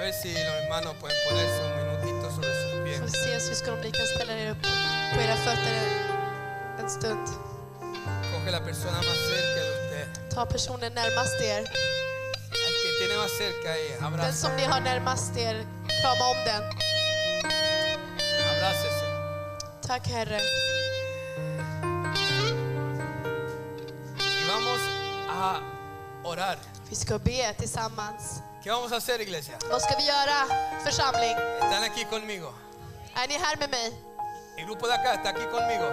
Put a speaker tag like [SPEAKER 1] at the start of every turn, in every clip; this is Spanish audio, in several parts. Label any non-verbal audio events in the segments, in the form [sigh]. [SPEAKER 1] ver si los hermanos pueden ponerse un minutito sobre sus
[SPEAKER 2] Får
[SPEAKER 1] pies.
[SPEAKER 2] se syskon om ni kan ställa er upp på era fötter en stund.
[SPEAKER 1] Coge la persona más cerca de usted.
[SPEAKER 2] Ta personen närmast er.
[SPEAKER 1] El que tiene más cerca ahí,
[SPEAKER 2] Den
[SPEAKER 1] abrace,
[SPEAKER 2] som ni har närmast er, krama om den.
[SPEAKER 1] abrácese.
[SPEAKER 2] Tack Herre.
[SPEAKER 1] Y vamos a orar.
[SPEAKER 2] Vi ska be tillsammans.
[SPEAKER 1] ¿Qué vamos a hacer, iglesia?
[SPEAKER 2] Vad ska vi göra församling?
[SPEAKER 1] Están aquí conmigo.
[SPEAKER 2] Är ni här med mig?
[SPEAKER 1] El grupo de acá está aquí conmigo.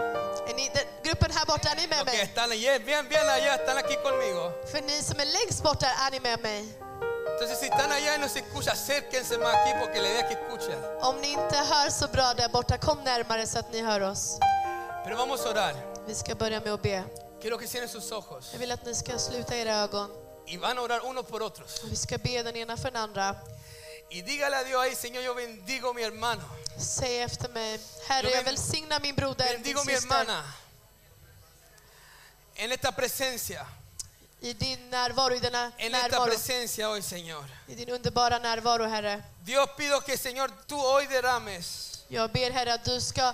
[SPEAKER 2] Är ni, den, gruppen här borta, är ni med
[SPEAKER 1] Los que
[SPEAKER 2] mig?
[SPEAKER 1] están allí, bien, bien allá, están aquí conmigo.
[SPEAKER 2] För ni som är längst bort där, är ni med mig?
[SPEAKER 1] Entonces, si están allá y no se escucha, acérquense más aquí porque la idea es que escuchen.
[SPEAKER 2] Om ni inte hör så bra där borta, kom närmare så att ni hör oss.
[SPEAKER 1] Pero vamos a orar.
[SPEAKER 2] Vi ska börja med att be.
[SPEAKER 1] Quiero que cierren sus ojos
[SPEAKER 2] Jag vill att ni ska sluta era ögon.
[SPEAKER 1] y van a orar uno por otros.
[SPEAKER 2] Och Vi ska be den ena för den andra.
[SPEAKER 1] Y dígale a Dios ahí, Señor, yo bendigo a mi hermano.
[SPEAKER 2] Säg efter mig. Herre,
[SPEAKER 1] Jag
[SPEAKER 2] jag
[SPEAKER 1] ben-
[SPEAKER 2] välsignar min broder,
[SPEAKER 1] Bendigo a
[SPEAKER 2] min
[SPEAKER 1] mi
[SPEAKER 2] syster.
[SPEAKER 1] hermana. En esta presencia,
[SPEAKER 2] I din närvaro, i denna
[SPEAKER 1] en esta
[SPEAKER 2] närvaro.
[SPEAKER 1] presencia hoy, Señor.
[SPEAKER 2] I din underbara närvaro, Herre.
[SPEAKER 1] Dios pido que, Señor, tú hoy derrames
[SPEAKER 2] Jag ber, Herre, att du ska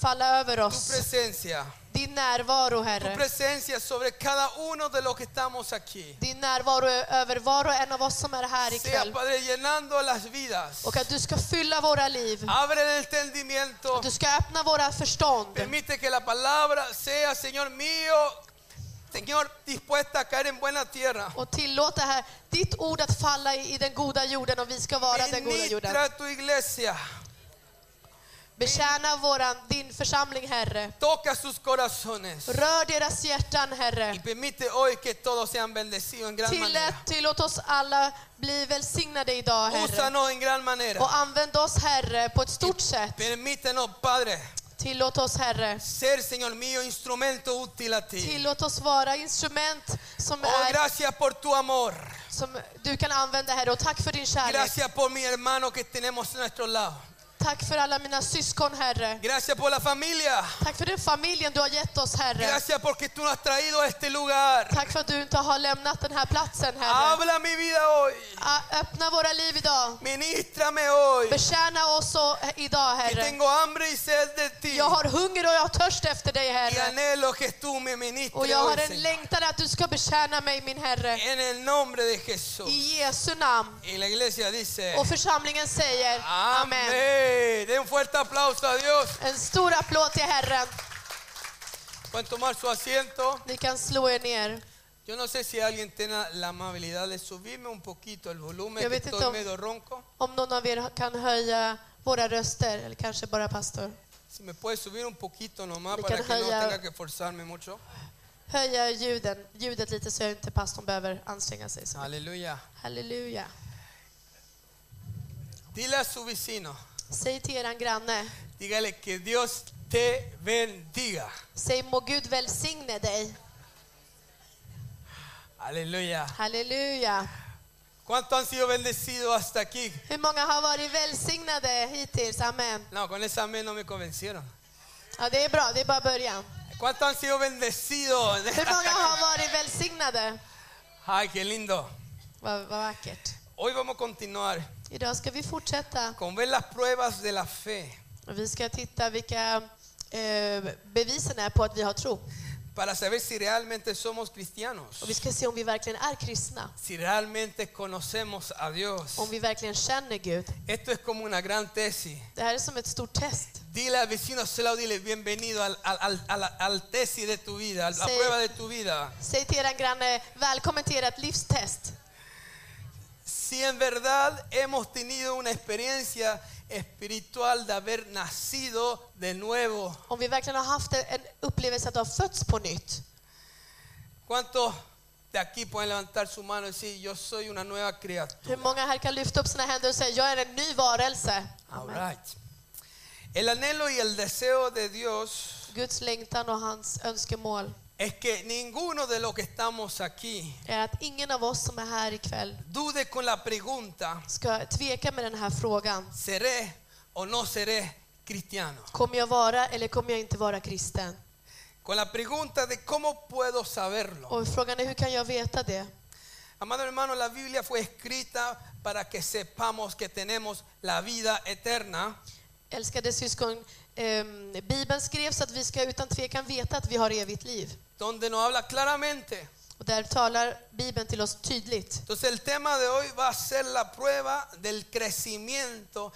[SPEAKER 2] falla över
[SPEAKER 1] tu
[SPEAKER 2] oss.
[SPEAKER 1] presencia,
[SPEAKER 2] Din närvaro,
[SPEAKER 1] tu
[SPEAKER 2] Herre.
[SPEAKER 1] presencia sobre cada uno de los que estamos aquí.
[SPEAKER 2] Din närvaro är över var och en av oss som är här
[SPEAKER 1] Sea,
[SPEAKER 2] ikväll.
[SPEAKER 1] Padre, llenando las vidas.
[SPEAKER 2] Och att du ska fylla våra liv.
[SPEAKER 1] Abre el entendimiento.
[SPEAKER 2] Du ska öppna våra förstånd.
[SPEAKER 1] Permite que la palabra sea, Señor mío, Señor, dispuesta a caer en buena tierra.
[SPEAKER 2] Och tillåta här ditt ord att falla i, i den goda jorden och vi ska vara den goda jorden.
[SPEAKER 1] Ministra tu iglesia.
[SPEAKER 2] Betjäna våran, din församling, Herre.
[SPEAKER 1] Toca sus corazones.
[SPEAKER 2] Rör deras hjärtan, Herre.
[SPEAKER 1] Y permite hoy que todos sean bendecidos en gran
[SPEAKER 2] Tillät,
[SPEAKER 1] manera.
[SPEAKER 2] tillåt oss alla bli välsignade idag, Herre.
[SPEAKER 1] Úsanos en gran manera.
[SPEAKER 2] Och använd oss, Herre, på ett stort sätt.
[SPEAKER 1] Permítenos, Padre,
[SPEAKER 2] Tillåt oss, Herre.
[SPEAKER 1] ser, Señor mío, instrumento útil a ti.
[SPEAKER 2] Tillåt oss vara instrument som,
[SPEAKER 1] Oh,
[SPEAKER 2] är,
[SPEAKER 1] gracias por tu amor.
[SPEAKER 2] som du kan använda, Herre. Och tack för din kärlek.
[SPEAKER 1] Gracias por mi hermano que tenemos a nuestro lado.
[SPEAKER 2] Tack för alla mina syskon, Herre.
[SPEAKER 1] Gracias por la familia.
[SPEAKER 2] Tack för den familjen du har gett oss, Herre.
[SPEAKER 1] Gracias porque tú nos has traído a este lugar.
[SPEAKER 2] Tack för att du inte har lämnat den här platsen, Herre.
[SPEAKER 1] Habla mi vida hoy.
[SPEAKER 2] Ö- Öppna våra liv idag.
[SPEAKER 1] Ministrame hoy.
[SPEAKER 2] Betjäna oss och- idag,
[SPEAKER 1] Que
[SPEAKER 2] Herre.
[SPEAKER 1] tengo hambre y sed de ti.
[SPEAKER 2] Jag har hunger och jag har törst efter dig,
[SPEAKER 1] Y
[SPEAKER 2] Herre.
[SPEAKER 1] anhelo que tú me ministres.
[SPEAKER 2] Och jag har
[SPEAKER 1] hoy,
[SPEAKER 2] en
[SPEAKER 1] Señor.
[SPEAKER 2] längtan att du ska betjäna mig, min Herre.
[SPEAKER 1] En el nombre de Jesús.
[SPEAKER 2] I Jesu namn.
[SPEAKER 1] Y la iglesia dice:
[SPEAKER 2] Och församlingen säger Amen.
[SPEAKER 1] Amén. Den un fuerte aplauso a Dios.
[SPEAKER 2] En stor applåd till Herren.
[SPEAKER 1] Pueden tomar su asiento.
[SPEAKER 2] Ni kan slå er ner.
[SPEAKER 1] Yo no sé si alguien tiene la amabilidad de subirme un poquito el volumen,
[SPEAKER 2] Yo
[SPEAKER 1] que
[SPEAKER 2] vete
[SPEAKER 1] estoy
[SPEAKER 2] tom-
[SPEAKER 1] medio ronco.
[SPEAKER 2] Om någon av er kan höja våra röster, eller kanske bara pastor.
[SPEAKER 1] Si me puede subir un poquito nomás
[SPEAKER 2] Me
[SPEAKER 1] para que
[SPEAKER 2] can
[SPEAKER 1] no
[SPEAKER 2] haya-
[SPEAKER 1] tenga que forzarme mucho.
[SPEAKER 2] Höja ljuden, ljudet lite så jag inte pastorn behöver anstränga sig. Så.
[SPEAKER 1] Aleluya.
[SPEAKER 2] Halleluja.
[SPEAKER 1] Dile a su vecino,
[SPEAKER 2] Säg till eran granne,
[SPEAKER 1] dígale que Dios te bendiga.
[SPEAKER 2] säg må Gud välsigne dig.
[SPEAKER 1] Aleluya.
[SPEAKER 2] Halleluja.
[SPEAKER 1] ¿Cuántos han sido bendecidos hasta aquí?
[SPEAKER 2] Hur många har varit välsignade hittills? Amen.
[SPEAKER 1] No, con esa amén no me convencieron.
[SPEAKER 2] Ja, det är bra, det är bara början.
[SPEAKER 1] ¿Cuántos han sido bendecidos?
[SPEAKER 2] Hur många har varit välsignade?
[SPEAKER 1] Ay, qué lindo.
[SPEAKER 2] Vad, vad vackert.
[SPEAKER 1] Hoy vamos a continuar
[SPEAKER 2] Idag ska vi fortsätta.
[SPEAKER 1] con ver las pruebas de la fe
[SPEAKER 2] Och Vi ska titta vilka eh, bevisen är på att vi har tro.
[SPEAKER 1] para saber si realmente somos cristianos,
[SPEAKER 2] Och vi ska se om vi verkligen är kristna.
[SPEAKER 1] si realmente conocemos a Dios.
[SPEAKER 2] Om vi verkligen känner Gud.
[SPEAKER 1] Esto es como una gran tesis.
[SPEAKER 2] Det här är som ett stort test.
[SPEAKER 1] Dile al vecino, se lo dile, bienvenido al, al, al, al- al tesis de tu vida, a la
[SPEAKER 2] Sí.
[SPEAKER 1] prueba de tu vida.
[SPEAKER 2] Säg till er granne, välkommen till ert livstest.
[SPEAKER 1] Si en verdad hemos tenido una experiencia espiritual de haber nacido de nuevo,
[SPEAKER 2] Om vi verkligen har haft en upplevelse att ha fötts på nytt.
[SPEAKER 1] ¿cuántos de aquí pueden levantar su mano y decir, yo soy una nueva criatura?
[SPEAKER 2] Hur många här kan lyfta upp sina händer och säga, jag är en ny varelse.
[SPEAKER 1] All right. El anhelo y el deseo de Dios
[SPEAKER 2] Guds längtan och hans önskemål
[SPEAKER 1] es que ninguno de los que estamos aquí
[SPEAKER 2] är att ingen av oss som är här ikväll
[SPEAKER 1] dude con la pregunta,
[SPEAKER 2] ska tveka med den här frågan.
[SPEAKER 1] ¿seré o no seré cristiano?
[SPEAKER 2] Kommer jag vara eller kommer jag inte vara kristen?
[SPEAKER 1] Con la pregunta de cómo puedo saberlo.
[SPEAKER 2] Och frågan är hur kan jag veta det?
[SPEAKER 1] Amado hermano, la Biblia fue escrita para que sepamos que tenemos la vida eterna.
[SPEAKER 2] Älskade syskon, ehm, Bibeln skrevs så att vi ska utan tvekan veta att vi har evigt liv.
[SPEAKER 1] donde nos habla claramente.
[SPEAKER 2] Och där talar Bibeln till oss tydligt.
[SPEAKER 1] Entonces el tema de hoy va a ser la prueba del crecimiento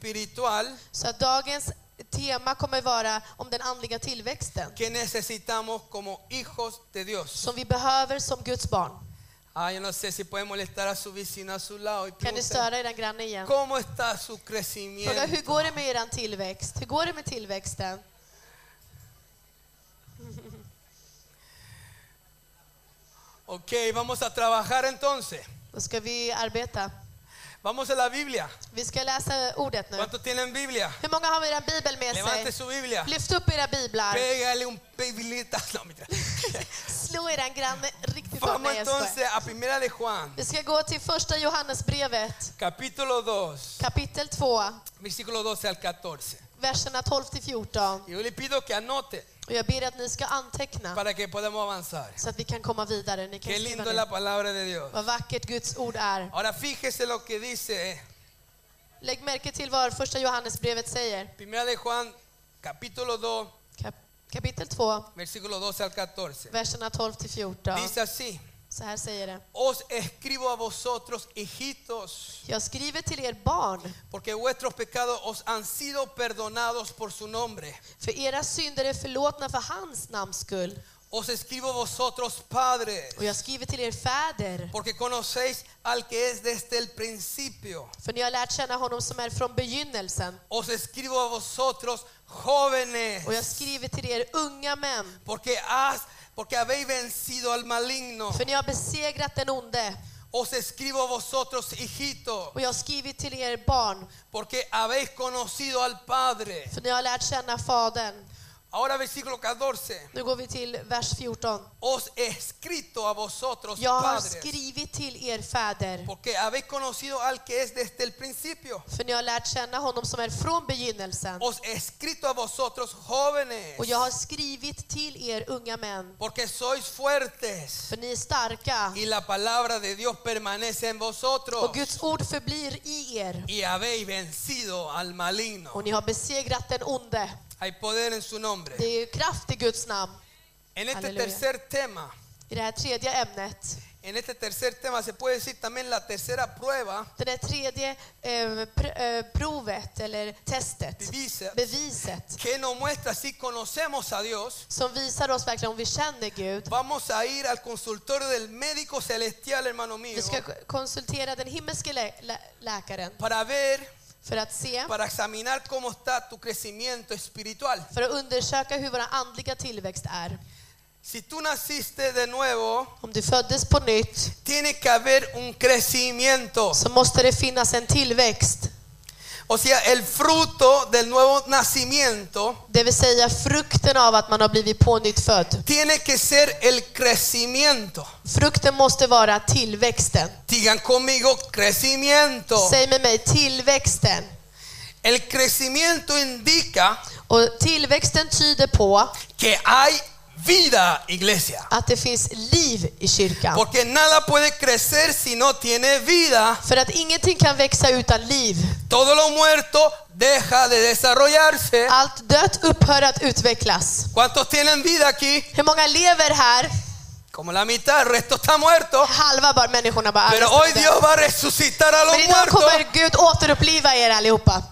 [SPEAKER 1] espiritual
[SPEAKER 2] Så att dagens tema kommer vara om den andliga tillväxten
[SPEAKER 1] que necesitamos como hijos de Dios.
[SPEAKER 2] som vi behöver som Guds barn.
[SPEAKER 1] Ah, yo no sé si puede molestar a su vecino a su lado y
[SPEAKER 2] Kan ni
[SPEAKER 1] preguntar,
[SPEAKER 2] störa er granne igen?
[SPEAKER 1] ¿cómo está su
[SPEAKER 2] Fråga hur
[SPEAKER 1] crecimiento?
[SPEAKER 2] går det med er tillväxt? Hur går det med tillväxten?
[SPEAKER 1] Ok, vamos a trabajar entonces.
[SPEAKER 2] Då ska vi arbeta.
[SPEAKER 1] Vamos a la Biblia.
[SPEAKER 2] Vi ska läsa ordet nu.
[SPEAKER 1] ¿Cuántos tienen Biblia?
[SPEAKER 2] Hur många har era bibel med
[SPEAKER 1] Levante
[SPEAKER 2] sig?
[SPEAKER 1] su Biblia.
[SPEAKER 2] Lyft upp era biblar.
[SPEAKER 1] Pégale un biblita. [laughs] No, mentira.
[SPEAKER 2] Slå er granne riktigt hårt.
[SPEAKER 1] Vamos
[SPEAKER 2] Nej, jag skojar.
[SPEAKER 1] entonces a Primera de Juan,
[SPEAKER 2] Vi ska gå till första Johannesbrevet
[SPEAKER 1] capítulo 2.
[SPEAKER 2] kapitel 2,
[SPEAKER 1] versículo 12 al 14.
[SPEAKER 2] verserna 12 till 14.
[SPEAKER 1] Y yo le pido que anote
[SPEAKER 2] Och jag ber att ni ska anteckna
[SPEAKER 1] para que podamos avanzar.
[SPEAKER 2] så att vi kan komma vidare. Ni kan
[SPEAKER 1] Qué
[SPEAKER 2] skriva
[SPEAKER 1] lindo
[SPEAKER 2] ner.
[SPEAKER 1] es la palabra de Dios.
[SPEAKER 2] Vad vackert Guds ord är.
[SPEAKER 1] Ahora fíjese lo que dice eh,
[SPEAKER 2] Lägg märke till vad första Johannesbrevet säger.
[SPEAKER 1] Primera de Juan, capítulo 2,
[SPEAKER 2] Kap kapitel 2,
[SPEAKER 1] versículo 12 al 14.
[SPEAKER 2] verserna 12 till 14.
[SPEAKER 1] Dice así,
[SPEAKER 2] Så här säger det.
[SPEAKER 1] os escribo a vosotros, hijitos,
[SPEAKER 2] Jag skriver till er barn,
[SPEAKER 1] porque vuestros pecados os han sido perdonados por su nombre.
[SPEAKER 2] för era synder är förlåtna för hans namns skull.
[SPEAKER 1] Os escribo a vosotros, padres,
[SPEAKER 2] Och jag skriver till er fäder,
[SPEAKER 1] porque conocéis al que es desde el principio.
[SPEAKER 2] för ni har lärt känna honom som är från begynnelsen.
[SPEAKER 1] Os escribo a vosotros, jóvenes.
[SPEAKER 2] Och jag skriver till er unga män,
[SPEAKER 1] Porque has, porque habéis vencido al maligno.
[SPEAKER 2] för ni har besegrat den onde.
[SPEAKER 1] Os escribo a vosotros, hijitos,
[SPEAKER 2] Och jag skriver till er barn,
[SPEAKER 1] porque habéis conocido al Padre.
[SPEAKER 2] för ni har lärt känna Fadern.
[SPEAKER 1] Ahora versículo 14.
[SPEAKER 2] Nu går vi till vers 14.
[SPEAKER 1] Os he escrito a vosotros,
[SPEAKER 2] Jag har
[SPEAKER 1] padres,
[SPEAKER 2] skrivit till er fäder,
[SPEAKER 1] porque habéis conocido al que es desde el principio.
[SPEAKER 2] för ni har lärt känna honom som är från begynnelsen.
[SPEAKER 1] Os he escrito a vosotros, jóvenes,
[SPEAKER 2] Och jag har skrivit till er unga män,
[SPEAKER 1] porque sois fuertes
[SPEAKER 2] för ni är starka
[SPEAKER 1] y la palabra de Dios permanece en vosotros
[SPEAKER 2] och Guds ord förblir i er.
[SPEAKER 1] y habéis vencido al maligno.
[SPEAKER 2] Och ni har besegrat den onde.
[SPEAKER 1] Hay poder en su nombre.
[SPEAKER 2] Det är ju kraft i Guds namn.
[SPEAKER 1] En este
[SPEAKER 2] Aleluya.
[SPEAKER 1] tercer tema,
[SPEAKER 2] I det här tredje ämnet,
[SPEAKER 1] en este tercer tema se puede decir también la tercera prueba,
[SPEAKER 2] det där tredje eh, pr eh, provet eller testet,
[SPEAKER 1] dice,
[SPEAKER 2] beviset,
[SPEAKER 1] que nos muestra si conocemos a Dios.
[SPEAKER 2] som visar oss verkligen om vi känner Gud.
[SPEAKER 1] Vamos a ir al consultorio del médico celestial, hermano mío,
[SPEAKER 2] Vi ska k- konsultera den himmelske lä lä läkaren
[SPEAKER 1] para ver,
[SPEAKER 2] för att se,
[SPEAKER 1] para examinar cómo está tu crecimiento espiritual.
[SPEAKER 2] för att undersöka hur vår andliga tillväxt är.
[SPEAKER 1] Si tú naciste de nuevo,
[SPEAKER 2] Om du föddes på nytt
[SPEAKER 1] tiene que haber un crecimiento.
[SPEAKER 2] så måste det finnas en tillväxt,
[SPEAKER 1] O sea, el fruto del nuevo nacimiento
[SPEAKER 2] det vill säga frukten av att man har blivit pånyttfödd.
[SPEAKER 1] tiene que ser el crecimiento.
[SPEAKER 2] Frukten måste vara tillväxten.
[SPEAKER 1] Digan conmigo crecimiento.
[SPEAKER 2] Säg med mig tillväxten.
[SPEAKER 1] El crecimiento indica
[SPEAKER 2] Och tillväxten tyder på
[SPEAKER 1] que hay vida, iglesia.
[SPEAKER 2] att det finns liv i kyrkan.
[SPEAKER 1] Porque nada puede crecer si no tiene vida.
[SPEAKER 2] För att ingenting kan växa utan liv.
[SPEAKER 1] Todo lo muerto deja de desarrollarse.
[SPEAKER 2] Allt dött upphör att utvecklas.
[SPEAKER 1] ¿Cuántos tienen vida aquí?
[SPEAKER 2] Hur många lever här?
[SPEAKER 1] Como la mitad, el resto está muerto.
[SPEAKER 2] Halva bara människorna bara
[SPEAKER 1] Pero hoy Dios va a resucitar a los
[SPEAKER 2] Men idag
[SPEAKER 1] muertos.
[SPEAKER 2] kommer Gud återuppliva er allihopa.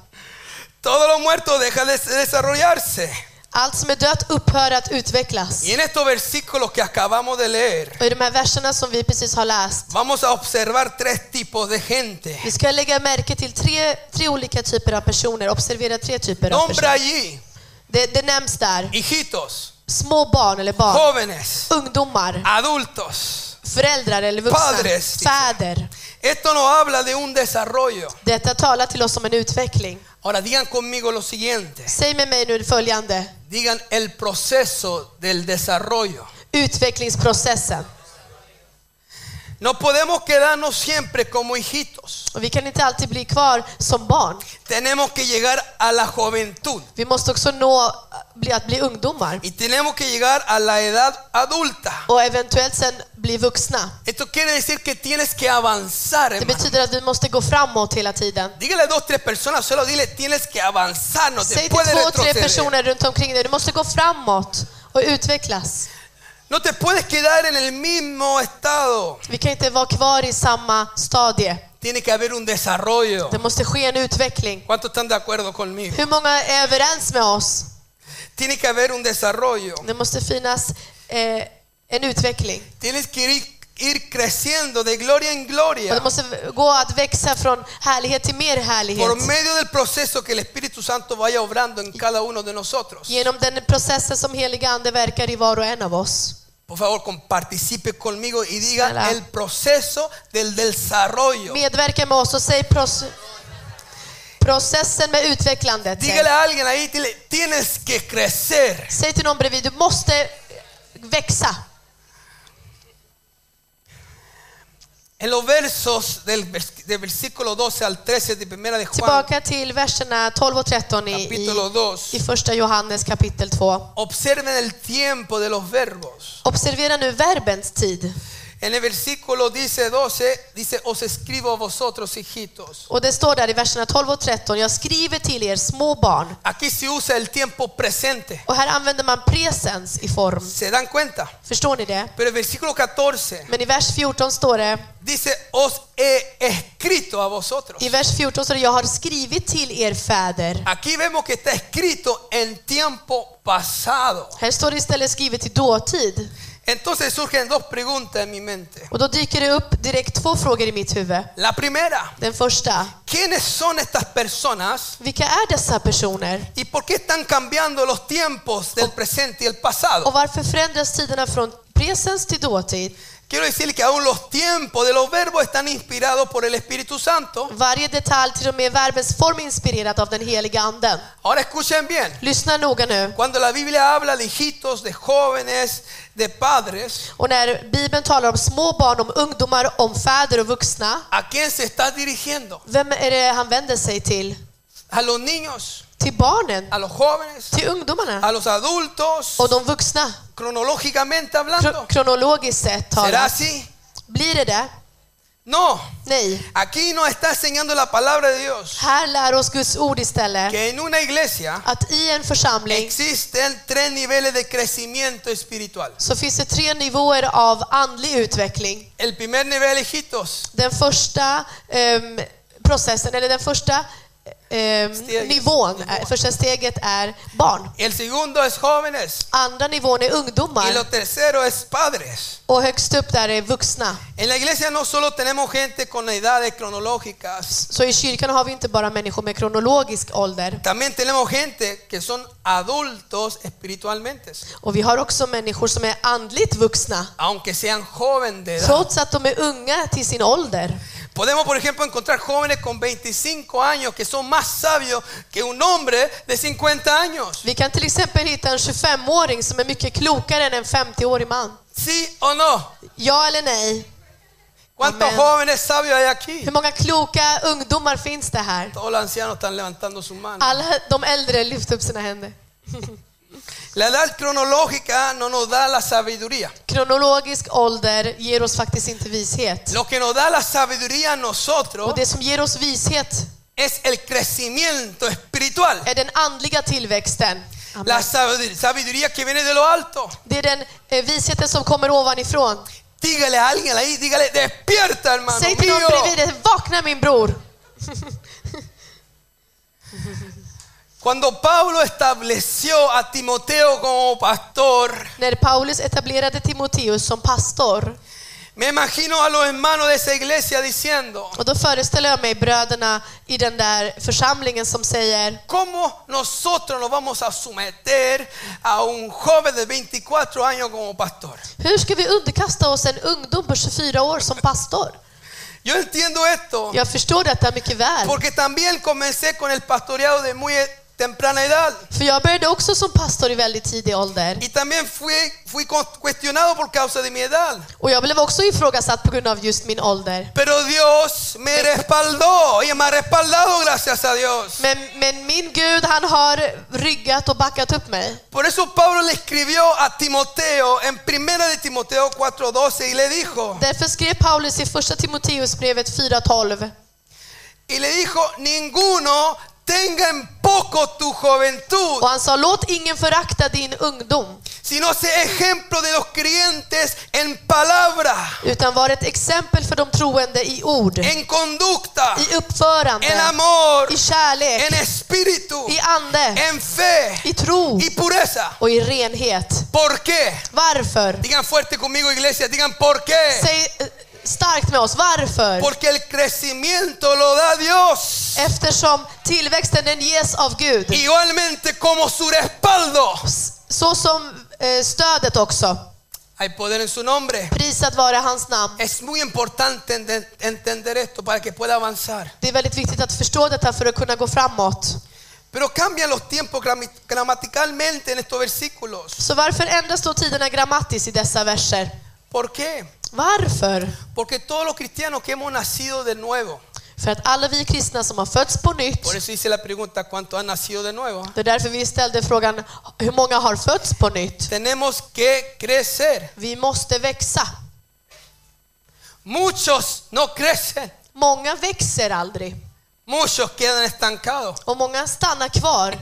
[SPEAKER 1] Todo lo muerto deja de desarrollarse.
[SPEAKER 2] Allt som är dött upphör att utvecklas.
[SPEAKER 1] Y en estos versículos que acabamos de leer,
[SPEAKER 2] Och i de här verserna som vi precis har läst,
[SPEAKER 1] vamos a observar tres tipos de gente.
[SPEAKER 2] vi ska lägga märke till tre, tre olika typer av personer, observera tre typer av
[SPEAKER 1] Nombra
[SPEAKER 2] personer.
[SPEAKER 1] allí,
[SPEAKER 2] Det, det nämns där.
[SPEAKER 1] hijitos,
[SPEAKER 2] små barn eller barn,
[SPEAKER 1] jóvenes,
[SPEAKER 2] ungdomar,
[SPEAKER 1] adultos.
[SPEAKER 2] föräldrar eller vuxna,
[SPEAKER 1] Padres, dice.
[SPEAKER 2] fäder.
[SPEAKER 1] Esto nos habla de un desarrollo.
[SPEAKER 2] Detta talar till oss om en utveckling.
[SPEAKER 1] Ahora digan conmigo lo siguiente.
[SPEAKER 2] Säg med mig nu följande.
[SPEAKER 1] Digan el proceso del desarrollo.
[SPEAKER 2] Utvecklingsprocessen.
[SPEAKER 1] No podemos quedarnos siempre como hijitos.
[SPEAKER 2] Och vi kan inte alltid bli kvar som barn.
[SPEAKER 1] Tenemos que llegar a la juventud.
[SPEAKER 2] Vi måste också nå bli, att bli ungdomar
[SPEAKER 1] y tenemos que llegar a la edad adulta.
[SPEAKER 2] och eventuellt sen bli vuxna.
[SPEAKER 1] Esto quiere decir que tienes que avanzar.
[SPEAKER 2] Det
[SPEAKER 1] hermano.
[SPEAKER 2] betyder att vi måste gå framåt hela tiden.
[SPEAKER 1] Dígale a dos, tres personas, solo dile, tienes que avanzar, no te
[SPEAKER 2] Säg till
[SPEAKER 1] puedes
[SPEAKER 2] två, tre
[SPEAKER 1] retroceder.
[SPEAKER 2] personer runt omkring dig, du måste gå framåt och utvecklas.
[SPEAKER 1] No te puedes quedar en el mismo estado.
[SPEAKER 2] Vi kan inte vara kvar i samma stadie.
[SPEAKER 1] Tiene que haber un desarrollo.
[SPEAKER 2] Det måste ske en utveckling.
[SPEAKER 1] ¿Cuántos están de acuerdo conmigo?
[SPEAKER 2] Hur många är överens med oss?
[SPEAKER 1] Tiene que haber un desarrollo.
[SPEAKER 2] Det måste finnas eh, en utveckling.
[SPEAKER 1] Tienes que ir, ir creciendo de gloria en
[SPEAKER 2] Och det
[SPEAKER 1] gloria
[SPEAKER 2] måste gå att växa från härlighet till mer
[SPEAKER 1] por
[SPEAKER 2] härlighet.
[SPEAKER 1] medio del proceso que el Espíritu Santo vaya obrando en cada uno de nosotros.
[SPEAKER 2] Genom den processen som heliga Ande verkar i var och en av oss.
[SPEAKER 1] Por favor, com- participe conmigo y diga
[SPEAKER 2] Hola.
[SPEAKER 1] el proceso del desarrollo.
[SPEAKER 2] Medverka med oss och säg pros- processen med utvecklandet. säg.
[SPEAKER 1] Dígale a alguien ahí, dile, tienes que crecer.
[SPEAKER 2] Säg till någon bredvid, du måste växa.
[SPEAKER 1] En los versos del, vers- del versículo 12 al 13 de primera de Juan,
[SPEAKER 2] Tillbaka till verserna 12 och 13 i, i,
[SPEAKER 1] capítulo 2,
[SPEAKER 2] i första Johannes kapitel 2.
[SPEAKER 1] observen el tiempo de los verbos.
[SPEAKER 2] Observera nu verbens tid.
[SPEAKER 1] En el versículo dice 12, dice, os escribo a vosotros, hijitos.
[SPEAKER 2] Och det står där i verserna 12 och 13, jag skriver till er små barn.
[SPEAKER 1] Aquí se usa el tiempo presente.
[SPEAKER 2] Och här använder man presens i form.
[SPEAKER 1] ¿Se dan cuenta?
[SPEAKER 2] Förstår ni det?
[SPEAKER 1] Pero el versículo 14
[SPEAKER 2] Men i vers 14 står det,
[SPEAKER 1] dice, os he escrito a vosotros.
[SPEAKER 2] i vers 14 står det, jag har skrivit till er fäder.
[SPEAKER 1] Aquí vemos que está escrito en tiempo pasado.
[SPEAKER 2] Här står det istället skrivet i dåtid.
[SPEAKER 1] Entonces surgen dos preguntas en mi mente.
[SPEAKER 2] Och då dyker det upp direkt två frågor i mitt huvud.
[SPEAKER 1] La primera,
[SPEAKER 2] Den första,
[SPEAKER 1] ¿quiénes son estas personas
[SPEAKER 2] vilka är dessa personer?
[SPEAKER 1] y por qué están cambiando los tiempos del presente y el pasado?
[SPEAKER 2] Och varför förändras tiderna från presens till dåtid?
[SPEAKER 1] Quiero decir que aún los tiempos de los verbos están inspirados por el Espíritu Santo.
[SPEAKER 2] Varje detalj, till och med verbens form, är inspirerad av den heliga anden.
[SPEAKER 1] Ahora escuchen bien.
[SPEAKER 2] Lyssna noga nu.
[SPEAKER 1] Cuando la Biblia habla de hijitos, de jóvenes, de padres,
[SPEAKER 2] Och när Bibeln talar om små barn, om ungdomar, om fäder och vuxna,
[SPEAKER 1] ¿a quién se está dirigiendo?
[SPEAKER 2] vem är det han vänder sig till?
[SPEAKER 1] ¿A los niños?
[SPEAKER 2] Till barnen,
[SPEAKER 1] ¿A los jóvenes?
[SPEAKER 2] till ungdomarna
[SPEAKER 1] ¿A los adultos?
[SPEAKER 2] och de vuxna.
[SPEAKER 1] ¿Cronológicamente hablando?
[SPEAKER 2] Kro- kronologiskt sett
[SPEAKER 1] ¿Será
[SPEAKER 2] talat.
[SPEAKER 1] así?
[SPEAKER 2] Blir det det?
[SPEAKER 1] No.
[SPEAKER 2] Nej.
[SPEAKER 1] Aquí nos está enseñando la palabra de Dios
[SPEAKER 2] Här lär oss Guds ord istället
[SPEAKER 1] que en una iglesia
[SPEAKER 2] att i en församling
[SPEAKER 1] existen tres niveles de crecimiento espiritual.
[SPEAKER 2] så finns det tre nivåer av andlig utveckling.
[SPEAKER 1] El primer nivel, hijitos,
[SPEAKER 2] den första ehm, processen, eller den första ehm,
[SPEAKER 1] Steget.
[SPEAKER 2] nivån, är, första steget är barn.
[SPEAKER 1] el segundo es jóvenes
[SPEAKER 2] Andra nivån är
[SPEAKER 1] y
[SPEAKER 2] ungdomar
[SPEAKER 1] lo tercero es padres.
[SPEAKER 2] och högst upp där är vuxna.
[SPEAKER 1] En la iglesia no solo tenemos gente con edades cronológicas,
[SPEAKER 2] Så i kyrkan har vi inte bara människor med kronologisk ålder.
[SPEAKER 1] también tenemos gente que son adultos espiritualmente,
[SPEAKER 2] Och vi har också människor som är andligt vuxna,
[SPEAKER 1] aunque sean jóvenes de edad.
[SPEAKER 2] trots att de är unga till sin ålder.
[SPEAKER 1] Podemos, por ejemplo, encontrar jóvenes con 25 años que son más sabios que un hombre de 50 años.
[SPEAKER 2] Vi kan till exempel hitta en 25-åring som är mycket klokare än en 50-årig man.
[SPEAKER 1] ¿Sí o no?
[SPEAKER 2] Ja eller nej?
[SPEAKER 1] ¿Cuántos
[SPEAKER 2] Amén.
[SPEAKER 1] jóvenes sabios hay aquí?
[SPEAKER 2] Hur många kloka ungdomar finns det här?
[SPEAKER 1] Todos los ancianos están levantando sus manos.
[SPEAKER 2] Alla de äldre lyfte upp sina händer.
[SPEAKER 1] La edad cronológica no nos da la sabiduría.
[SPEAKER 2] Kronologisk ålder ger oss faktiskt inte vishet.
[SPEAKER 1] Lo que nos da la sabiduría a
[SPEAKER 2] Och
[SPEAKER 1] nosotros
[SPEAKER 2] det som ger oss vishet
[SPEAKER 1] es el crecimiento espiritual.
[SPEAKER 2] är den andliga tillväxten. Amen.
[SPEAKER 1] La sabid- sabiduría que viene de lo alto.
[SPEAKER 2] Det är den eh, visheten som kommer ovanifrån.
[SPEAKER 1] Dígale a alguien ahí, dígale, despierta hermano
[SPEAKER 2] Säg till någon
[SPEAKER 1] mío.
[SPEAKER 2] bredvid dig, vakna min bror.
[SPEAKER 1] Cuando Pablo estableció a Timoteo como pastor,
[SPEAKER 2] När Paulus etablerade Timoteus som pastor,
[SPEAKER 1] Me imagino a los hermanos de esa iglesia diciendo,
[SPEAKER 2] och då föreställer jag mig bröderna i den där församlingen som säger,
[SPEAKER 1] ¿cómo nosotros nos vamos a someter a un joven de 24 años como pastor?
[SPEAKER 2] hur ska vi underkasta oss en ungdom på 24 år som pastor?
[SPEAKER 1] Yo entiendo esto
[SPEAKER 2] Jag förstår detta mycket väl.
[SPEAKER 1] porque también comencé con el pastoreado de muy temprana edad.
[SPEAKER 2] För jag började också som pastor i väldigt tidig ålder.
[SPEAKER 1] Y también fui, fui con- cuestionado por causa de mi edad.
[SPEAKER 2] Och jag blev också ifrågasatt på grund av just min ålder.
[SPEAKER 1] Pero Dios me respaldó y me ha respaldado gracias a Dios.
[SPEAKER 2] Men, men min Gud, han har ryggat och backat upp mig.
[SPEAKER 1] Por eso Pablo le escribió a Timoteo en 1 de Timoteo 4:12 y le dijo,
[SPEAKER 2] Därför skrev Paulus i första Timoteusbrevet 4.12.
[SPEAKER 1] y le dijo, ninguno tenga en poco tu juventud,
[SPEAKER 2] Och han sa, låt ingen förakta din ungdom,
[SPEAKER 1] sino sé ejemplo de los creyentes en palabra,
[SPEAKER 2] utan var ett exempel för de troende i ord,
[SPEAKER 1] en conducta,
[SPEAKER 2] i
[SPEAKER 1] en
[SPEAKER 2] uppförande,
[SPEAKER 1] amor,
[SPEAKER 2] i kärlek,
[SPEAKER 1] en espíritu,
[SPEAKER 2] i ande,
[SPEAKER 1] en fe
[SPEAKER 2] i tro
[SPEAKER 1] y pureza.
[SPEAKER 2] och i renhet.
[SPEAKER 1] ¿Por qué?
[SPEAKER 2] Varför?
[SPEAKER 1] Digan fuerte conmigo iglesia, digan por qué.
[SPEAKER 2] Säg eh, starkt med oss, varför?
[SPEAKER 1] Porque el crecimiento lo da Dios.
[SPEAKER 2] Eftersom tillväxten den ges av Gud,
[SPEAKER 1] Igualmente como su respaldo.
[SPEAKER 2] S- så som eh, stödet också.
[SPEAKER 1] Hay poder en su nombre.
[SPEAKER 2] Prisat vare hans namn.
[SPEAKER 1] Es muy importante ente- entender esto para que pueda avanzar.
[SPEAKER 2] Det är väldigt viktigt att förstå detta för att kunna gå framåt.
[SPEAKER 1] Pero cambian los tiempos grami- gramaticalmente en estos versículos.
[SPEAKER 2] Så varför ändras då tiderna grammatiskt i dessa verser?
[SPEAKER 1] ¿Por qué?
[SPEAKER 2] Varför?
[SPEAKER 1] Porque todos los cristianos que hemos nacido de nuevo.
[SPEAKER 2] För att alla vi kristna som har fötts på nytt,
[SPEAKER 1] Por eso hice la pregunta, ¿cuántos han nacido de nuevo?
[SPEAKER 2] det är därför vi ställde frågan hur många har fötts på nytt?
[SPEAKER 1] Tenemos que crecer.
[SPEAKER 2] Vi måste växa.
[SPEAKER 1] Muchos no crecen.
[SPEAKER 2] Många växer aldrig
[SPEAKER 1] Muchos quedan estancados.
[SPEAKER 2] och många stannar kvar.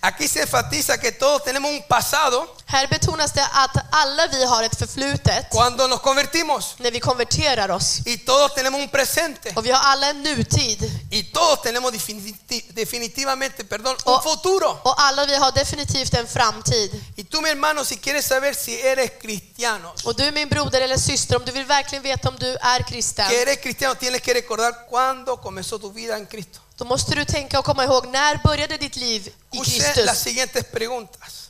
[SPEAKER 1] Aquí se enfatiza que todos tenemos un pasado
[SPEAKER 2] Här betonas det att alla vi har ett förflutet
[SPEAKER 1] cuando nos convertimos.
[SPEAKER 2] när vi konverterar oss.
[SPEAKER 1] Y todos tenemos un presente.
[SPEAKER 2] Och vi har alla en nutid
[SPEAKER 1] Y todos tenemos definiti- definitivamente, perdón, un
[SPEAKER 2] Oh.
[SPEAKER 1] futuro.
[SPEAKER 2] och alla vi har definitivt en framtid.
[SPEAKER 1] Y tú, mi hermano, si quieres saber si eres cristiano,
[SPEAKER 2] Och du min broder eller syster, om du vill verkligen veta om du är kristen,
[SPEAKER 1] que eres cristiano, tienes que recordar cuándo comenzó tu vida en Cristo.
[SPEAKER 2] då måste du tänka och komma ihåg när började ditt liv i
[SPEAKER 1] Use las
[SPEAKER 2] Kristus?
[SPEAKER 1] siguientes preguntas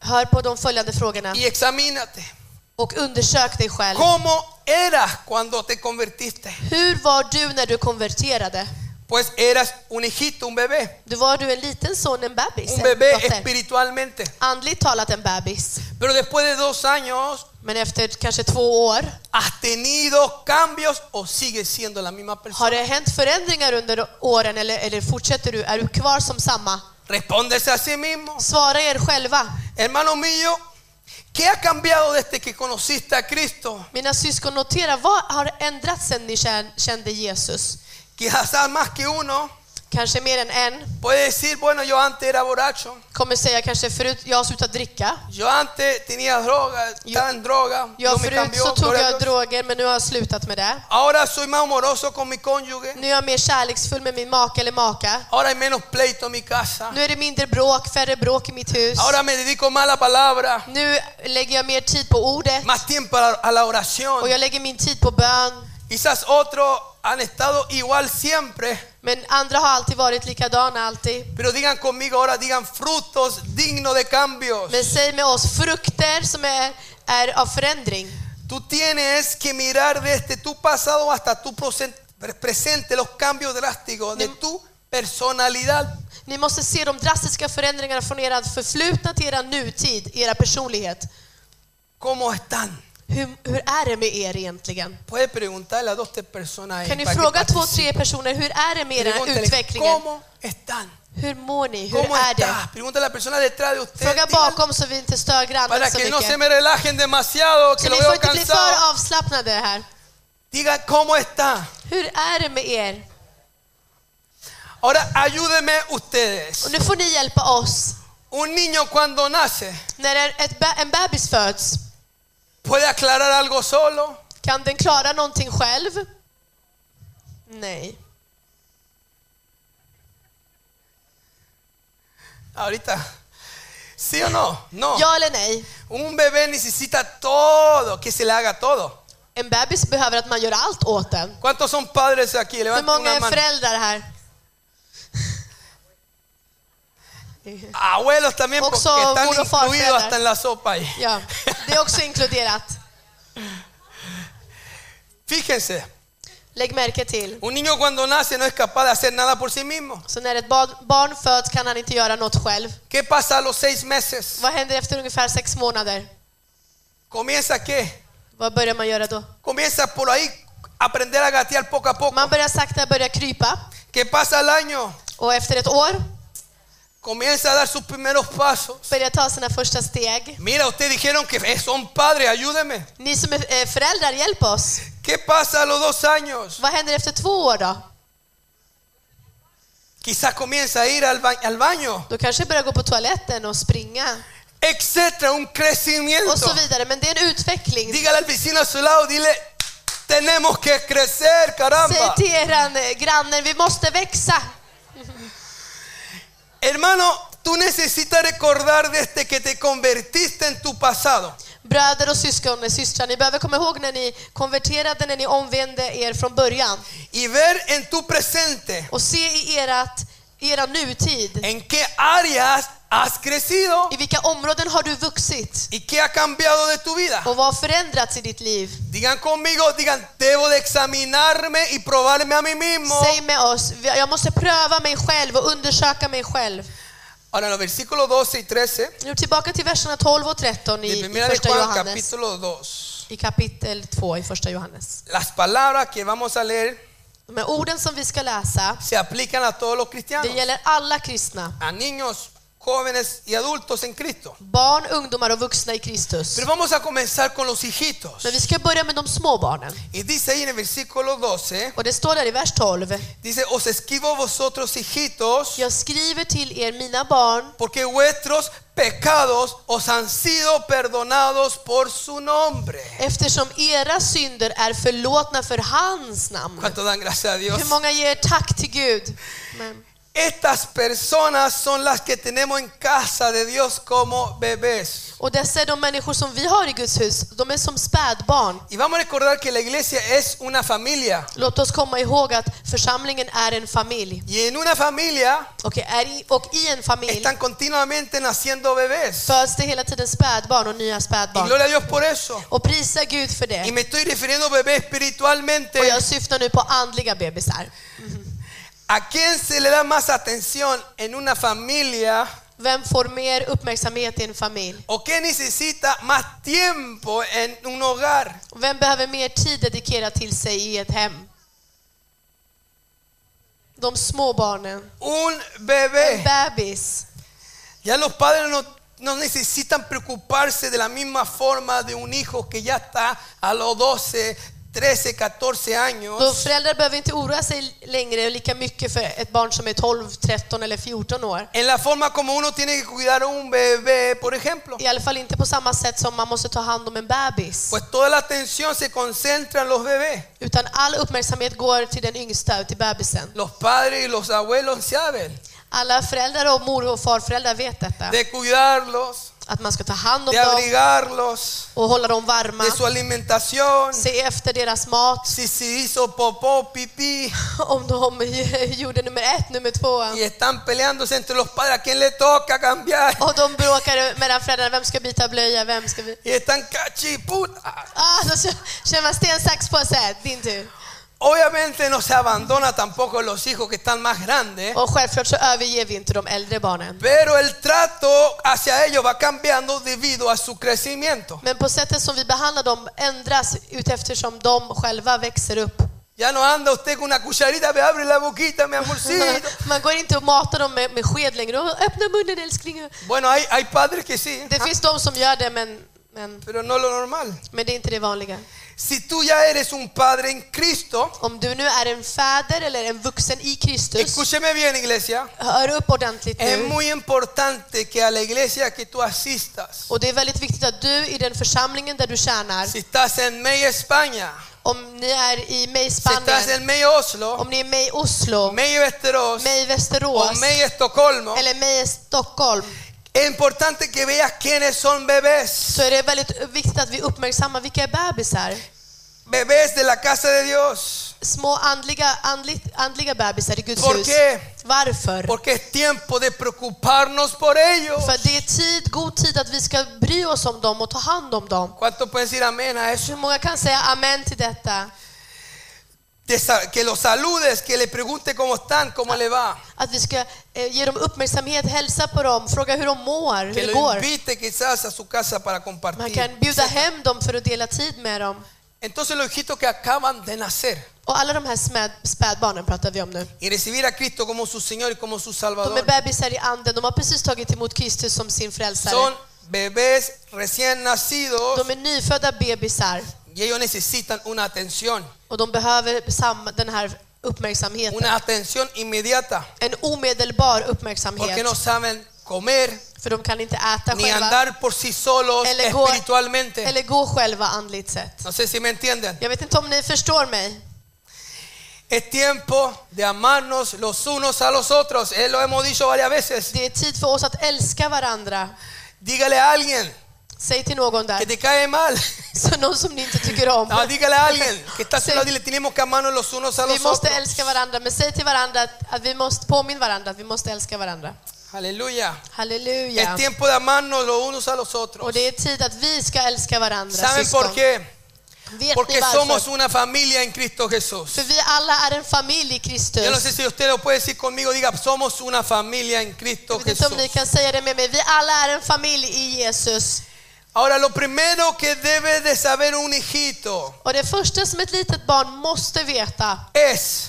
[SPEAKER 2] Hör på de följande frågorna
[SPEAKER 1] y examínate.
[SPEAKER 2] och undersök dig själv.
[SPEAKER 1] ¿Cómo eras cuando te convertiste?
[SPEAKER 2] Hur var du när du konverterade?
[SPEAKER 1] Pues eras un hijito, un bebé,
[SPEAKER 2] Du var du en liten son, en bebis?
[SPEAKER 1] un
[SPEAKER 2] en
[SPEAKER 1] bebé
[SPEAKER 2] dotter?
[SPEAKER 1] espiritualmente.
[SPEAKER 2] Andligt talat en bebis.
[SPEAKER 1] Pero después de dos años,
[SPEAKER 2] Men efter kanske två år,
[SPEAKER 1] ¿has tenido cambios o sigues siendo la misma persona?
[SPEAKER 2] har det hänt förändringar under åren eller, eller fortsätter du? Är du kvar som samma?
[SPEAKER 1] Respóndese a sí mismo.
[SPEAKER 2] Svara er själva.
[SPEAKER 1] Hermano mío, ¿qué ha cambiado desde que conociste a Cristo?
[SPEAKER 2] Mina syskon, notera vad har ändrats sedan ni kän- kände Jesus?
[SPEAKER 1] Quizás más que uno
[SPEAKER 2] Kanske mer än en
[SPEAKER 1] puede decir, bueno, yo antes era borracho,
[SPEAKER 2] kommer säga kanske förut, jag har slutat dricka.
[SPEAKER 1] yo antes tenía droga, estaba en droga,
[SPEAKER 2] Ja,
[SPEAKER 1] no me
[SPEAKER 2] förut så
[SPEAKER 1] cambió.
[SPEAKER 2] tog
[SPEAKER 1] gloria a
[SPEAKER 2] jag
[SPEAKER 1] Dios.
[SPEAKER 2] droger men nu har jag slutat med det.
[SPEAKER 1] Ahora soy más amoroso con mi cónyuge,
[SPEAKER 2] Nu är jag mer kärleksfull med min make eller maka.
[SPEAKER 1] ahora hay menos pleito en mi casa,
[SPEAKER 2] Nu är det mindre bråk, färre bråk i mitt hus.
[SPEAKER 1] ahora me dedico más a la palabra,
[SPEAKER 2] Nu lägger jag mer tid på ordet
[SPEAKER 1] más tiempo a la, a la oración.
[SPEAKER 2] och jag lägger min tid på bön.
[SPEAKER 1] Quizás otros han estado igual siempre,
[SPEAKER 2] Men andra har alltid varit likadana, alltid.
[SPEAKER 1] pero digan conmigo ahora, digan frutos dignos de cambios.
[SPEAKER 2] Men säg med oss, frukter som är, är av förändring.
[SPEAKER 1] Tú tienes que mirar desde tu pasado hasta tu prosen- presente los cambios drásticos de tu personalidad.
[SPEAKER 2] Ni måste se de drastiska förändringarna från era förflutna till era nutid, era personlighet.
[SPEAKER 1] ¿Cómo están?
[SPEAKER 2] Hur, hur är det med er egentligen?
[SPEAKER 1] Puedes preguntarle a dos, tres personas. ahí
[SPEAKER 2] Kan ni
[SPEAKER 1] para que
[SPEAKER 2] fråga två,
[SPEAKER 1] participen.
[SPEAKER 2] tre personer, hur är det med er
[SPEAKER 1] Pregúntale,
[SPEAKER 2] utvecklingen?
[SPEAKER 1] ¿Cómo están?
[SPEAKER 2] Hur mår ni? Hur
[SPEAKER 1] ¿Cómo
[SPEAKER 2] är det?
[SPEAKER 1] estás? Pregúntale a la persona detrás de usted.
[SPEAKER 2] Fråga
[SPEAKER 1] dígale,
[SPEAKER 2] bakom så vi inte stör grannen
[SPEAKER 1] para
[SPEAKER 2] så
[SPEAKER 1] que no se
[SPEAKER 2] mycket.
[SPEAKER 1] me relajen demasiado, que
[SPEAKER 2] Så
[SPEAKER 1] lo
[SPEAKER 2] ni får
[SPEAKER 1] veo
[SPEAKER 2] inte bli för
[SPEAKER 1] cansado.
[SPEAKER 2] avslappnade här.
[SPEAKER 1] Diga, ¿cómo está?
[SPEAKER 2] Hur är det med er?
[SPEAKER 1] Ahora, ayúdeme
[SPEAKER 2] Och
[SPEAKER 1] ustedes.
[SPEAKER 2] nu får ni hjälpa oss.
[SPEAKER 1] Un niño cuando nace,
[SPEAKER 2] När ett, be- en bebis föds,
[SPEAKER 1] ¿puede aclarar algo solo?
[SPEAKER 2] kan den klara någonting själv? Nej.
[SPEAKER 1] Ahorita. ¿Sí o no? No.
[SPEAKER 2] Ja eller nej?
[SPEAKER 1] Un bebé necesita todo, que se le haga todo.
[SPEAKER 2] En bebis behöver att man gör allt åt den.
[SPEAKER 1] ¿Cuántos son padres aquí?
[SPEAKER 2] Hur
[SPEAKER 1] Levanten
[SPEAKER 2] många
[SPEAKER 1] una
[SPEAKER 2] är
[SPEAKER 1] mano.
[SPEAKER 2] föräldrar här?
[SPEAKER 1] Abuelos también, porque
[SPEAKER 2] Oxo,
[SPEAKER 1] están
[SPEAKER 2] muro far,
[SPEAKER 1] incluidos
[SPEAKER 2] Fredar.
[SPEAKER 1] hasta en la sopa ahí.
[SPEAKER 2] Ja, det är också inkluderat.
[SPEAKER 1] Fíjense,
[SPEAKER 2] Lägg märke till.
[SPEAKER 1] Un niño cuando nace no es capaz de hacer nada por sí mismo.
[SPEAKER 2] Så när ett barn, barn föds kan han inte göra något själv.
[SPEAKER 1] ¿Qué pasa a los seis meses?
[SPEAKER 2] Vad händer efter ungefär sex månader?
[SPEAKER 1] Comienza qué?
[SPEAKER 2] Vad börjar man göra då?
[SPEAKER 1] Comienza por ahí aprender a gatear poco a poco.
[SPEAKER 2] Man börjar sakta börja krypa
[SPEAKER 1] ¿Qué pasa al año?
[SPEAKER 2] och efter ett år
[SPEAKER 1] Comienza a dar sus primeros pasos.
[SPEAKER 2] börjar ta sina första steg.
[SPEAKER 1] Mira, ustedes dijeron que eh, son padres, ayúdeme.
[SPEAKER 2] Ni som är eh, föräldrar, hjälp oss.
[SPEAKER 1] ¿Qué pasa a los dos años?
[SPEAKER 2] Vad händer efter två år då?
[SPEAKER 1] Quizás comienza a ir al, ba- al baño,
[SPEAKER 2] Då kanske jag börjar gå på toaletten och springa
[SPEAKER 1] etcétera, un
[SPEAKER 2] och
[SPEAKER 1] crecimiento.
[SPEAKER 2] så vidare. Men det är en utveckling.
[SPEAKER 1] Dígale al vecino a su lado, dile, tenemos que crecer,
[SPEAKER 2] Säg
[SPEAKER 1] caramba.
[SPEAKER 2] till eran eh, grannen, vi måste växa.
[SPEAKER 1] Hermano, tú necesitas recordar desde que te convertiste en tu pasado.
[SPEAKER 2] Bröder och syskon, eh, systrar, ni behöver komma ihåg när ni konverterade, när ni omvände er från början.
[SPEAKER 1] y ver en tu presente
[SPEAKER 2] Och se i erat, i era nutid,
[SPEAKER 1] en qué áreas has crecido
[SPEAKER 2] i vilka områden har du vuxit?
[SPEAKER 1] y qué ha cambiado de tu vida.
[SPEAKER 2] Och vad har förändrats i ditt liv?
[SPEAKER 1] Digan conmigo, digan, debo de examinarme y probarme a mí mismo.
[SPEAKER 2] Säg med oss, vi- jag måste pröva mig själv och undersöka mig själv.
[SPEAKER 1] Ahora, los versículos 12 y 13
[SPEAKER 2] Nu tillbaka till verserna 12 och 13 i,
[SPEAKER 1] de
[SPEAKER 2] i
[SPEAKER 1] primera de
[SPEAKER 2] första
[SPEAKER 1] Juan,
[SPEAKER 2] Johannes.
[SPEAKER 1] capítulo 2.
[SPEAKER 2] I kapitel 2 i första Johannes.
[SPEAKER 1] Las palabras que vamos a leer
[SPEAKER 2] De här orden som vi ska läsa,
[SPEAKER 1] se aplican a todos los
[SPEAKER 2] det
[SPEAKER 1] cristianos,
[SPEAKER 2] gäller alla kristna.
[SPEAKER 1] a niños, jóvenes y adultos en Cristo.
[SPEAKER 2] Barn, ungdomar och vuxna i Kristus.
[SPEAKER 1] Pero vamos a comenzar con los hijitos.
[SPEAKER 2] Men vi ska börja med de små barnen.
[SPEAKER 1] Y dice ahí en el versículo 12,
[SPEAKER 2] Och det står där i vers 12.
[SPEAKER 1] dice, os esquivo vosotros hijitos.
[SPEAKER 2] Jag skriver till er mina barn,
[SPEAKER 1] Porque vuestros pecados os han sido perdonados por su nombre.
[SPEAKER 2] eftersom era synder är förlåtna för hans namn.
[SPEAKER 1] ¿Cuánto dan gracias a Dios?
[SPEAKER 2] Hur många ger tack till Gud? Men
[SPEAKER 1] Estas personas son las que tenemos en casa de Dios como bebés.
[SPEAKER 2] Och dessa är de människor som vi har i Guds hus, de är som spädbarn.
[SPEAKER 1] Y vamos a recordar que la iglesia es una familia.
[SPEAKER 2] Låt oss komma ihåg att församlingen är en familj.
[SPEAKER 1] Y en una familia
[SPEAKER 2] Och, är i, och i en familj
[SPEAKER 1] están continuamente naciendo bebés.
[SPEAKER 2] föds det hela tiden spädbarn och nya
[SPEAKER 1] Y
[SPEAKER 2] spädbarn.
[SPEAKER 1] gloria a Dios por eso.
[SPEAKER 2] Och prisa Gud för
[SPEAKER 1] Y
[SPEAKER 2] det.
[SPEAKER 1] me estoy refiriendo a bebé espiritualmente.
[SPEAKER 2] Och jag syftar nu på andliga bebisar.
[SPEAKER 1] ¿A quién se le da más atención en una familia?
[SPEAKER 2] Vem får mer uppmärksamhet i en familj?
[SPEAKER 1] ¿O qué necesita más tiempo en un hogar?
[SPEAKER 2] Och Vem behöver mer tid dedikerad till sig i ett hem? De små barnen.
[SPEAKER 1] un
[SPEAKER 2] En
[SPEAKER 1] bebé.
[SPEAKER 2] bebis.
[SPEAKER 1] Ya los padres no, no necesitan preocuparse de la misma forma de un hijo que ya está a los 12, 13, 14
[SPEAKER 2] Då
[SPEAKER 1] años.
[SPEAKER 2] föräldrar behöver inte oroa sig längre lika mycket för ett barn som är 12, 13 eller 14 år.
[SPEAKER 1] En la forma como uno tiene que cuidar a un bebé, por ejemplo.
[SPEAKER 2] I alla fall inte på samma sätt som man måste ta hand om en bebis.
[SPEAKER 1] Pues toda la atención se concentra en los bebés.
[SPEAKER 2] Utan all uppmärksamhet går till den yngsta, till bebisen.
[SPEAKER 1] Los padres y los abuelos saben
[SPEAKER 2] Alla föräldrar och mor och farföräldrar vet detta.
[SPEAKER 1] de cuidarlos,
[SPEAKER 2] Att man ska ta hand om
[SPEAKER 1] de
[SPEAKER 2] dem
[SPEAKER 1] abrigarlos,
[SPEAKER 2] och hålla dem varma.
[SPEAKER 1] de su alimentación,
[SPEAKER 2] Se efter deras mat, [laughs]
[SPEAKER 1] si se hizo popó, pipí,
[SPEAKER 2] om de [laughs] gjorde nummer ett, nummer två.
[SPEAKER 1] y están peleándose entre los padres, ¿a quién le toca cambiar?
[SPEAKER 2] Och de bråkar mellan föräldrarna, vem ska byta blöja, vem ska vi...
[SPEAKER 1] y están cachiputa.
[SPEAKER 2] Ah, då kör- kör man sten, sax, påse, din tur.
[SPEAKER 1] Obviamente no se abandona tampoco los hijos que están más grandes,
[SPEAKER 2] Och självklart så överger vi inte de äldre barnen.
[SPEAKER 1] pero el trato hacia ellos va cambiando debido a su crecimiento.
[SPEAKER 2] Men på sättet som vi behandlar dem ändras uteftersom de själva växer upp.
[SPEAKER 1] Ya no anda usted con una cucharita, me abre la boquita, mi amorcito.
[SPEAKER 2] [laughs] Man går inte och matar dem med, med sked längre. Åh, Öppna munnen älskling.
[SPEAKER 1] Bueno, hay, hay padres que sí,
[SPEAKER 2] Det finns de som gör det men, men,
[SPEAKER 1] pero no lo normal.
[SPEAKER 2] men det är inte det vanliga.
[SPEAKER 1] Si tú ya eres un padre en Cristo,
[SPEAKER 2] Om du nu är en fäder eller en vuxen i Kristus,
[SPEAKER 1] escúcheme bien iglesia,
[SPEAKER 2] hör upp ordentligt
[SPEAKER 1] es
[SPEAKER 2] nu.
[SPEAKER 1] muy importante que a la iglesia que tú asistas,
[SPEAKER 2] Och det är väldigt viktigt att du i den församlingen där du tjänar,
[SPEAKER 1] si estás en medio España,
[SPEAKER 2] om ni är i mig
[SPEAKER 1] si estás
[SPEAKER 2] Spanien,
[SPEAKER 1] en medio Oslo,
[SPEAKER 2] om ni är med i Oslo,
[SPEAKER 1] medio Westeros,
[SPEAKER 2] mig i
[SPEAKER 1] o
[SPEAKER 2] Västerås
[SPEAKER 1] May Estocolmo,
[SPEAKER 2] eller mig i Stockholm,
[SPEAKER 1] es importante que veas quiénes son bebés,
[SPEAKER 2] så är det väldigt viktigt att vi uppmärksammar vilka är bebisar.
[SPEAKER 1] bebés de la casa de Dios,
[SPEAKER 2] Små andliga, andligt, andliga bebisar i Guds
[SPEAKER 1] Por
[SPEAKER 2] hus.
[SPEAKER 1] qué?
[SPEAKER 2] Varför?
[SPEAKER 1] porque es tiempo de preocuparnos por ellos.
[SPEAKER 2] För att det är tid, god tid att vi ska bry oss om dem och ta hand om dem.
[SPEAKER 1] ¿Cuánto pueden decir amén a eso?
[SPEAKER 2] Hur många kan säga amen till detta?
[SPEAKER 1] te sa- que los saludes, que le pregunte cómo están, cómo le va,
[SPEAKER 2] Att vi ska eh, ge dem uppmärksamhet, hälsa på dem, fråga hur de mår, hur
[SPEAKER 1] que
[SPEAKER 2] det
[SPEAKER 1] lo
[SPEAKER 2] går.
[SPEAKER 1] invite quizás a su casa para
[SPEAKER 2] Man
[SPEAKER 1] compartir.
[SPEAKER 2] kan bjuda hem dem för att dela tid med dem.
[SPEAKER 1] Entonces los hijitos que acaban de nacer
[SPEAKER 2] Och alla de här smäd, spädbarnen pratar vi om nu.
[SPEAKER 1] y recibir a Cristo como su Señor y como su
[SPEAKER 2] De är
[SPEAKER 1] Salvador
[SPEAKER 2] bebisar i anden, de har precis tagit emot Kristus som sin frälsare.
[SPEAKER 1] son bebés recién nacidos
[SPEAKER 2] De är nyfödda bebisar
[SPEAKER 1] y ellos necesitan una atención,
[SPEAKER 2] och de behöver sam, den här uppmärksamheten.
[SPEAKER 1] una atención inmediata,
[SPEAKER 2] En omedelbar
[SPEAKER 1] porque no
[SPEAKER 2] uppmärksamhet,
[SPEAKER 1] saben comer
[SPEAKER 2] för de kan inte äta
[SPEAKER 1] ni
[SPEAKER 2] själva
[SPEAKER 1] andar por sí solos
[SPEAKER 2] eller gå,
[SPEAKER 1] espiritualmente.
[SPEAKER 2] eller gå själva andligt sett.
[SPEAKER 1] No sé si me entienden.
[SPEAKER 2] Jag vet inte om ni förstår mig.
[SPEAKER 1] Es tiempo de amarnos los unos a los otros. Eh, lo hemos dicho varias veces.
[SPEAKER 2] Det är tid för oss att älska varandra.
[SPEAKER 1] Dígale a alguien
[SPEAKER 2] Säg till någon
[SPEAKER 1] que
[SPEAKER 2] där,
[SPEAKER 1] te cae mal.
[SPEAKER 2] så någon som ni inte tycker om.
[SPEAKER 1] No, dígale a alguien que está
[SPEAKER 2] Sí.
[SPEAKER 1] solo. Dile, tenemos que amarnos los unos a
[SPEAKER 2] Vi
[SPEAKER 1] los
[SPEAKER 2] måste
[SPEAKER 1] otros.
[SPEAKER 2] älska varandra, men säg till varandra att, att vi måste påminna varandra att vi måste älska varandra.
[SPEAKER 1] Aleluya. Es
[SPEAKER 2] Halleluja.
[SPEAKER 1] tiempo de amarnos los unos a los
[SPEAKER 2] Och
[SPEAKER 1] otros.
[SPEAKER 2] det är tid att vi ska älska varandra.
[SPEAKER 1] ¿Saben
[SPEAKER 2] syskon.
[SPEAKER 1] por qué?
[SPEAKER 2] Vet ni
[SPEAKER 1] Porque
[SPEAKER 2] varför?
[SPEAKER 1] somos una familia en Cristo Jesús.
[SPEAKER 2] För vi alla är en familj i Kristus.
[SPEAKER 1] Yo no sé si usted lo puede decir conmigo. Diga, somos una familia en Cristo
[SPEAKER 2] Jag vet inte
[SPEAKER 1] Jesús.
[SPEAKER 2] om ni kan säga det med mig. Vi alla är en familj i Jesus.
[SPEAKER 1] Ahora, lo primero que debe de saber un hijito
[SPEAKER 2] Och det första som ett litet barn måste veta
[SPEAKER 1] es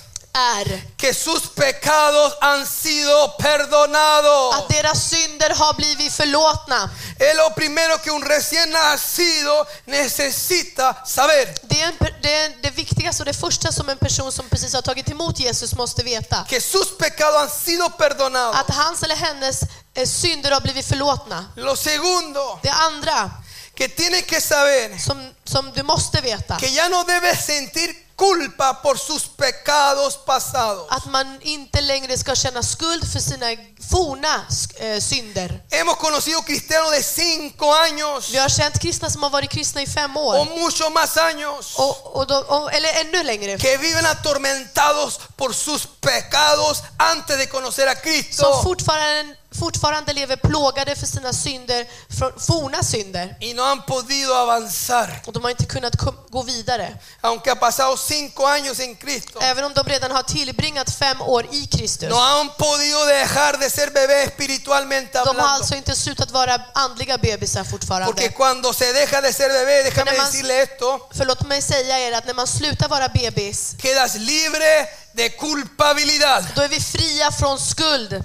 [SPEAKER 2] är
[SPEAKER 1] que sus pecados han sido perdonados.
[SPEAKER 2] att deras synder har blivit förlåtna.
[SPEAKER 1] Es lo primero que un recién nacido necesita saber.
[SPEAKER 2] Det är, en, per- det, är det viktigaste och det första som en person som precis har tagit emot Jesus måste veta.
[SPEAKER 1] Que sus pecados han sido perdonados.
[SPEAKER 2] Att hans eller hennes eh, synder har blivit förlåtna.
[SPEAKER 1] Lo segundo
[SPEAKER 2] Det andra
[SPEAKER 1] que tiene que saber
[SPEAKER 2] som, som du måste veta,
[SPEAKER 1] que ya no debe sentir culpa por sus pecados pasados.
[SPEAKER 2] att man inte längre ska känna skuld för sina forna sk- eh, synder.
[SPEAKER 1] Hemos conocido cristianos de cinco años
[SPEAKER 2] Vi har känt kristna som har varit kristna i fem
[SPEAKER 1] o
[SPEAKER 2] år,
[SPEAKER 1] mucho más años
[SPEAKER 2] och, och de, och, eller ännu längre,
[SPEAKER 1] que viven atormentados por sus pecados antes de conocer a Cristo.
[SPEAKER 2] som fortfarande, fortfarande lever plågade för sina synder, från forna synder.
[SPEAKER 1] y no han podido avanzar,
[SPEAKER 2] Och de har inte kunnat kom- gå vidare.
[SPEAKER 1] aunque ha pasado cinco años en Cristo.
[SPEAKER 2] Även om de redan har tillbringat fem år i Kristus.
[SPEAKER 1] No han podido dejar de ser bebé espiritualmente
[SPEAKER 2] De har
[SPEAKER 1] hablando.
[SPEAKER 2] alltså inte slutat vara andliga bebisar
[SPEAKER 1] Porque
[SPEAKER 2] fortfarande.
[SPEAKER 1] cuando se deja de ser bebé, déjame
[SPEAKER 2] Nada más.
[SPEAKER 1] decirle esto,
[SPEAKER 2] Förlåt mig säga er att när man slutar vara bebis,
[SPEAKER 1] quedas libre de culpabilidad.
[SPEAKER 2] då är vi fria från skuld.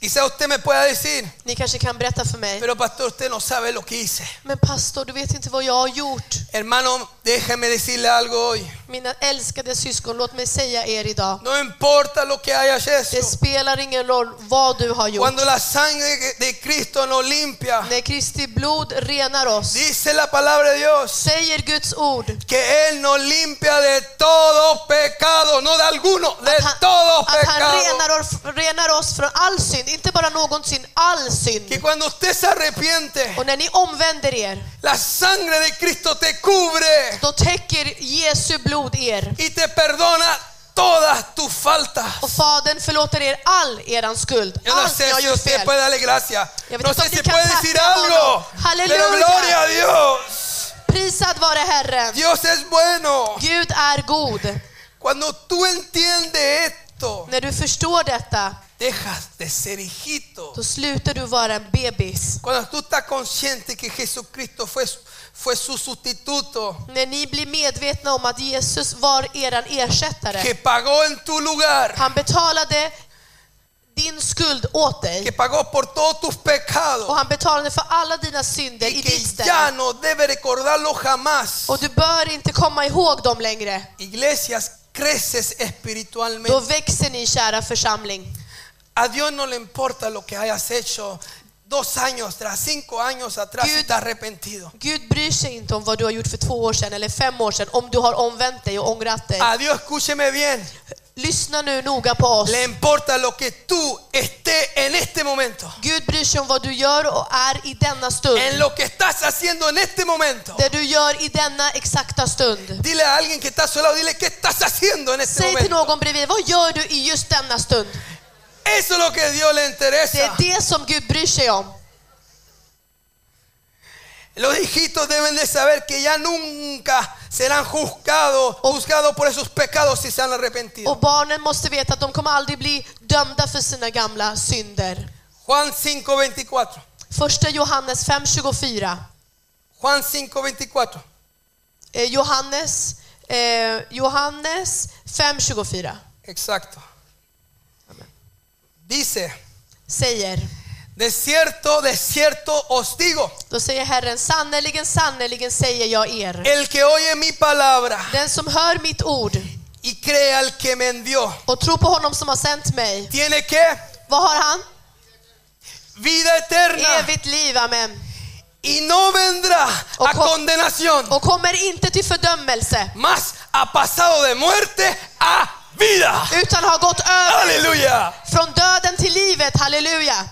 [SPEAKER 1] Quizá usted me pueda decir,
[SPEAKER 2] Ni kanske kan berätta för mig.
[SPEAKER 1] pero pastor, usted no sabe lo que hice.
[SPEAKER 2] Men pastor, du vet inte vad jag har gjort.
[SPEAKER 1] Hermano, déjame decirle algo hoy.
[SPEAKER 2] Mina älskade syskon, låt mig säga er idag.
[SPEAKER 1] No importa lo que hayas
[SPEAKER 2] Det
[SPEAKER 1] hecho.
[SPEAKER 2] spelar ingen roll vad du har gjort.
[SPEAKER 1] Cuando la sangre de Cristo nos limpia,
[SPEAKER 2] När Kristi blod renar oss,
[SPEAKER 1] dice la palabra de Dios,
[SPEAKER 2] säger Guds ord
[SPEAKER 1] que Él nos limpia de todo pecado, no de alguno, de
[SPEAKER 2] han-
[SPEAKER 1] todo
[SPEAKER 2] att han
[SPEAKER 1] pecado.
[SPEAKER 2] renar, oss- renar oss från all synd, inte bara någon synd, all
[SPEAKER 1] Que
[SPEAKER 2] synd.
[SPEAKER 1] cuando usted se arrepiente,
[SPEAKER 2] Och när ni omvänder er,
[SPEAKER 1] la sangre de Cristo te cubre
[SPEAKER 2] då täcker Jesu blod er.
[SPEAKER 1] y te perdona todas tus faltas.
[SPEAKER 2] Och Fadern förlåter er all eran skuld,
[SPEAKER 1] Yo no
[SPEAKER 2] allt ni
[SPEAKER 1] sé
[SPEAKER 2] har
[SPEAKER 1] si
[SPEAKER 2] gjort
[SPEAKER 1] usted
[SPEAKER 2] fel.
[SPEAKER 1] puede darle gracias.
[SPEAKER 2] Ya ves,
[SPEAKER 1] No sé
[SPEAKER 2] entonces,
[SPEAKER 1] si
[SPEAKER 2] ¿qué
[SPEAKER 1] puede
[SPEAKER 2] pasa,
[SPEAKER 1] decir
[SPEAKER 2] hermano?
[SPEAKER 1] algo. Pero
[SPEAKER 2] Aleluya.
[SPEAKER 1] gloria a Dios.
[SPEAKER 2] Prisad vare Herren,
[SPEAKER 1] Dios es bueno.
[SPEAKER 2] Gud är god.
[SPEAKER 1] Cuando tú entiendes esto,
[SPEAKER 2] När du förstår detta,
[SPEAKER 1] dejas de ser hijito.
[SPEAKER 2] då slutar du vara en bebis.
[SPEAKER 1] Cuando tú estás consciente que Jesucristo fue, fue su sustituto,
[SPEAKER 2] När ni blir medvetna om att Jesus var eran ersättare,
[SPEAKER 1] que pagó en tu lugar,
[SPEAKER 2] han betalade din skuld åt
[SPEAKER 1] que
[SPEAKER 2] dig
[SPEAKER 1] pagó por todos tus
[SPEAKER 2] och
[SPEAKER 1] pecados
[SPEAKER 2] han betalade för alla dina synder i
[SPEAKER 1] y que
[SPEAKER 2] ditt
[SPEAKER 1] ya
[SPEAKER 2] ställe.
[SPEAKER 1] no debe recordarlo jamás.
[SPEAKER 2] Och du bör inte komma ihåg dem längre.
[SPEAKER 1] Iglesias, creces
[SPEAKER 2] Då
[SPEAKER 1] espiritualmente.
[SPEAKER 2] växer ni kära församling.
[SPEAKER 1] A Dios no le importa lo que hayas hecho dos años atrás, cinco años atrás, si
[SPEAKER 2] Gud-
[SPEAKER 1] estás arrepentido.
[SPEAKER 2] Gud bryr sig inte om vad du har gjort för två år sedan eller fem år sedan om du har omvänt dig och ångrat dig.
[SPEAKER 1] A Dios, escúcheme bien,
[SPEAKER 2] Lyssna nu noga på oss.
[SPEAKER 1] le importa lo que tú estés en este momento,
[SPEAKER 2] Gud bryr sig om vad du gör och är i denna
[SPEAKER 1] en
[SPEAKER 2] stund.
[SPEAKER 1] lo que estás haciendo en este momento.
[SPEAKER 2] Det du gör i denna exakta stund.
[SPEAKER 1] Dile a alguien que está a su lado, dile, ¿qué estás haciendo en este
[SPEAKER 2] Säg till
[SPEAKER 1] momento?
[SPEAKER 2] någon bredvid, vad gör du i just denna stund?
[SPEAKER 1] Eso es lo que a Dios le
[SPEAKER 2] Det
[SPEAKER 1] interesa.
[SPEAKER 2] är det som Gud bryr sig om.
[SPEAKER 1] Los hijitos deben de saber que ya nunca serán juzgados, juzgados por esos pecados si se han arrepentido.
[SPEAKER 2] Och barnen måste veta att de kommer aldrig bli dömda för sina gamla synder.
[SPEAKER 1] Juan 5:24.
[SPEAKER 2] Första Johannes 5.24.
[SPEAKER 1] Juan 5:24.
[SPEAKER 2] Eh, Johannes, eh, Johannes 5.24
[SPEAKER 1] Exacto. Dice,
[SPEAKER 2] säger,
[SPEAKER 1] de cierto, de cierto os digo,
[SPEAKER 2] då säger Herren, sannerligen, sannerligen säger jag er.
[SPEAKER 1] el que oye mi palabra
[SPEAKER 2] Den som hör mitt ord
[SPEAKER 1] y crea al que me envió,
[SPEAKER 2] och tror på honom som har sänt mig,
[SPEAKER 1] tiene que
[SPEAKER 2] vad har han?
[SPEAKER 1] vida eterna
[SPEAKER 2] Evigt liv, amen.
[SPEAKER 1] y no vendrá
[SPEAKER 2] O
[SPEAKER 1] a
[SPEAKER 2] co-
[SPEAKER 1] condenación,
[SPEAKER 2] Och kommer inte till fördömelse,
[SPEAKER 1] más ha pasado de muerte a vida.
[SPEAKER 2] utan har gått över
[SPEAKER 1] Aleluya.
[SPEAKER 2] från döden till livet, halleluja.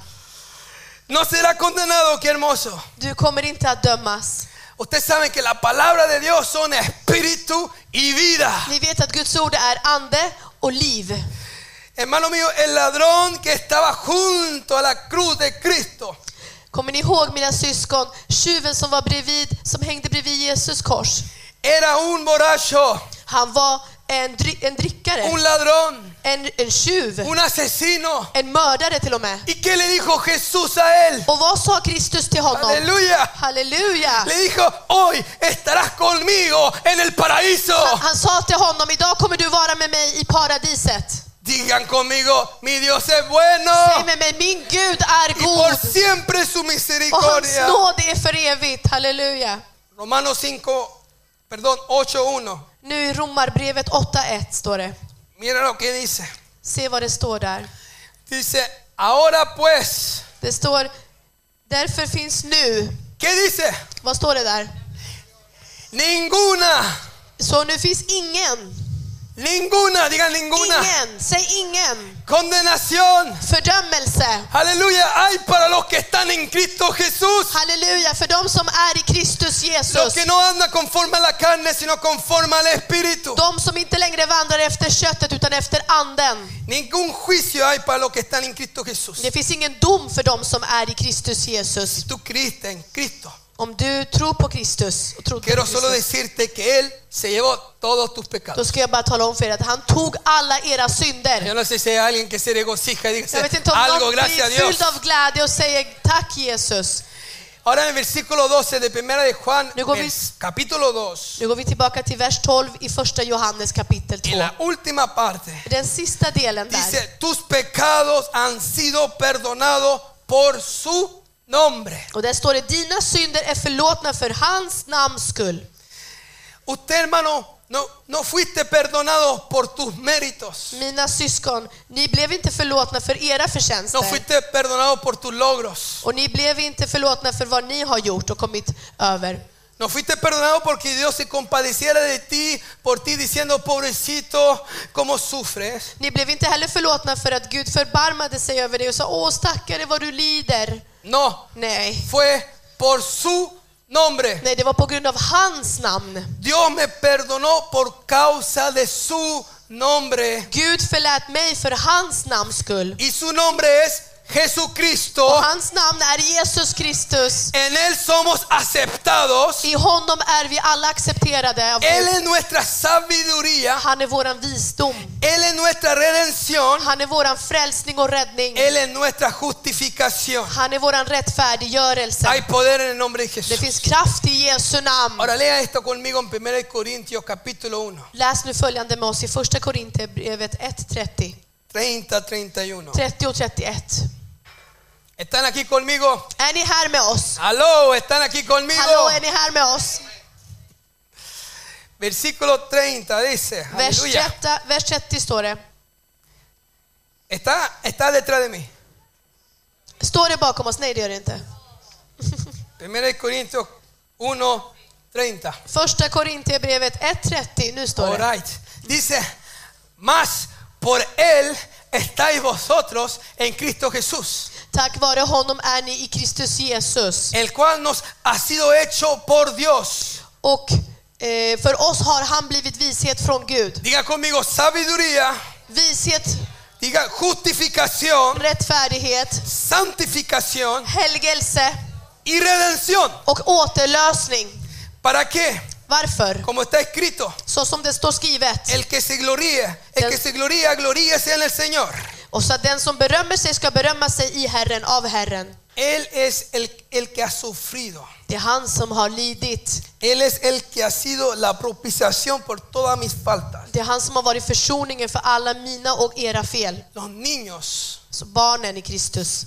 [SPEAKER 1] No será condenado, qué hermoso.
[SPEAKER 2] Du kommer inte att dömas.
[SPEAKER 1] Ustedes saben que la palabra de Dios son espíritu y vida.
[SPEAKER 2] Ni vet att Guds ord är ande och liv.
[SPEAKER 1] Hermano mío, el ladrón que estaba junto a la cruz de Cristo
[SPEAKER 2] Kommer ni ihåg mina syskon, tjuven som var bredvid, som hängde bredvid Jesus kors?
[SPEAKER 1] era un borracho,
[SPEAKER 2] Han var en, dri- en drickare,
[SPEAKER 1] un ladrón,
[SPEAKER 2] en, en tjuv,
[SPEAKER 1] un asesino.
[SPEAKER 2] en mördare till och med.
[SPEAKER 1] ¿Y qué le dijo Jesús a él?
[SPEAKER 2] Och vad sa Kristus till honom?
[SPEAKER 1] Aleluya.
[SPEAKER 2] Halleluja!
[SPEAKER 1] Le dijo, hoy estarás conmigo en el paraíso.
[SPEAKER 2] Han, han sa till honom, idag kommer du vara med mig i paradiset.
[SPEAKER 1] Digan conmigo, mi Dios es
[SPEAKER 2] Säg
[SPEAKER 1] bueno
[SPEAKER 2] med mig, min Gud är
[SPEAKER 1] y por
[SPEAKER 2] god
[SPEAKER 1] siempre su
[SPEAKER 2] och hans
[SPEAKER 1] misericordia.
[SPEAKER 2] nåd är för evigt. Halleluja!
[SPEAKER 1] Romanos 5, perdón, 8.1.
[SPEAKER 2] Nu i Romarbrevet 8.1 står det.
[SPEAKER 1] Mira lo que dice.
[SPEAKER 2] Se vad det står där.
[SPEAKER 1] Dice, ahora pues,
[SPEAKER 2] Det står, därför finns nu,
[SPEAKER 1] ¿qué dice?
[SPEAKER 2] vad står det där?
[SPEAKER 1] Ninguna,
[SPEAKER 2] Så nu finns ingen,
[SPEAKER 1] ninguna, digan ninguna
[SPEAKER 2] ingen, säg ingen
[SPEAKER 1] condenación.
[SPEAKER 2] fördömelse.
[SPEAKER 1] Aleluya, hay para los que están en Cristo Jesús.
[SPEAKER 2] Halleluja, för de som är i
[SPEAKER 1] Los
[SPEAKER 2] Kristus Jesus.
[SPEAKER 1] que no andan conforme a la carne, sino conforme al Espíritu.
[SPEAKER 2] De som inte längre vandrar efter köttet utan efter anden.
[SPEAKER 1] Ningún juicio hay para los que están en Cristo Jesús.
[SPEAKER 2] Det finns ingen dom för de som är i Kristus Jesus.
[SPEAKER 1] Tú creíste en Cristo.
[SPEAKER 2] Om du tror på Kristus och tror på
[SPEAKER 1] Quiero solo
[SPEAKER 2] Kristus,
[SPEAKER 1] decirte que Él se llevó todos tus
[SPEAKER 2] då
[SPEAKER 1] pecados.
[SPEAKER 2] ska jag bara tala om för er att han tog alla era
[SPEAKER 1] Yo
[SPEAKER 2] synder.
[SPEAKER 1] no sé si hay alguien que se regocija y dice
[SPEAKER 2] Jag vet inte om
[SPEAKER 1] algo,
[SPEAKER 2] någon
[SPEAKER 1] gracias a
[SPEAKER 2] blir
[SPEAKER 1] Dios.
[SPEAKER 2] fylld av glädje och säger tack Jesus.
[SPEAKER 1] Ahora en el versículo 12 de primera de Juan,
[SPEAKER 2] Luego vi-
[SPEAKER 1] vers- capítulo 2,
[SPEAKER 2] Nu går vi tillbaka till vers 12 i första Johannes kapitel 2.
[SPEAKER 1] en la última parte,
[SPEAKER 2] Den sista delen där.
[SPEAKER 1] dice, tus pecados han sido perdonados por su nombre.
[SPEAKER 2] Och där står det, dina synder är förlåtna för hans namns skull.
[SPEAKER 1] Usted hermano, no, no fuiste perdonado por tus méritos,
[SPEAKER 2] Mina syskon, ni blev inte förlåtna för era förtjänster.
[SPEAKER 1] no fuiste perdonado por tus logros,
[SPEAKER 2] Och ni blev inte förlåtna för vad ni har gjort och kommit över.
[SPEAKER 1] no fuiste perdonado porque Dios se compadeciera de ti, por ti diciendo, pobrecito, ¿cómo sufres?
[SPEAKER 2] Ni blev inte heller förlåtna för att Gud förbarmade sig över dig och sa Åh stackare vad du lider.
[SPEAKER 1] No,
[SPEAKER 2] Nej.
[SPEAKER 1] fue por su nombre.
[SPEAKER 2] Nej, det var på grund av hans namn.
[SPEAKER 1] Dios me perdonó por causa de su nombre.
[SPEAKER 2] Gud förlät mig för hans namns skull.
[SPEAKER 1] Y su nombre es
[SPEAKER 2] Och
[SPEAKER 1] Jesucristo.
[SPEAKER 2] hans namn är Jesus Kristus.
[SPEAKER 1] En Él somos aceptados.
[SPEAKER 2] I honom är vi alla accepterade av
[SPEAKER 1] Él
[SPEAKER 2] Gud.
[SPEAKER 1] es nuestra sabiduría.
[SPEAKER 2] Han är våran visdom.
[SPEAKER 1] Él es nuestra redención.
[SPEAKER 2] Han är våran frälsning och räddning.
[SPEAKER 1] Él es nuestra justificación.
[SPEAKER 2] Han är våran
[SPEAKER 1] Hay
[SPEAKER 2] rättfärdiggörelse.
[SPEAKER 1] poder en el nombre de
[SPEAKER 2] Det
[SPEAKER 1] Jesús.
[SPEAKER 2] finns kraft i Jesu namn.
[SPEAKER 1] Ahora lea esto conmigo en 1 Corintios capítulo 1,
[SPEAKER 2] Läs nu följande med oss i första Korinthierbrevet 1.30.
[SPEAKER 1] 30, 31.
[SPEAKER 2] 30 och 31.
[SPEAKER 1] ¿Están aquí conmigo?
[SPEAKER 2] Är ni här med oss?
[SPEAKER 1] Aló, ¿están aquí conmigo?
[SPEAKER 2] Hallå, är ni här med oss?
[SPEAKER 1] Versículo 30 dice,
[SPEAKER 2] Vers
[SPEAKER 1] aleluya.
[SPEAKER 2] 30, vers 30 står det.
[SPEAKER 1] Está, está detrás de mí.
[SPEAKER 2] Står det bakom oss? Nej, det gör det inte.
[SPEAKER 1] 1 de Corintios 1, 30.
[SPEAKER 2] Första Korinthierbrevet 1.30. Nu står
[SPEAKER 1] All
[SPEAKER 2] det.
[SPEAKER 1] right. Dice, más por Él estáis vosotros en Cristo Jesús,
[SPEAKER 2] Tack vare honom är ni i Kristus Jesus.
[SPEAKER 1] el cual nos ha sido hecho por Dios.
[SPEAKER 2] Och eh, för oss har han blivit vishet från Gud.
[SPEAKER 1] Diga conmigo sabiduría,
[SPEAKER 2] Vishet,
[SPEAKER 1] diga justificación,
[SPEAKER 2] rättfärdighet,
[SPEAKER 1] santificación
[SPEAKER 2] helgelse
[SPEAKER 1] y redención.
[SPEAKER 2] och återlösning.
[SPEAKER 1] ¿Para qué?
[SPEAKER 2] Varför?
[SPEAKER 1] Como está escrito,
[SPEAKER 2] Så som det står skrivet.
[SPEAKER 1] el que se gloríe, el
[SPEAKER 2] Del-
[SPEAKER 1] que se gloría, gloríese en el Señor.
[SPEAKER 2] Och så att den som berömmer sig ska berömma sig i Herren, av Herren.
[SPEAKER 1] Él es el, el que ha sufrido.
[SPEAKER 2] Det är han som har lidit.
[SPEAKER 1] Él es el que ha sido la propiciación por todas mis faltas.
[SPEAKER 2] Det är han som har varit försoningen för alla mina och era fel.
[SPEAKER 1] Los niños
[SPEAKER 2] Så barnen i Kristus.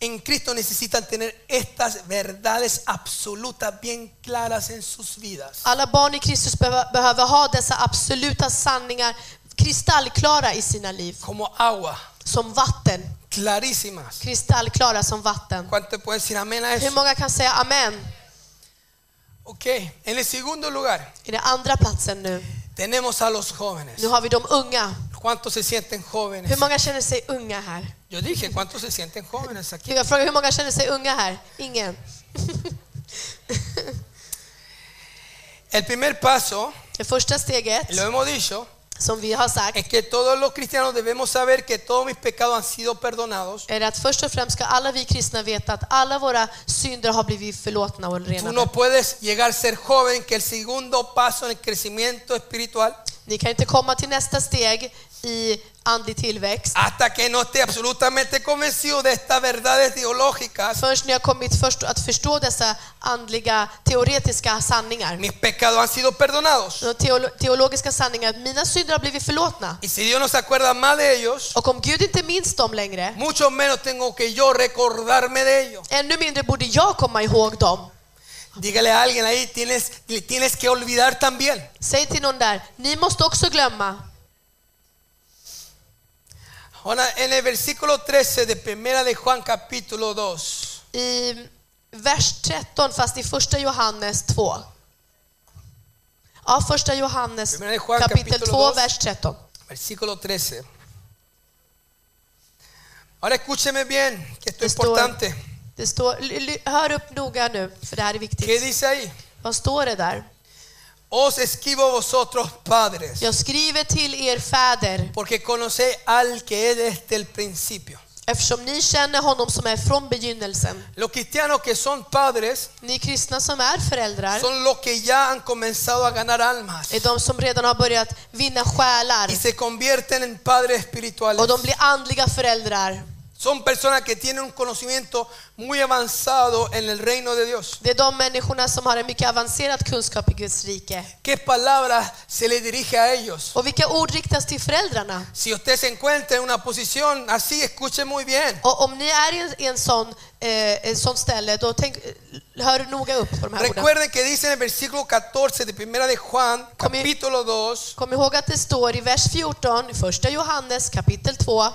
[SPEAKER 1] en Cristo necesitan tener estas verdades absolutas bien claras en sus vidas.
[SPEAKER 2] Alla barn i Kristus behöver, behöver ha dessa absoluta sanningar kristallklara i sina liv.
[SPEAKER 1] Como agua,
[SPEAKER 2] Som vatten.
[SPEAKER 1] clarísimas.
[SPEAKER 2] Kristallklara som vatten.
[SPEAKER 1] ¿Cuánto pueden decir amén a
[SPEAKER 2] Hur
[SPEAKER 1] eso?
[SPEAKER 2] många kan säga amen?
[SPEAKER 1] Ok, en el segundo lugar
[SPEAKER 2] I den andra platsen nu.
[SPEAKER 1] tenemos a los jóvenes.
[SPEAKER 2] Nu har vi de unga.
[SPEAKER 1] ¿Cuántos se sienten
[SPEAKER 2] Hur
[SPEAKER 1] jóvenes?
[SPEAKER 2] många känner sig unga här?
[SPEAKER 1] Yo dije, ¿cuántos se sienten jóvenes aquí?
[SPEAKER 2] Jag frågar hur många känner sig unga här? Ingen.
[SPEAKER 1] El primer paso,
[SPEAKER 2] Det första steget,
[SPEAKER 1] lo hemos dicho,
[SPEAKER 2] som vi har sagt,
[SPEAKER 1] es que todos los cristianos debemos saber que todos mis pecados han sido perdonados.
[SPEAKER 2] är att först och främst ska alla vi kristna veta att alla våra synder har blivit förlåtna och
[SPEAKER 1] Tú
[SPEAKER 2] renade.
[SPEAKER 1] no puedes llegar a ser joven, que el segundo paso en el crecimiento espiritual,
[SPEAKER 2] Ni kan inte komma till nästa steg i andlig tillväxt
[SPEAKER 1] hasta que no esté absolutamente convencido de estas verdades teológicas,
[SPEAKER 2] förrän ni har kommit först att förstå dessa andliga teoretiska sanningar.
[SPEAKER 1] mis pecados han sido perdonados.
[SPEAKER 2] De teolo- teologiska sanningar, mina synder har blivit förlåtna.
[SPEAKER 1] Y si Dios no se acuerda más de ellos,
[SPEAKER 2] Och om Gud inte minns dem längre,
[SPEAKER 1] mucho menos tengo que yo recordarme de ellos.
[SPEAKER 2] ännu mindre borde jag komma ihåg dem.
[SPEAKER 1] Dígale a alguien ahí, tienes, le tienes que olvidar también.
[SPEAKER 2] Säg till någon där, ni måste också glömma.
[SPEAKER 1] Ahora, en el versículo 13 de Primera de Juan capítulo 2,
[SPEAKER 2] i vers 13 fast i första Johannes 2. Ja, första Johannes
[SPEAKER 1] Primera Juan,
[SPEAKER 2] kapitel
[SPEAKER 1] kapitel
[SPEAKER 2] 2,
[SPEAKER 1] dos.
[SPEAKER 2] vers 13.
[SPEAKER 1] versículo 13. Ahora escúcheme bien, que esto es
[SPEAKER 2] Estoy-
[SPEAKER 1] importante.
[SPEAKER 2] Det står, ly- ly- hör upp noga nu, för det här är
[SPEAKER 1] ¿Qué
[SPEAKER 2] viktigt.
[SPEAKER 1] dice ahí?
[SPEAKER 2] Vad står det där?
[SPEAKER 1] Os esquivo vosotros padres,
[SPEAKER 2] Jag skriver till er fäder,
[SPEAKER 1] porque conocéis al que es desde el principio.
[SPEAKER 2] eftersom ni känner honom som är från begynnelsen.
[SPEAKER 1] Los cristianos que son padres
[SPEAKER 2] Ni kristna som är föräldrar
[SPEAKER 1] son los que ya han comenzado a ganar almas
[SPEAKER 2] är de som redan har börjat vinna själar
[SPEAKER 1] y se convierten en padres
[SPEAKER 2] och
[SPEAKER 1] espirituales.
[SPEAKER 2] de blir andliga föräldrar.
[SPEAKER 1] Son personas que tienen un conocimiento muy avanzado en el reino de Dios.
[SPEAKER 2] Det är de människorna som har en mycket avancerad kunskap i Guds rike.
[SPEAKER 1] ¿Qué palabras se le dirige a ellos?
[SPEAKER 2] Och vilka ord riktas till föräldrarna?
[SPEAKER 1] Si usted se encuentra en una posición así, escuche muy bien.
[SPEAKER 2] Och om ni är i en, i en sån, eh, en sån ställe, då tänk, hör noga upp på de här orden.
[SPEAKER 1] Recuerden que dice en el versículo 14 de Primera de Juan,
[SPEAKER 2] Come-
[SPEAKER 1] capítulo 2,
[SPEAKER 2] Kom ihåg att det står i vers 14 i första Johannes kapitel 2.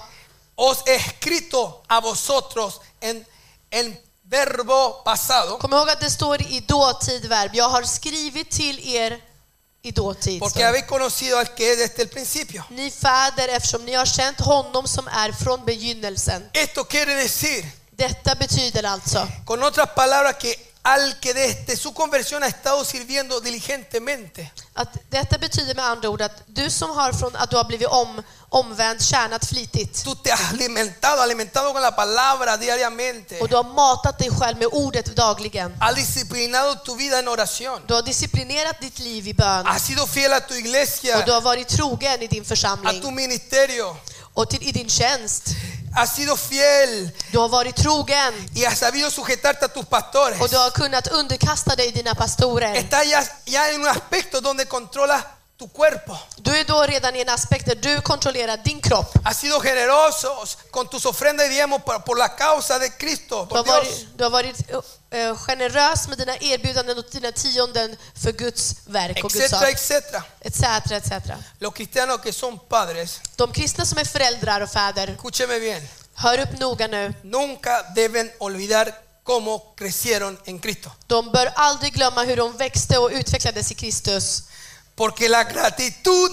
[SPEAKER 1] os he escrito a vosotros en en verbo pasado,
[SPEAKER 2] Kom ihåg att det står i dåtid verb. Jag har skrivit till er i dåtid. står
[SPEAKER 1] porque
[SPEAKER 2] det.
[SPEAKER 1] habéis conocido al que es desde el principio.
[SPEAKER 2] Ni fäder eftersom ni har känt honom som är från begynnelsen.
[SPEAKER 1] Esto quiere decir,
[SPEAKER 2] Detta betyder alltså,
[SPEAKER 1] con otras palabras, que al que desde su conversión ha estado sirviendo diligentemente.
[SPEAKER 2] att detta betyder med andra ord att du som har från att du har blivit om, omvänd, tjänat flitigt.
[SPEAKER 1] Tú te has alimentado, alimentado con la palabra diariamente.
[SPEAKER 2] Och du har matat dig själv med ordet dagligen.
[SPEAKER 1] Has disciplinado tu vida en oración.
[SPEAKER 2] Du har disciplinerat ditt liv i bön.
[SPEAKER 1] Has sido fiel a tu iglesia,
[SPEAKER 2] Och du har varit trogen i din
[SPEAKER 1] a tu
[SPEAKER 2] församling
[SPEAKER 1] ministerio.
[SPEAKER 2] och till, i din tjänst.
[SPEAKER 1] Has sido fiel
[SPEAKER 2] Du har varit trogen
[SPEAKER 1] y has sabido sujetarte a tus pastores.
[SPEAKER 2] och du har kunnat underkasta dig dina pastorer.
[SPEAKER 1] Estás ya, ya en un aspecto donde controlas tu cuerpo.
[SPEAKER 2] Du är då redan i en aspekt där du kontrollerar din kropp.
[SPEAKER 1] Has sido generosos con tus ofrendas y diezmos por, por la causa de Cristo,
[SPEAKER 2] Du
[SPEAKER 1] por
[SPEAKER 2] har
[SPEAKER 1] Dios.
[SPEAKER 2] varit, du har varit eh, generös med dina erbjudanden och dina tionden för Guds verk och Guds
[SPEAKER 1] etcétera,
[SPEAKER 2] sak.
[SPEAKER 1] etcétera.
[SPEAKER 2] Etc, etc.
[SPEAKER 1] Los cristianos que son padres,
[SPEAKER 2] De kristna som är föräldrar och fäder,
[SPEAKER 1] escúcheme bien,
[SPEAKER 2] hör upp noga nu.
[SPEAKER 1] nunca deben olvidar cómo crecieron en Cristo.
[SPEAKER 2] De bör aldrig glömma hur de växte och utvecklades i Kristus.
[SPEAKER 1] Porque la gratitud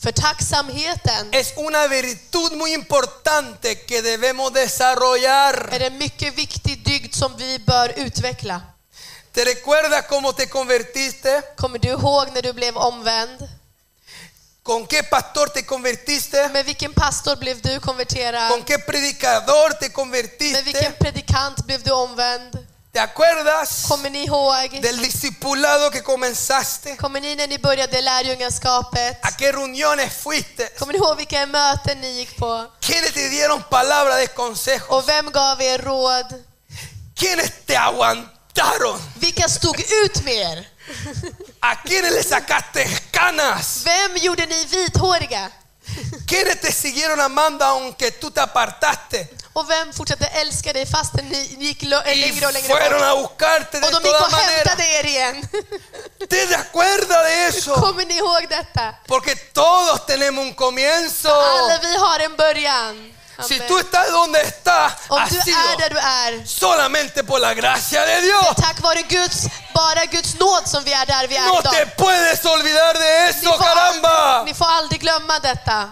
[SPEAKER 2] För tacksamheten
[SPEAKER 1] es una virtud muy importante que debemos desarrollar.
[SPEAKER 2] är en mycket viktig dygd som vi bör utveckla.
[SPEAKER 1] ¿Te recuerdas cómo te convertiste?
[SPEAKER 2] Kommer du ihåg när du blev omvänd?
[SPEAKER 1] ¿Con qué pastor te convertiste?
[SPEAKER 2] Med vilken pastor blev du
[SPEAKER 1] ¿Con
[SPEAKER 2] konverterad?
[SPEAKER 1] qué predicador te
[SPEAKER 2] Med vilken
[SPEAKER 1] convertiste?
[SPEAKER 2] predikant blev du omvänd?
[SPEAKER 1] ¿Te acuerdas
[SPEAKER 2] Kommer ni ihåg?
[SPEAKER 1] del discipulado que comenzaste?
[SPEAKER 2] Kommer ni när ni började lärjungaskapet?
[SPEAKER 1] ¿A qué reuniones fuiste?
[SPEAKER 2] Kommer ni ihåg vilka möten ni gick på?
[SPEAKER 1] ¿Quiénes te dieron palabra de consejo?
[SPEAKER 2] Och vem gav er råd?
[SPEAKER 1] ¿Quiénes te aguantaron?
[SPEAKER 2] Vilka stod ut med er?
[SPEAKER 1] ¿A quiénes le sacaste canas?
[SPEAKER 2] Vem gjorde ni vithåriga?
[SPEAKER 1] ¿Quiénes te siguieron amando aunque tú te apartaste?
[SPEAKER 2] Och vem fortsatte älska dig fastän ni ni gick lo-
[SPEAKER 1] Y
[SPEAKER 2] längre och längre
[SPEAKER 1] fueron
[SPEAKER 2] bort?
[SPEAKER 1] a buscarte de
[SPEAKER 2] Och de gick
[SPEAKER 1] todas
[SPEAKER 2] och
[SPEAKER 1] maneras.
[SPEAKER 2] hämtade er igen.
[SPEAKER 1] ¿Te das cuerda de eso?
[SPEAKER 2] [laughs] Kommer ni ihåg detta?
[SPEAKER 1] Porque todos tenemos un comienzo.
[SPEAKER 2] Alla vi har en början.
[SPEAKER 1] Si
[SPEAKER 2] Amen.
[SPEAKER 1] tú estás donde estás,
[SPEAKER 2] Om
[SPEAKER 1] ha
[SPEAKER 2] du
[SPEAKER 1] sido
[SPEAKER 2] är där du är,
[SPEAKER 1] solamente por la gracia de Dios.
[SPEAKER 2] tack vare Guds, bara Guds nåd som vi är där vi är
[SPEAKER 1] No te
[SPEAKER 2] idag.
[SPEAKER 1] puedes olvidar de
[SPEAKER 2] Ni
[SPEAKER 1] eso,
[SPEAKER 2] får,
[SPEAKER 1] caramba.
[SPEAKER 2] aldrig, ni får aldrig glömma detta.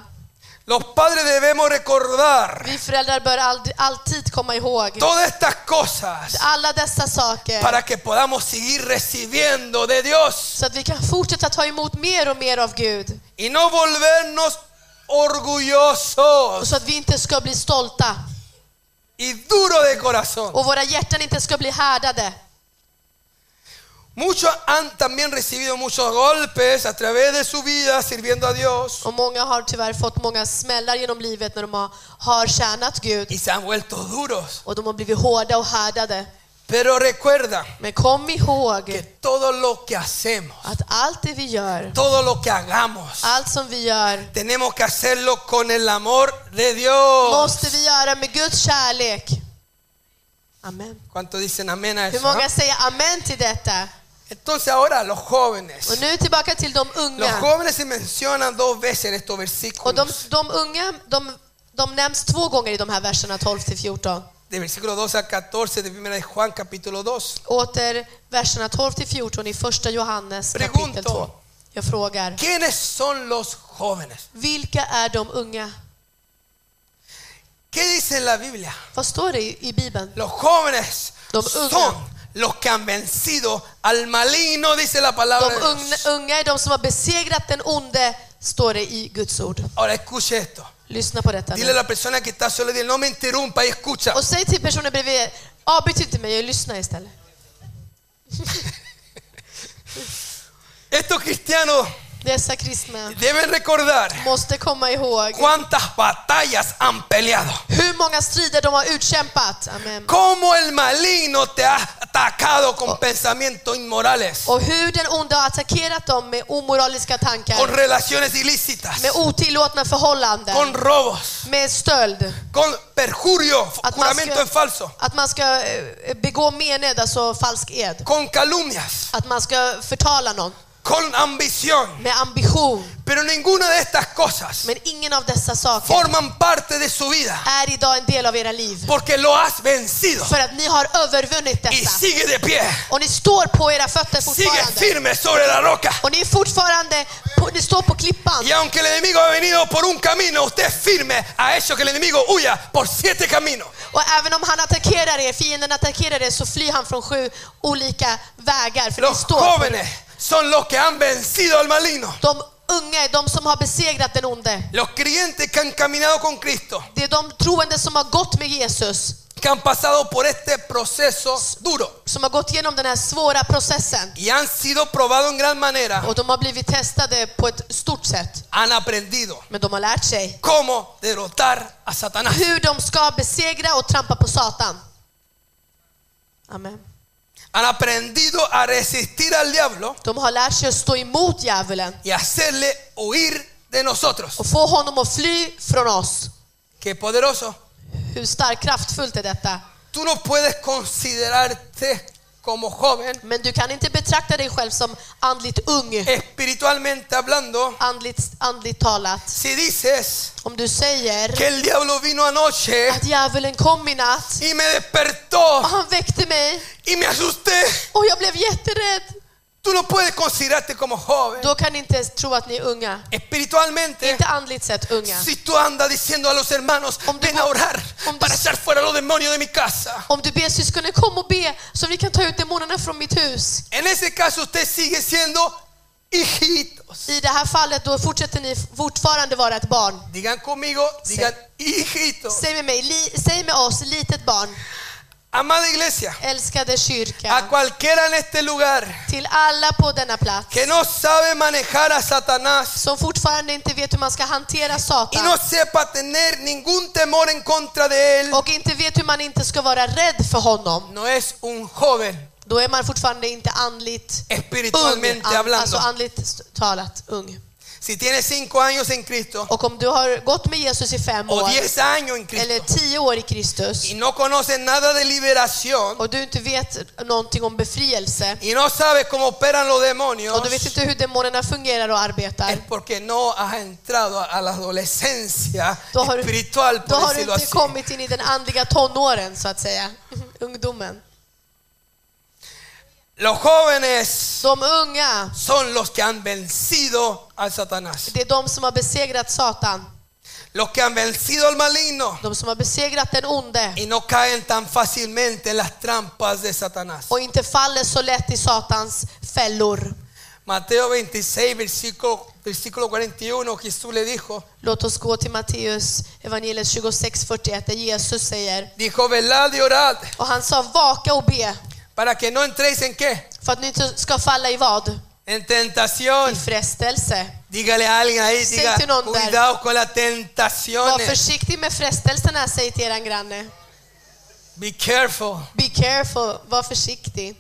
[SPEAKER 1] Los padres debemos recordar
[SPEAKER 2] Vi föräldrar bör aldrig, alltid komma ihåg
[SPEAKER 1] todas estas cosas
[SPEAKER 2] alla dessa saker
[SPEAKER 1] para que podamos seguir recibiendo de Dios
[SPEAKER 2] så att vi kan fortsätta ta emot mer och mer av Gud.
[SPEAKER 1] y no volvernos
[SPEAKER 2] Och
[SPEAKER 1] orgullosos
[SPEAKER 2] så att vi inte ska bli stolta
[SPEAKER 1] y duros de corazón.
[SPEAKER 2] och våra hjärtan inte ska bli härdade.
[SPEAKER 1] Muchos han también recibido muchos golpes a través de su vida sirviendo a Dios
[SPEAKER 2] Och många har tyvärr fått många smällar genom livet när de har, har tjänat Gud
[SPEAKER 1] y se han vuelto duros.
[SPEAKER 2] och de har blivit hårda och härdade.
[SPEAKER 1] Pero recuerda
[SPEAKER 2] Men kom
[SPEAKER 1] que
[SPEAKER 2] ihåg
[SPEAKER 1] todo lo que hacemos,
[SPEAKER 2] att allt det vi gör,
[SPEAKER 1] todo lo que hagamos,
[SPEAKER 2] allt som vi gör,
[SPEAKER 1] tenemos que hacerlo con el amor de Dios.
[SPEAKER 2] måste vi göra med Guds kärlek. Amen.
[SPEAKER 1] ¿Cuántos dicen amén a
[SPEAKER 2] Hur
[SPEAKER 1] eso? ah?
[SPEAKER 2] många säger amen till detta?
[SPEAKER 1] Entonces ahora los
[SPEAKER 2] Och
[SPEAKER 1] jóvenes.
[SPEAKER 2] nu tillbaka till de
[SPEAKER 1] Los
[SPEAKER 2] unga.
[SPEAKER 1] jóvenes se mencionan dos veces en estos
[SPEAKER 2] Och de,
[SPEAKER 1] versículos,
[SPEAKER 2] de unga, de, de nämns två gånger i de här verserna 12 till 14.
[SPEAKER 1] de versículo 2 a 14 de 1 de Juan capítulo 2.
[SPEAKER 2] Åter verserna 12 till 14 i första Johannes kapitel
[SPEAKER 1] Pregunto.
[SPEAKER 2] 2. Jag frågar,
[SPEAKER 1] ¿Quiénes son los jóvenes?
[SPEAKER 2] vilka är de unga?
[SPEAKER 1] ¿Qué dice la Biblia?
[SPEAKER 2] Vad står det i, i Bibeln?
[SPEAKER 1] Los jóvenes
[SPEAKER 2] Los
[SPEAKER 1] son
[SPEAKER 2] unga.
[SPEAKER 1] los que han vencido al maligno, dice la palabra
[SPEAKER 2] De
[SPEAKER 1] de
[SPEAKER 2] unga,
[SPEAKER 1] Dios.
[SPEAKER 2] unga är de som har besegrat den onde, står det i Guds ord.
[SPEAKER 1] Ahora escuche esto.
[SPEAKER 2] Lyssna på detta
[SPEAKER 1] Dile a
[SPEAKER 2] nu.
[SPEAKER 1] la persona que está sola, dile, no me interrumpa y escucha.
[SPEAKER 2] Och säg till personen bredvid er, avbryt inte mig och lyssna istället.
[SPEAKER 1] Estos cristianos
[SPEAKER 2] Dessa kristna
[SPEAKER 1] deben recordar
[SPEAKER 2] måste komma ihåg
[SPEAKER 1] cuántas batallas han peleado.
[SPEAKER 2] hur många strider de har utkämpat. Amen.
[SPEAKER 1] Cómo el maligno te ha atacado con pensamientos inmorales,
[SPEAKER 2] Och hur den onde har attackerat dem med omoraliska
[SPEAKER 1] con
[SPEAKER 2] tankar,
[SPEAKER 1] relaciones ilícitas,
[SPEAKER 2] med otillåtna
[SPEAKER 1] con
[SPEAKER 2] förhållanden,
[SPEAKER 1] robos,
[SPEAKER 2] med stöld.
[SPEAKER 1] con perjurio,
[SPEAKER 2] Att man
[SPEAKER 1] juramento
[SPEAKER 2] ska,
[SPEAKER 1] en falso,
[SPEAKER 2] att man ska eh, begå mened, alltså falsk ed.
[SPEAKER 1] con calumnias,
[SPEAKER 2] Att man ska förtala någon
[SPEAKER 1] con ambición.
[SPEAKER 2] med ambition.
[SPEAKER 1] Pero ninguna de estas cosas
[SPEAKER 2] Men ingen av dessa saker
[SPEAKER 1] forman parte de su vida
[SPEAKER 2] är idag en del av era liv.
[SPEAKER 1] porque lo has vencido
[SPEAKER 2] För att ni har övervunnit
[SPEAKER 1] y
[SPEAKER 2] detta.
[SPEAKER 1] sigue de pie,
[SPEAKER 2] Och ni står på era fötter
[SPEAKER 1] sigue
[SPEAKER 2] fortfarande.
[SPEAKER 1] firme sobre la roca.
[SPEAKER 2] Och ni är fortfarande, på, ni står på klippan.
[SPEAKER 1] Y aunque el enemigo ha venido por un camino, usted es firme a eso que el enemigo huya por siete caminos.
[SPEAKER 2] Och även om han attackerar er, fienden attackerar er, så flyr han från sju olika vägar. För ni
[SPEAKER 1] Los
[SPEAKER 2] står på
[SPEAKER 1] jóvenes son los que han vencido al maligno.
[SPEAKER 2] De unga är de som har besegrat den onde.
[SPEAKER 1] Los creyentes que han caminado con Cristo,
[SPEAKER 2] Det är de troende som har gått med Jesus,
[SPEAKER 1] que han pasado por este proceso duro
[SPEAKER 2] som har gått igenom den här svåra processen.
[SPEAKER 1] y han sido probados en gran manera,
[SPEAKER 2] Och de har blivit testade på ett stort sätt.
[SPEAKER 1] han aprendido
[SPEAKER 2] Men de har lärt sig
[SPEAKER 1] cómo derrotar a Satanás.
[SPEAKER 2] hur de ska besegra och trampa på Satan. Amen.
[SPEAKER 1] Han aprendido a resistir al diablo
[SPEAKER 2] De har lärt sig att stå emot djävulen
[SPEAKER 1] y hacerle huir de nosotros.
[SPEAKER 2] och få honom att fly från oss.
[SPEAKER 1] Qué poderoso.
[SPEAKER 2] Hur starkt kraftfullt är detta?
[SPEAKER 1] Tú no puedes considerarte como joven
[SPEAKER 2] Men du kan inte betrakta dig själv som andligt ung,
[SPEAKER 1] espiritualmente hablando,
[SPEAKER 2] andligt, andligt talat.
[SPEAKER 1] si dices
[SPEAKER 2] Om du säger
[SPEAKER 1] que el diablo vino anoche
[SPEAKER 2] att djävulen kom i natt
[SPEAKER 1] y me despertó
[SPEAKER 2] och han väckte mig
[SPEAKER 1] y me asusté,
[SPEAKER 2] och jag blev jätterädd.
[SPEAKER 1] tú no puedes considerarte como joven
[SPEAKER 2] Då kan ni inte ens tro att ni är unga.
[SPEAKER 1] espiritualmente.
[SPEAKER 2] Inte andligt sett unga.
[SPEAKER 1] Si tú andas diciendo a los hermanos,
[SPEAKER 2] Om du
[SPEAKER 1] ven a
[SPEAKER 2] må-
[SPEAKER 1] orar
[SPEAKER 2] om du-
[SPEAKER 1] para echar fuera los demonios de mi casa.
[SPEAKER 2] Om du ber syskonen kom och be så vi kan ta ut demonerna från mitt hus.
[SPEAKER 1] En ese caso usted sigue siendo hijitos.
[SPEAKER 2] I det här fallet då fortsätter ni fortfarande vara ett barn.
[SPEAKER 1] Digan conmigo, digan hijitos.
[SPEAKER 2] Säg med, mig, li, säg med oss, litet barn.
[SPEAKER 1] Amada iglesia,
[SPEAKER 2] Älskade
[SPEAKER 1] a
[SPEAKER 2] kyrka,
[SPEAKER 1] cualquiera en este lugar
[SPEAKER 2] till alla på denna plats
[SPEAKER 1] que no sabe manejar a Satanás
[SPEAKER 2] som fortfarande inte vet hur man ska hantera
[SPEAKER 1] y no
[SPEAKER 2] Satan
[SPEAKER 1] sepa tener ningún temor en contra de él,
[SPEAKER 2] och inte vet hur man inte ska vara rädd för honom,
[SPEAKER 1] no es un joven
[SPEAKER 2] då är man fortfarande inte andligt ung,
[SPEAKER 1] espiritualmente
[SPEAKER 2] an,
[SPEAKER 1] hablando.
[SPEAKER 2] alltså andligt s- talat ung.
[SPEAKER 1] Si tienes cinco años en Cristo
[SPEAKER 2] Och om du har gått med Jesus i fem
[SPEAKER 1] o
[SPEAKER 2] år,
[SPEAKER 1] diez años en
[SPEAKER 2] eller
[SPEAKER 1] Cristo
[SPEAKER 2] tio år i Kristus,
[SPEAKER 1] y no conoces nada de liberación
[SPEAKER 2] och du inte vet någonting om befrielse,
[SPEAKER 1] y no sabes cómo operan los demonios,
[SPEAKER 2] och du vet inte hur demonerna fungerar och
[SPEAKER 1] es
[SPEAKER 2] arbetar,
[SPEAKER 1] porque no has entrado a la adolescencia
[SPEAKER 2] då har, du,
[SPEAKER 1] espiritual,
[SPEAKER 2] då
[SPEAKER 1] por
[SPEAKER 2] har du
[SPEAKER 1] decirlo
[SPEAKER 2] inte
[SPEAKER 1] así.
[SPEAKER 2] kommit in i den andliga tonåren, så att säga. [laughs] Ungdomen.
[SPEAKER 1] Los jóvenes
[SPEAKER 2] De unga,
[SPEAKER 1] son los que han vencido a Satanás,
[SPEAKER 2] det är de som har besegrat Satan.
[SPEAKER 1] los que han vencido al maligno
[SPEAKER 2] De som har besegrat den onde
[SPEAKER 1] y no caen tan fácilmente en las trampas de Satanás.
[SPEAKER 2] och inte faller så lätt i Satans fällor.
[SPEAKER 1] Mateo 26, versículo, versículo 41, Jesús le dijo,
[SPEAKER 2] Låt oss gå till Matteus evangeliet 26.41 där Jesus säger
[SPEAKER 1] dijo, velad y orad
[SPEAKER 2] och han sa vaka och be
[SPEAKER 1] para que no entréis en qué?
[SPEAKER 2] för att ni inte ska falla i vad?
[SPEAKER 1] En
[SPEAKER 2] I
[SPEAKER 1] tentación.
[SPEAKER 2] frestelse.
[SPEAKER 1] Dígale a alguien ahí,
[SPEAKER 2] Sí,
[SPEAKER 1] diga,
[SPEAKER 2] tú no andar.
[SPEAKER 1] cuidado con las
[SPEAKER 2] Var
[SPEAKER 1] tentaciones.
[SPEAKER 2] försiktig med frestelserna säger till eran granne.
[SPEAKER 1] Be careful.
[SPEAKER 2] Be careful, var försiktig.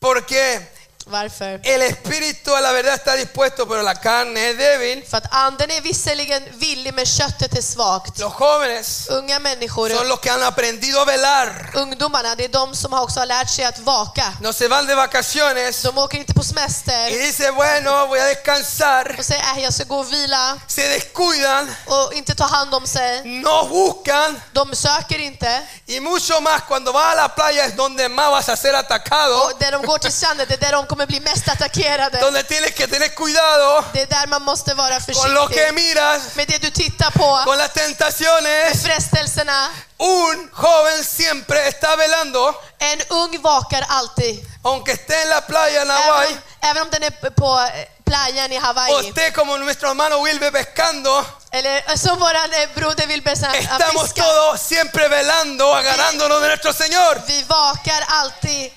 [SPEAKER 1] Porque
[SPEAKER 2] Varför?
[SPEAKER 1] el espíritu a la verdad está dispuesto, pero la carne es débil.
[SPEAKER 2] För att anden är visserligen villig men köttet är svagt.
[SPEAKER 1] Los jóvenes
[SPEAKER 2] Unga människor,
[SPEAKER 1] son los que han aprendido a velar.
[SPEAKER 2] ungdomarna, det är de som också har lärt sig att vaka.
[SPEAKER 1] No se van de vacaciones
[SPEAKER 2] De åker inte på
[SPEAKER 1] y
[SPEAKER 2] semester
[SPEAKER 1] dice, bueno, voy a descansar.
[SPEAKER 2] och säger att jag ska gå och vila
[SPEAKER 1] Se descuidan,
[SPEAKER 2] och inte ta hand om sig.
[SPEAKER 1] no buscan.
[SPEAKER 2] De söker inte.
[SPEAKER 1] Y mucho más cuando vas a la playa es donde más vas a ser atacado.
[SPEAKER 2] Och där Oh, de går till stranden, det är där de kommer bli mest attackerade.
[SPEAKER 1] Donde tienes que tener cuidado
[SPEAKER 2] Det är där man måste vara
[SPEAKER 1] con lo que
[SPEAKER 2] försiktig.
[SPEAKER 1] miras,
[SPEAKER 2] Med det du tittar på,
[SPEAKER 1] con las tentaciones.
[SPEAKER 2] frestelserna.
[SPEAKER 1] Un joven siempre está velando,
[SPEAKER 2] En ung vakar alltid.
[SPEAKER 1] aunque esté en la playa en
[SPEAKER 2] Även
[SPEAKER 1] Hawái,
[SPEAKER 2] om, även om den är på eh, playan i
[SPEAKER 1] o
[SPEAKER 2] Hawaii.
[SPEAKER 1] esté como nuestro hermano Wilbe pescando,
[SPEAKER 2] Eller som våran eh, broder Wilbur sa, han
[SPEAKER 1] estamos
[SPEAKER 2] fiskar.
[SPEAKER 1] todos siempre velando, agarrándonos de nuestro Señor.
[SPEAKER 2] Vi vakar alltid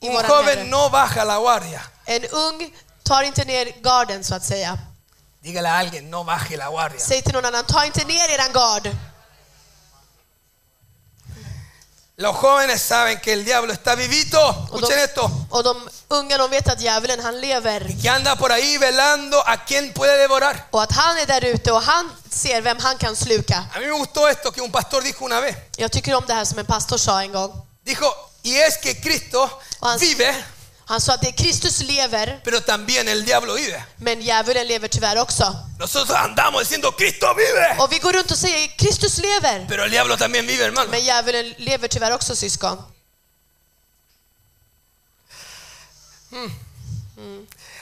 [SPEAKER 2] i
[SPEAKER 1] Un
[SPEAKER 2] våran
[SPEAKER 1] joven
[SPEAKER 2] herre.
[SPEAKER 1] no baja la guardia.
[SPEAKER 2] En ung tar inte ner garden så att säga.
[SPEAKER 1] Dígale a alguien, no baje la guardia.
[SPEAKER 2] Säg till någon annan, ta inte ner eran gard.
[SPEAKER 1] Los jóvenes saben que el diablo está vivito,
[SPEAKER 2] Och de,
[SPEAKER 1] escuchen esto,
[SPEAKER 2] och de unga de vet att djävulen han lever
[SPEAKER 1] y que anda por ahí velando a quien puede devorar.
[SPEAKER 2] och att han är där ute och han ser vem han kan sluka.
[SPEAKER 1] A mí me gustó esto que un pastor dijo una vez.
[SPEAKER 2] Jag tycker om det här som en pastor sa en gång.
[SPEAKER 1] Dijo, y es que Cristo
[SPEAKER 2] Ah.
[SPEAKER 1] vive,
[SPEAKER 2] Han sa att det är Kristus lever,
[SPEAKER 1] pero también el diablo vive.
[SPEAKER 2] men djävulen lever tyvärr också.
[SPEAKER 1] Nosotros andamos diciendo Cristo vive,
[SPEAKER 2] Och vi går runt och säger Kristus lever,
[SPEAKER 1] pero el diablo también vive, hermano.
[SPEAKER 2] men djävulen lever tyvärr också syskon.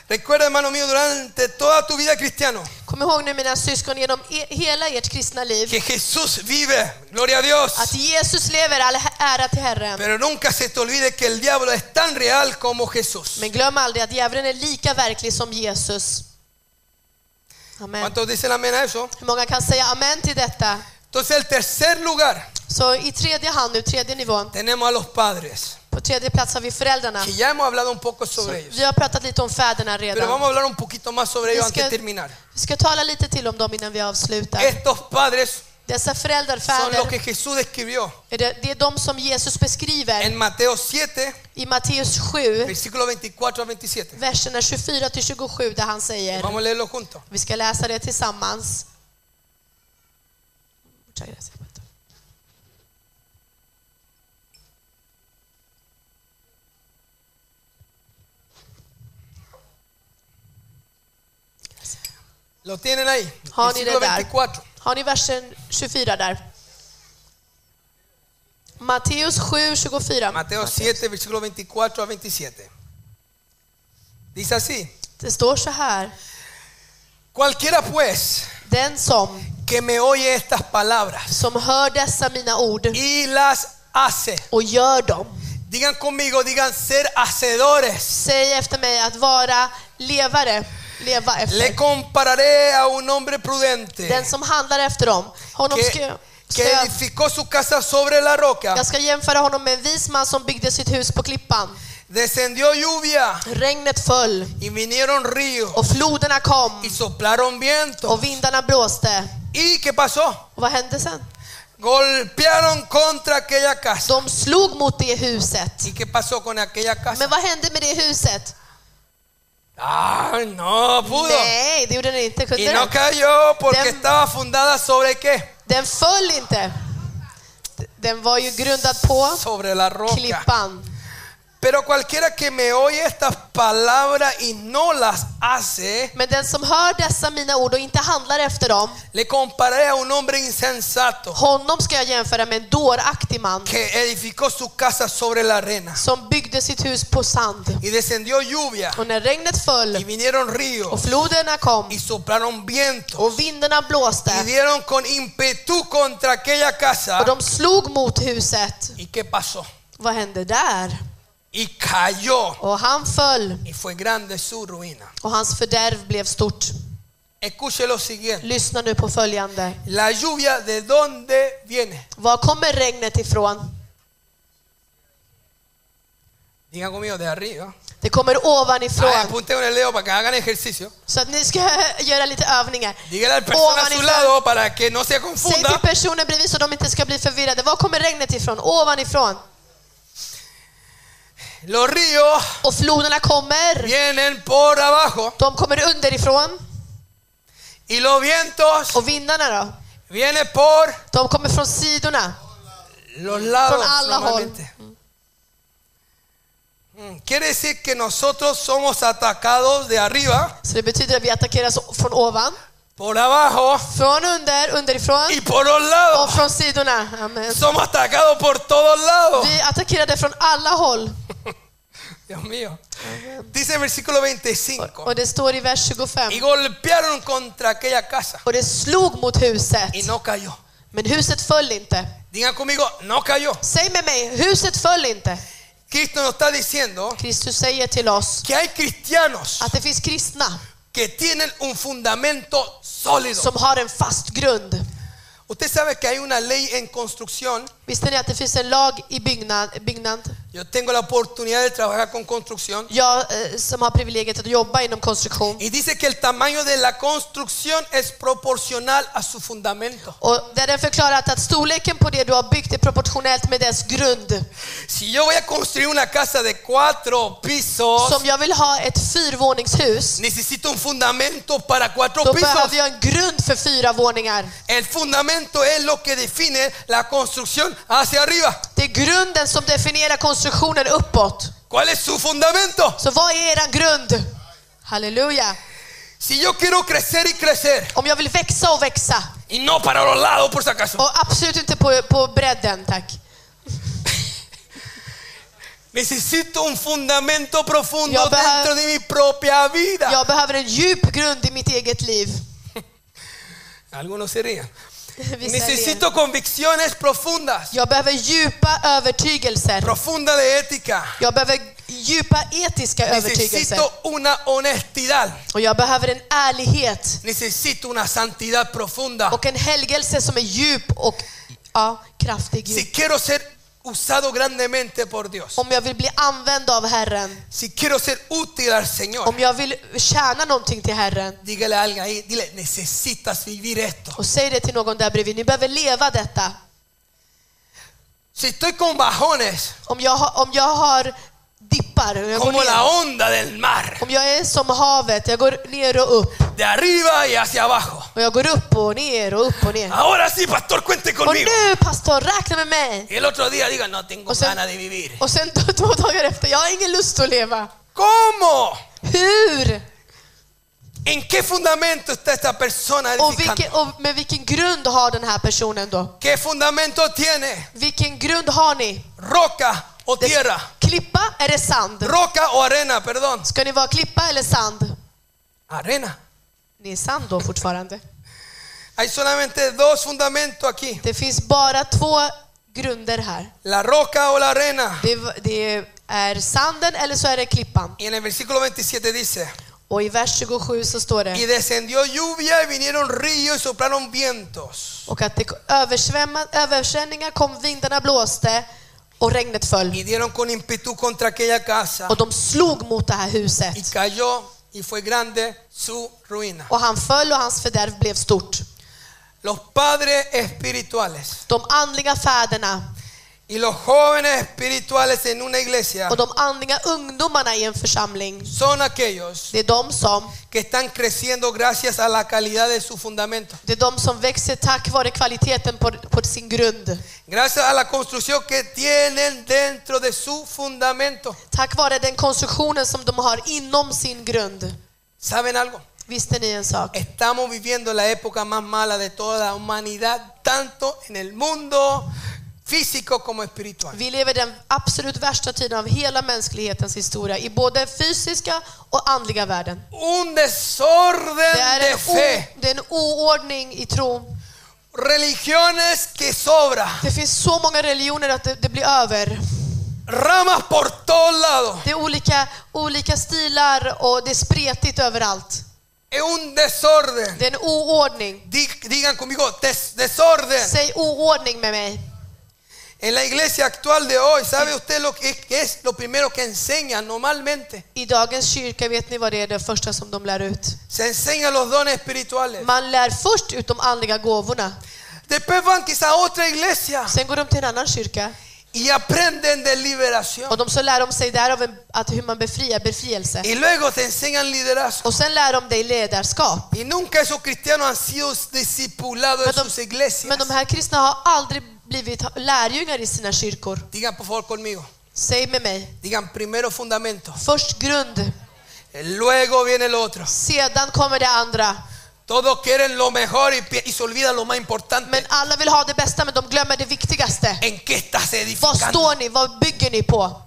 [SPEAKER 1] Recuerda, hermano mío, durante toda tu vida cristiano,
[SPEAKER 2] Kom ihåg nu mina syskon genom e- hela ert kristna liv
[SPEAKER 1] que Jesús vive, gloria a Dios.
[SPEAKER 2] att Jesus lever, all hä- ära till Herren.
[SPEAKER 1] Pero nunca se te olvide que el diablo es tan real como Jesús.
[SPEAKER 2] Men glöm aldrig att djävulen är lika verklig som Jesus. Amen.
[SPEAKER 1] ¿Cuántos dicen amén a eso?
[SPEAKER 2] Hur många kan säga amen till detta?
[SPEAKER 1] Entonces, el tercer lugar
[SPEAKER 2] Så i tredje hand nu, tredje nivån,
[SPEAKER 1] tenemos a los padres,
[SPEAKER 2] på tredje plats har vi föräldrarna.
[SPEAKER 1] que ya hemos hablado un poco sobre ellos.
[SPEAKER 2] Vi har pratat lite om fäderna
[SPEAKER 1] Pero vamos
[SPEAKER 2] redan.
[SPEAKER 1] a hablar un poquito más sobre
[SPEAKER 2] Vi
[SPEAKER 1] ellos antes
[SPEAKER 2] ska,
[SPEAKER 1] de terminar.
[SPEAKER 2] vi ska tala lite till om dem innan vi avslutar.
[SPEAKER 1] Estos padres
[SPEAKER 2] Dessa föräldrar,
[SPEAKER 1] son los
[SPEAKER 2] fäder,
[SPEAKER 1] que Jesús describió
[SPEAKER 2] är det, det är de som Jesus beskriver
[SPEAKER 1] en Mateo 7,
[SPEAKER 2] i Matteus 7,
[SPEAKER 1] versículo 24 a 27.
[SPEAKER 2] verserna 24-27 där han säger
[SPEAKER 1] Vamos a leerlo juntos.
[SPEAKER 2] Vi ska läsa det tillsammans.
[SPEAKER 1] Lo tienen ahí.
[SPEAKER 2] Har ni
[SPEAKER 1] Versículo
[SPEAKER 2] det där?
[SPEAKER 1] 24.
[SPEAKER 2] Har ni versen 24 där? Matteus 7, 24.
[SPEAKER 1] Mateo 7, versículo 24 a 27. Dice así:
[SPEAKER 2] Det står så här.
[SPEAKER 1] Cualquiera pues
[SPEAKER 2] Den som,
[SPEAKER 1] que me oye estas palabras
[SPEAKER 2] som hör dessa mina ord
[SPEAKER 1] y las hace,
[SPEAKER 2] och gör dem.
[SPEAKER 1] digan conmigo, digan ser hacedores.
[SPEAKER 2] Säg efter mig att vara levare, leva
[SPEAKER 1] Le
[SPEAKER 2] efter.
[SPEAKER 1] compararé a un hombre prudente
[SPEAKER 2] Den som handlar efter dem, honom ska,
[SPEAKER 1] que,
[SPEAKER 2] jag-
[SPEAKER 1] que
[SPEAKER 2] stöd.
[SPEAKER 1] edificó su casa sobre la roca,
[SPEAKER 2] Jag ska jämföra honom med en vis man som byggde sitt hus på klippan.
[SPEAKER 1] descendió lluvia
[SPEAKER 2] Regnet föll
[SPEAKER 1] y vinieron ríos
[SPEAKER 2] och floderna kom
[SPEAKER 1] y soplaron vientos.
[SPEAKER 2] och vindarna blåste.
[SPEAKER 1] ¿Y qué pasó?
[SPEAKER 2] Och vad hände sen?
[SPEAKER 1] Golpearon contra aquella casa.
[SPEAKER 2] De slog mot det huset.
[SPEAKER 1] ¿Y qué pasó con aquella casa?
[SPEAKER 2] Men vad hände med det huset?
[SPEAKER 1] ¡Ay, no pudo!
[SPEAKER 2] Nej, det gjorde den inte.
[SPEAKER 1] Y
[SPEAKER 2] Kunde
[SPEAKER 1] no
[SPEAKER 2] den?
[SPEAKER 1] cayó porque
[SPEAKER 2] Dem-
[SPEAKER 1] estaba fundada sobre qué?
[SPEAKER 2] den föll inte. D- Den var ju grundad på
[SPEAKER 1] Sobre la roca.
[SPEAKER 2] klippan.
[SPEAKER 1] Pero cualquiera que me oye estas palabras y no las hace,
[SPEAKER 2] Men den som hör dessa mina ord och inte handlar efter dem,
[SPEAKER 1] le comparé a un hombre insensato
[SPEAKER 2] honom ska jag jämföra med en dåraktig man
[SPEAKER 1] que edificó su casa sobre la arena
[SPEAKER 2] som byggde sitt hus på sand.
[SPEAKER 1] y descendió lluvia
[SPEAKER 2] Och när regnet
[SPEAKER 1] y
[SPEAKER 2] föll
[SPEAKER 1] vinieron ríos
[SPEAKER 2] och floderna kom
[SPEAKER 1] y soplaron vientos
[SPEAKER 2] och vindarna
[SPEAKER 1] y
[SPEAKER 2] blåste
[SPEAKER 1] dieron con impetu contra aquella casa.
[SPEAKER 2] och de slog mot huset,
[SPEAKER 1] ¿Y qué pasó?
[SPEAKER 2] vad hände där?
[SPEAKER 1] Y cayó
[SPEAKER 2] Och han föll
[SPEAKER 1] y fue grande su ruina.
[SPEAKER 2] och hans fördärv blev stort.
[SPEAKER 1] Escuche lo siguiente.
[SPEAKER 2] Lyssna nu på följande.
[SPEAKER 1] La lluvia de dónde viene?
[SPEAKER 2] Var kommer regnet ifrån?
[SPEAKER 1] Digan conmigo de arriba.
[SPEAKER 2] Det kommer
[SPEAKER 1] Ay,
[SPEAKER 2] ovanifrån.
[SPEAKER 1] apunte con el dedo para que hagan ejercicio.
[SPEAKER 2] Så att ni ska [laughs] göra lite övningar.
[SPEAKER 1] Dígale al persona a su
[SPEAKER 2] Ovanifrån.
[SPEAKER 1] lado para que no se
[SPEAKER 2] Säg till
[SPEAKER 1] confunda.
[SPEAKER 2] personen bredvid så de inte ska bli förvirrade. Var kommer regnet ifrån? Ovanifrån.
[SPEAKER 1] Los ríos
[SPEAKER 2] Och floderna kommer.
[SPEAKER 1] vienen por abajo
[SPEAKER 2] De kommer underifrån.
[SPEAKER 1] y los vientos
[SPEAKER 2] Och vindarna då?
[SPEAKER 1] vienen por
[SPEAKER 2] De kommer från sidorna.
[SPEAKER 1] los lados.
[SPEAKER 2] Son a la
[SPEAKER 1] normalmente. Mm, Quiere decir que nosotros somos atacados de arriba,
[SPEAKER 2] Så det betyder att vi attackeras från ovan,
[SPEAKER 1] por abajo
[SPEAKER 2] från under, underifrån
[SPEAKER 1] y por los
[SPEAKER 2] och
[SPEAKER 1] lados.
[SPEAKER 2] från sidorna. Amen.
[SPEAKER 1] Somos atacados por todos lados.
[SPEAKER 2] Vi är attackerade från alla håll.
[SPEAKER 1] Dios mío. Dice el versículo 25.
[SPEAKER 2] Och det står i vers 25.
[SPEAKER 1] Y golpearon contra aquella casa
[SPEAKER 2] Och det slog mot huset.
[SPEAKER 1] y no cayó.
[SPEAKER 2] Men huset föll inte.
[SPEAKER 1] Digan conmigo, no cayó.
[SPEAKER 2] Säg med mig, huset föll inte.
[SPEAKER 1] Cristo nos está diciendo
[SPEAKER 2] Kristus säger till oss
[SPEAKER 1] que hay cristianos
[SPEAKER 2] att det finns kristna
[SPEAKER 1] que tienen un fundamento sólido.
[SPEAKER 2] som har en fast grund.
[SPEAKER 1] Usted sabe que hay una ley en construcción.
[SPEAKER 2] Visste ni att det finns en lag i byggnad, byggnad?
[SPEAKER 1] Yo tengo la oportunidad de trabajar con construcción.
[SPEAKER 2] Jag eh, som har privilegiet att jobba inom konstruktion.
[SPEAKER 1] Y dice que el tamaño de la construcción es proporcional a su fundamento.
[SPEAKER 2] Och där den förklarat att storleken på det du har byggt är proportionellt med dess grund.
[SPEAKER 1] Si yo voy a construir una casa de cuatro pisos,
[SPEAKER 2] Så om jag vill ha ett fyrvåningshus,
[SPEAKER 1] necesito un fundamento para cuatro
[SPEAKER 2] då
[SPEAKER 1] pisos.
[SPEAKER 2] behöver jag en grund för fyra våningar.
[SPEAKER 1] El fundamento es lo que define la construcción hacia arriba.
[SPEAKER 2] Det är grunden som definierar konstruktionen uppåt.
[SPEAKER 1] ¿Cuál es su fundamento?
[SPEAKER 2] Så vad är eran grund? Halleluja!
[SPEAKER 1] Si yo quiero crecer y crecer,
[SPEAKER 2] Om jag vill växa och växa,
[SPEAKER 1] y no para los lados por si acaso,
[SPEAKER 2] och absolut inte på, på bredden tack.
[SPEAKER 1] necesito un fundamento profundo
[SPEAKER 2] Yo be-
[SPEAKER 1] dentro de mi propia vida.
[SPEAKER 2] Jag behöver en djup grund i mitt eget liv.
[SPEAKER 1] Algunos se rían.
[SPEAKER 2] Vissa ler.
[SPEAKER 1] Necesito convicciones profundas,
[SPEAKER 2] Jag behöver djupa övertygelser.
[SPEAKER 1] profunda de ética.
[SPEAKER 2] Jag behöver djupa etiska övertygelser.
[SPEAKER 1] Necesito una honestidad,
[SPEAKER 2] Och jag behöver en ärlighet
[SPEAKER 1] necesito una santidad profunda.
[SPEAKER 2] och en helgelse som är djup och ja, kraftig.
[SPEAKER 1] Si quiero ser usado grandemente por Dios,
[SPEAKER 2] Om jag vill bli använd av Herren,
[SPEAKER 1] si quiero ser útil al Señor,
[SPEAKER 2] om jag vill tjäna någonting till Herren.
[SPEAKER 1] Dígale a alguien ahí, dile, necesitas vivir esto.
[SPEAKER 2] Och säg det till någon där bredvid, ni behöver leva detta.
[SPEAKER 1] Si estoy con bajones,
[SPEAKER 2] Om jag, har- om jag har dippar, och jag går
[SPEAKER 1] como la
[SPEAKER 2] ner,
[SPEAKER 1] onda del mar,
[SPEAKER 2] om jag är som havet, jag går ner och upp.
[SPEAKER 1] de arriba y hacia abajo.
[SPEAKER 2] Och jag går upp och ner och upp och ner.
[SPEAKER 1] Ahora sí, pastor, cuente
[SPEAKER 2] Och
[SPEAKER 1] conmigo.
[SPEAKER 2] nu pastor, räkna med mig!
[SPEAKER 1] Y el otro día diga, no tengo
[SPEAKER 2] O sea-
[SPEAKER 1] ganas de vivir.
[SPEAKER 2] Och sen [laughs] t- två dagar efter, jag har ingen lust att leva.
[SPEAKER 1] ¿Cómo?
[SPEAKER 2] Hur?
[SPEAKER 1] ¿En qué fundamento está esta persona
[SPEAKER 2] Och,
[SPEAKER 1] edificando?
[SPEAKER 2] vilken, och med vilken grund har den här personen då?
[SPEAKER 1] ¿Qué fundamento tiene?
[SPEAKER 2] Vilken grund har ni?
[SPEAKER 1] ¿Roca o
[SPEAKER 2] Det-
[SPEAKER 1] tierra?
[SPEAKER 2] Klippa, är det sand?
[SPEAKER 1] ¿Roca o arena? Perdón.
[SPEAKER 2] Ska ni vara klippa eller sand?
[SPEAKER 1] Arena.
[SPEAKER 2] Ni är sand då fortfarande.
[SPEAKER 1] Hay solamente dos fundamentos aquí.
[SPEAKER 2] Det finns bara två grunder här.
[SPEAKER 1] La roca o la arena.
[SPEAKER 2] Det, v- det är sanden eller så är det klippan.
[SPEAKER 1] Y en el versículo 27 dice,
[SPEAKER 2] Och i vers 27 så står
[SPEAKER 1] Y
[SPEAKER 2] det,
[SPEAKER 1] descendió lluvia y vinieron ríos y soplaron vientos.
[SPEAKER 2] och att det översvämma- översvämningar kom, vindarna blåste och regnet föll.
[SPEAKER 1] Y dieron con impetu contra aquella casa.
[SPEAKER 2] Och de slog mot det här
[SPEAKER 1] Y
[SPEAKER 2] huset.
[SPEAKER 1] cayó y fue grande su ruina.
[SPEAKER 2] Och han föll och hans fördärv blev stort.
[SPEAKER 1] Los padres espirituales
[SPEAKER 2] De andliga fäderna
[SPEAKER 1] y los jóvenes espirituales en una iglesia
[SPEAKER 2] och de andliga ungdomarna i en församling,
[SPEAKER 1] son aquellos
[SPEAKER 2] det är de som,
[SPEAKER 1] que están creciendo gracias a la calidad de su fundamento.
[SPEAKER 2] det är de som växer tack vare kvaliteten på, på sin grund.
[SPEAKER 1] Gracias a la construcción que tienen dentro de su fundamento.
[SPEAKER 2] Tack vare den konstruktionen som de har inom sin grund.
[SPEAKER 1] ¿Saben algo?
[SPEAKER 2] Visste ni en sak?
[SPEAKER 1] Estamos viviendo la época más mala de toda la humanidad, tanto en el mundo físico como espiritual.
[SPEAKER 2] Vi lever den absolut värsta tiden av hela mänsklighetens historia i både fysiska och andliga världen.
[SPEAKER 1] Un
[SPEAKER 2] Det
[SPEAKER 1] desorden
[SPEAKER 2] är
[SPEAKER 1] de
[SPEAKER 2] en, o,
[SPEAKER 1] fe,
[SPEAKER 2] det är en oordning i tron.
[SPEAKER 1] religiones que sobra,
[SPEAKER 2] Det finns så många religioner att det, det blir över.
[SPEAKER 1] ramas por todos lados.
[SPEAKER 2] Det är olika, olika stilar och det är spretigt överallt.
[SPEAKER 1] Es un desorden.
[SPEAKER 2] Det är en oordning.
[SPEAKER 1] Di- Digan conmigo, des- desorden.
[SPEAKER 2] Säg oordning med mig.
[SPEAKER 1] En la iglesia actual de hoy, ¿sabe usted lo que es, que es lo primero que enseñan normalmente?
[SPEAKER 2] I dagens kyrka vet ni vad det är det första som de lär ut?
[SPEAKER 1] Se enseñan los dones espirituales.
[SPEAKER 2] Man lär först ut de andliga gåvorna.
[SPEAKER 1] Después van quizá a otra iglesia
[SPEAKER 2] Sen går de till en annan kyrka
[SPEAKER 1] y aprenden de liberación.
[SPEAKER 2] och de så lär de sig där av en, att hur man befriar befrielse.
[SPEAKER 1] Y luego te enseñan liderazgo.
[SPEAKER 2] Och sen lär de dig ledarskap.
[SPEAKER 1] Y nunca esos cristianos han sido discipulados en
[SPEAKER 2] Pero-
[SPEAKER 1] sus iglesias.
[SPEAKER 2] Men de här kristna har aldrig blivit lärjungar i sina kyrkor.
[SPEAKER 1] Digan por favor conmigo.
[SPEAKER 2] Säg med mig.
[SPEAKER 1] Digan primero fundamentos.
[SPEAKER 2] Först grund,
[SPEAKER 1] Luego viene el otro.
[SPEAKER 2] sedan kommer det andra.
[SPEAKER 1] Todos quieren lo mejor y, pi- y se olvidan lo más
[SPEAKER 2] Men
[SPEAKER 1] importante.
[SPEAKER 2] alla vill ha det bästa men de glömmer det viktigaste.
[SPEAKER 1] ¿En qué estás
[SPEAKER 2] Vad
[SPEAKER 1] edificando?
[SPEAKER 2] står ni? Vad bygger ni på?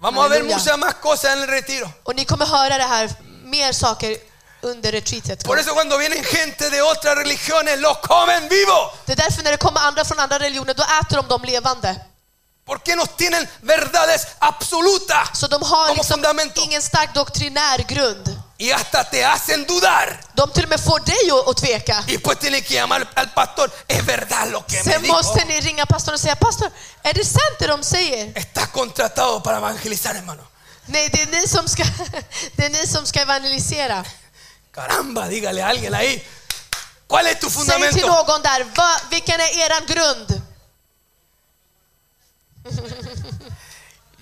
[SPEAKER 1] Vamos a ver
[SPEAKER 2] Aleluya.
[SPEAKER 1] muchas más cosas en el retiro.
[SPEAKER 2] Och ni kommer höra det här, mer saker under retreatet.
[SPEAKER 1] Por eso cuando vienen gente de otras religiones los comen vivo.
[SPEAKER 2] Det är därför när det kommer andra från andra religioner, då äter de dem levande.
[SPEAKER 1] Porque nos tienen verdades absolutas
[SPEAKER 2] Så de har
[SPEAKER 1] como
[SPEAKER 2] liksom
[SPEAKER 1] fundamento.
[SPEAKER 2] ingen stark doktrinär grund.
[SPEAKER 1] Y hasta te hacen dudar.
[SPEAKER 2] De till och med får dig att- att tveka.
[SPEAKER 1] Y después tienen que llamar al pastor. Es verdad lo que me
[SPEAKER 2] Sen
[SPEAKER 1] dijo.
[SPEAKER 2] måste ni ringa pastorn och säga, pastor, är det sant det de säger?
[SPEAKER 1] Estás contratado para evangelizar, hermano.
[SPEAKER 2] Nej, det är ni som ska, det är ni som ska evangelisera.
[SPEAKER 1] Caramba, dígale a alguien ahí. ¿Cuál es tu
[SPEAKER 2] Säg till
[SPEAKER 1] fundamento?
[SPEAKER 2] någon där, va, vilken är eran grund?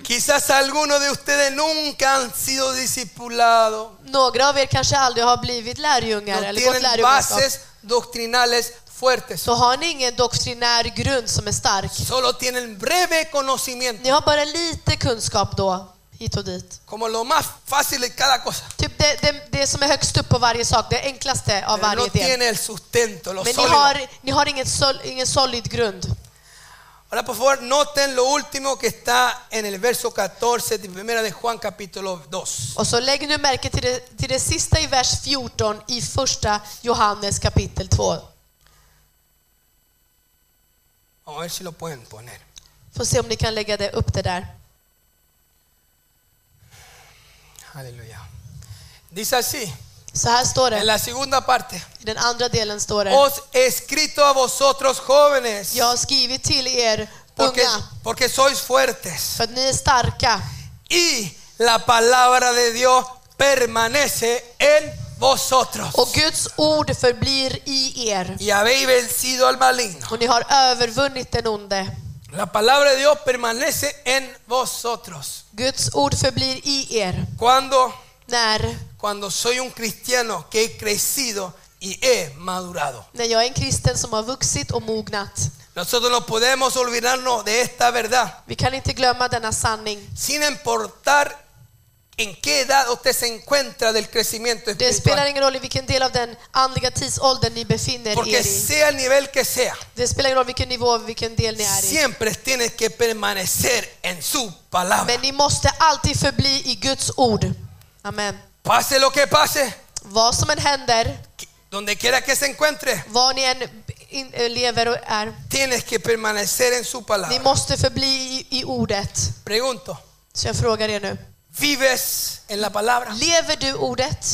[SPEAKER 1] Quizás algunos de ustedes nunca han sido discipulados.
[SPEAKER 2] Några av er kanske aldrig har blivit lärjungar
[SPEAKER 1] No
[SPEAKER 2] eller gått
[SPEAKER 1] tienen
[SPEAKER 2] lärjungaskap.
[SPEAKER 1] bases doctrinales fuertes.
[SPEAKER 2] Så har ni ingen doktrinär grund som är stark.
[SPEAKER 1] Solo tienen breve conocimiento.
[SPEAKER 2] Ni har bara lite kunskap då, hit och dit.
[SPEAKER 1] Como lo más fácil de cada cosa.
[SPEAKER 2] Typ det, det, det som är högst upp på varje sak, det enklaste av
[SPEAKER 1] Pero
[SPEAKER 2] varje
[SPEAKER 1] no
[SPEAKER 2] del.
[SPEAKER 1] tiene el sustento, lo
[SPEAKER 2] Men ni
[SPEAKER 1] sólido.
[SPEAKER 2] har, ni har ingen, sol, ingen solid grund.
[SPEAKER 1] Ahora, por favor, noten lo último que está en el verso 14 de primera de Juan capítulo 2.
[SPEAKER 2] Och så lägg nu märke till det, till det sista i vers 14 i första Johannes kapitel 2.
[SPEAKER 1] Vamos a ver si lo pueden poner.
[SPEAKER 2] Får se om ni kan lägga det, upp det där.
[SPEAKER 1] Aleluya. Dice así,
[SPEAKER 2] Så här står
[SPEAKER 1] en
[SPEAKER 2] det,
[SPEAKER 1] la segunda parte.
[SPEAKER 2] i den andra delen står det.
[SPEAKER 1] Os he escrito a vosotros jóvenes,
[SPEAKER 2] Jag har skrivit till er
[SPEAKER 1] porque,
[SPEAKER 2] unga,
[SPEAKER 1] porque sois fuertes.
[SPEAKER 2] för att ni är starka
[SPEAKER 1] Y la palabra de Dios permanece en vosotros.
[SPEAKER 2] och Guds ord förblir i er.
[SPEAKER 1] Y habéis vencido al maligno.
[SPEAKER 2] Och ni har övervunnit den onde.
[SPEAKER 1] La palabra de Dios permanece en vosotros.
[SPEAKER 2] Guds ord förblir i er.
[SPEAKER 1] Cuando
[SPEAKER 2] När,
[SPEAKER 1] cuando soy un cristiano que he crecido y he madurado.
[SPEAKER 2] när jag är en kristen som har vuxit och mognat.
[SPEAKER 1] Nosotros no podemos olvidarnos de esta verdad,
[SPEAKER 2] Vi kan inte glömma denna sanning.
[SPEAKER 1] sin importar en qué edad usted se encuentra del crecimiento
[SPEAKER 2] Det spelar
[SPEAKER 1] espiritual.
[SPEAKER 2] ingen roll i vilken del av den andliga tidsåldern ni befinner
[SPEAKER 1] Porque
[SPEAKER 2] er i.
[SPEAKER 1] sea el nivel que sea,
[SPEAKER 2] Det spelar ingen roll vilken nivå, vilken del ni är i.
[SPEAKER 1] siempre tienes que permanecer en su palabra.
[SPEAKER 2] Men ni måste alltid förbli i Guds ord. Amen.
[SPEAKER 1] Pase lo que pase,
[SPEAKER 2] Vad som än händer,
[SPEAKER 1] que- donde quiera que se encuentre,
[SPEAKER 2] var ni än in- eh, lever och är,
[SPEAKER 1] tienes que permanecer en su
[SPEAKER 2] ni
[SPEAKER 1] palabra.
[SPEAKER 2] måste förbli i, i ordet.
[SPEAKER 1] Pregunto,
[SPEAKER 2] Så jag frågar er nu.
[SPEAKER 1] vives en la palabra,
[SPEAKER 2] Lever du ordet?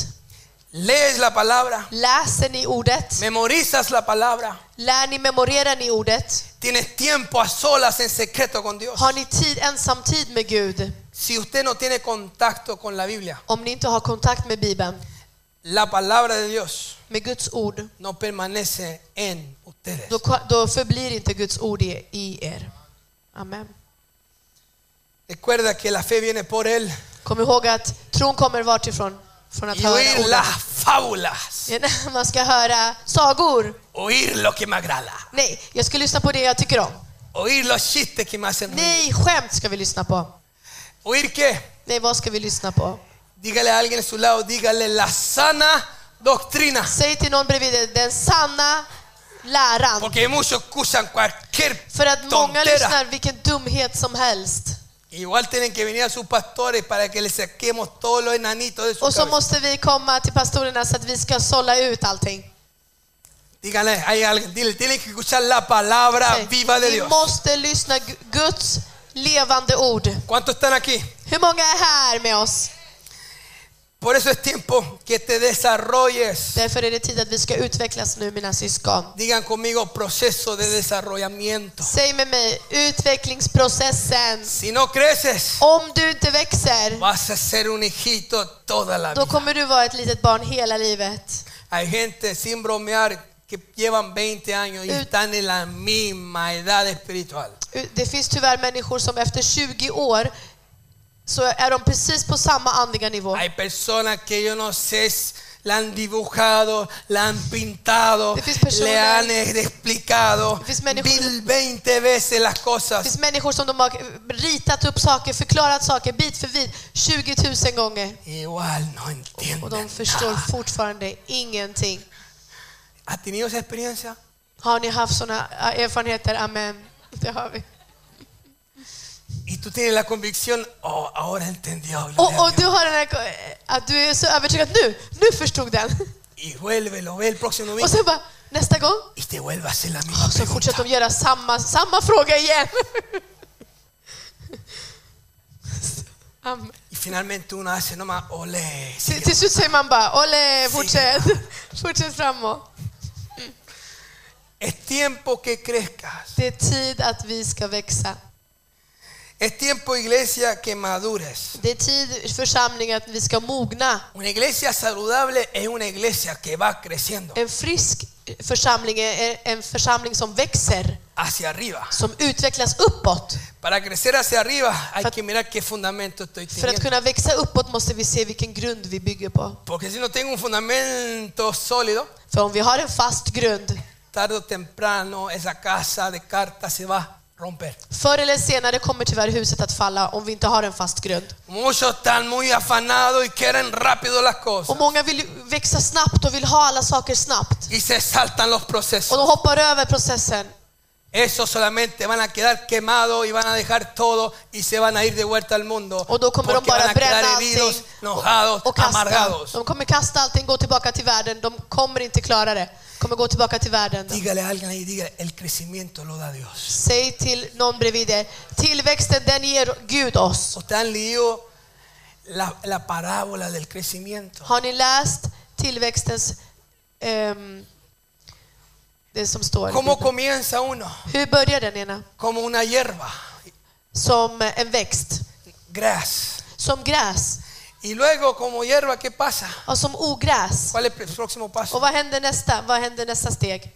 [SPEAKER 1] lees la palabra,
[SPEAKER 2] Läser ni ordet?
[SPEAKER 1] memorizas la palabra,
[SPEAKER 2] Lär ni memorera ni ordet?
[SPEAKER 1] tienes tiempo a solas en secreto con Dios.
[SPEAKER 2] Har ni tid, ensam tid med Gud?
[SPEAKER 1] Si usted no tiene contacto con la Biblia,
[SPEAKER 2] Om ni inte har kontakt med Bibeln,
[SPEAKER 1] la palabra de Dios
[SPEAKER 2] med Guds ord,
[SPEAKER 1] no permanece en ustedes.
[SPEAKER 2] då, då förblir inte Guds ord i, i er. Amen.
[SPEAKER 1] Recuerda que la fe viene por Él
[SPEAKER 2] Kom ihåg att tron kommer vart ifrån? Från att
[SPEAKER 1] y
[SPEAKER 2] höra
[SPEAKER 1] oír
[SPEAKER 2] orden.
[SPEAKER 1] las fábulas,
[SPEAKER 2] Ja, nej, [laughs] Man ska höra sagor.
[SPEAKER 1] oír lo que me agrada,
[SPEAKER 2] Nej, jag ska lyssna på det jag tycker om.
[SPEAKER 1] oír los chistes que me hacen reír.
[SPEAKER 2] Nej, skämt ska vi lyssna på.
[SPEAKER 1] ¿Oír qué?
[SPEAKER 2] Nej, vad ska vi lyssna på?
[SPEAKER 1] Dígale a alguien a su lado, dígale la sana doctrina.
[SPEAKER 2] Säg till någon bredvid dig, den sanna läran.
[SPEAKER 1] Porque muchos escuchan cualquier
[SPEAKER 2] För att många
[SPEAKER 1] tontera.
[SPEAKER 2] lyssnar vilken dumhet som helst.
[SPEAKER 1] Igual tienen que venir a sus pastores para que les saquemos todos los enanitos de su
[SPEAKER 2] Och så
[SPEAKER 1] cabeza.
[SPEAKER 2] måste vi komma till pastorerna så att vi ska sålla ut allting.
[SPEAKER 1] Dígale, hay alguien, dile, tienen que escuchar la palabra
[SPEAKER 2] Nej,
[SPEAKER 1] viva de
[SPEAKER 2] vi
[SPEAKER 1] Dios.
[SPEAKER 2] måste lyssna Gu- Guds levande ord.
[SPEAKER 1] ¿Cuántos están aquí?
[SPEAKER 2] Hur många är här med oss?
[SPEAKER 1] Por eso es tiempo que te desarrolles.
[SPEAKER 2] Därför är det tid att vi ska utvecklas nu mina syskon.
[SPEAKER 1] Digan conmigo proceso de desarrollamiento.
[SPEAKER 2] Säg med mig, utvecklingsprocessen.
[SPEAKER 1] Si no creces,
[SPEAKER 2] Om du inte växer,
[SPEAKER 1] vas a ser un hijito toda la
[SPEAKER 2] då
[SPEAKER 1] vida.
[SPEAKER 2] kommer du vara ett litet barn hela livet.
[SPEAKER 1] Hay gente sin bromear que llevan 20 años y
[SPEAKER 2] Ut-
[SPEAKER 1] están en la misma edad espiritual.
[SPEAKER 2] Det finns tyvärr människor som efter 20 år så är de precis på samma andliga nivå.
[SPEAKER 1] Hay personas que yo no sé, s- la han dibujado, la han pintado,
[SPEAKER 2] Det finns personer-
[SPEAKER 1] le han eh, explicado
[SPEAKER 2] Det finns människor-
[SPEAKER 1] mil, 20 veces las
[SPEAKER 2] Det
[SPEAKER 1] cosas
[SPEAKER 2] finns människor som de har ritat upp saker, förklarat saker bit för bit 20 000 gånger.
[SPEAKER 1] Igual no
[SPEAKER 2] Och
[SPEAKER 1] entienden.
[SPEAKER 2] de förstår
[SPEAKER 1] nada.
[SPEAKER 2] fortfarande ingenting.
[SPEAKER 1] ¿Has tenido esa experiencia?
[SPEAKER 2] Har ni haft sådana erfarenheter? Amen. Det har vi.
[SPEAKER 1] Y tú tienes la convicción, oh, ahora entendió. gloria
[SPEAKER 2] Och,
[SPEAKER 1] a
[SPEAKER 2] och
[SPEAKER 1] Dios.
[SPEAKER 2] du har den här, eh, att du är så övertygad nu, nu förstod den.
[SPEAKER 1] Y vuelve, lo ve el próximo
[SPEAKER 2] Och
[SPEAKER 1] domingo
[SPEAKER 2] sen bara, nästa gång,
[SPEAKER 1] y te vuelve a hacer la misma
[SPEAKER 2] och så
[SPEAKER 1] pregunta.
[SPEAKER 2] fortsätter de göra samma, samma fråga igen. Amen.
[SPEAKER 1] Y finalmente uno hace nomás, ole.
[SPEAKER 2] Till, till slut säger man bara, Olle, fortsätt, fortsätt framåt.
[SPEAKER 1] Es tiempo que crezcas.
[SPEAKER 2] Det är tid att vi ska växa.
[SPEAKER 1] Es tiempo, iglesia, que madures.
[SPEAKER 2] Det är tid församling att vi ska mogna.
[SPEAKER 1] Una iglesia saludable es una iglesia que va creciendo
[SPEAKER 2] En frisk församling är en församling som växer,
[SPEAKER 1] hacia arriba.
[SPEAKER 2] som utvecklas uppåt.
[SPEAKER 1] Para crecer hacia arriba hay que mirar qué fundamento estoy
[SPEAKER 2] För att
[SPEAKER 1] teniendo.
[SPEAKER 2] kunna växa uppåt måste vi se vilken grund vi bygger på.
[SPEAKER 1] Porque si no tengo un fundamento sólido,
[SPEAKER 2] För om vi har en fast grund,
[SPEAKER 1] tarde o temprano esa casa de cartas se va a romper.
[SPEAKER 2] förr eller senare kommer tyvärr huset att falla om vi inte har en fast grund.
[SPEAKER 1] Muchos están muy afanados y quieren rápido las
[SPEAKER 2] Och
[SPEAKER 1] cosas
[SPEAKER 2] många vill ju växa snabbt och vill ha alla saker snabbt.
[SPEAKER 1] y se saltan los
[SPEAKER 2] Och
[SPEAKER 1] procesos.
[SPEAKER 2] de hoppar över processen.
[SPEAKER 1] Esos solamente van a quedar quemados y van a dejar todo y se van a ir de vuelta al mundo.
[SPEAKER 2] Och då kommer
[SPEAKER 1] Porque
[SPEAKER 2] de
[SPEAKER 1] van
[SPEAKER 2] bara
[SPEAKER 1] a quedar
[SPEAKER 2] bränna
[SPEAKER 1] heridos,
[SPEAKER 2] allting
[SPEAKER 1] enojados,
[SPEAKER 2] och kasta.
[SPEAKER 1] amargados.
[SPEAKER 2] De kommer kasta allting, gå tillbaka till världen. De kommer inte klara det. kommer gå tillbaka till världen.
[SPEAKER 1] Dígale a alguien ahí, diga, el crecimiento lo da Dios.
[SPEAKER 2] Säg till någon bredvid er, tillväxten den ger Gud oss.
[SPEAKER 1] ¿Ustedes han leído la, la parábola del crecimiento?
[SPEAKER 2] Har ni läst tillväxtens... ehm, det som står? i
[SPEAKER 1] ¿Cómo
[SPEAKER 2] Bibeln?
[SPEAKER 1] comienza uno?
[SPEAKER 2] Hur börjar den ena?
[SPEAKER 1] Como una hierba,
[SPEAKER 2] Som en växt,
[SPEAKER 1] gras.
[SPEAKER 2] som gräs
[SPEAKER 1] Y luego como hierba, ¿qué pasa?
[SPEAKER 2] och som ogräs.
[SPEAKER 1] ¿Cuál es el próximo
[SPEAKER 2] Och
[SPEAKER 1] paso?
[SPEAKER 2] vad händer nästa? Vad händer nästa steg?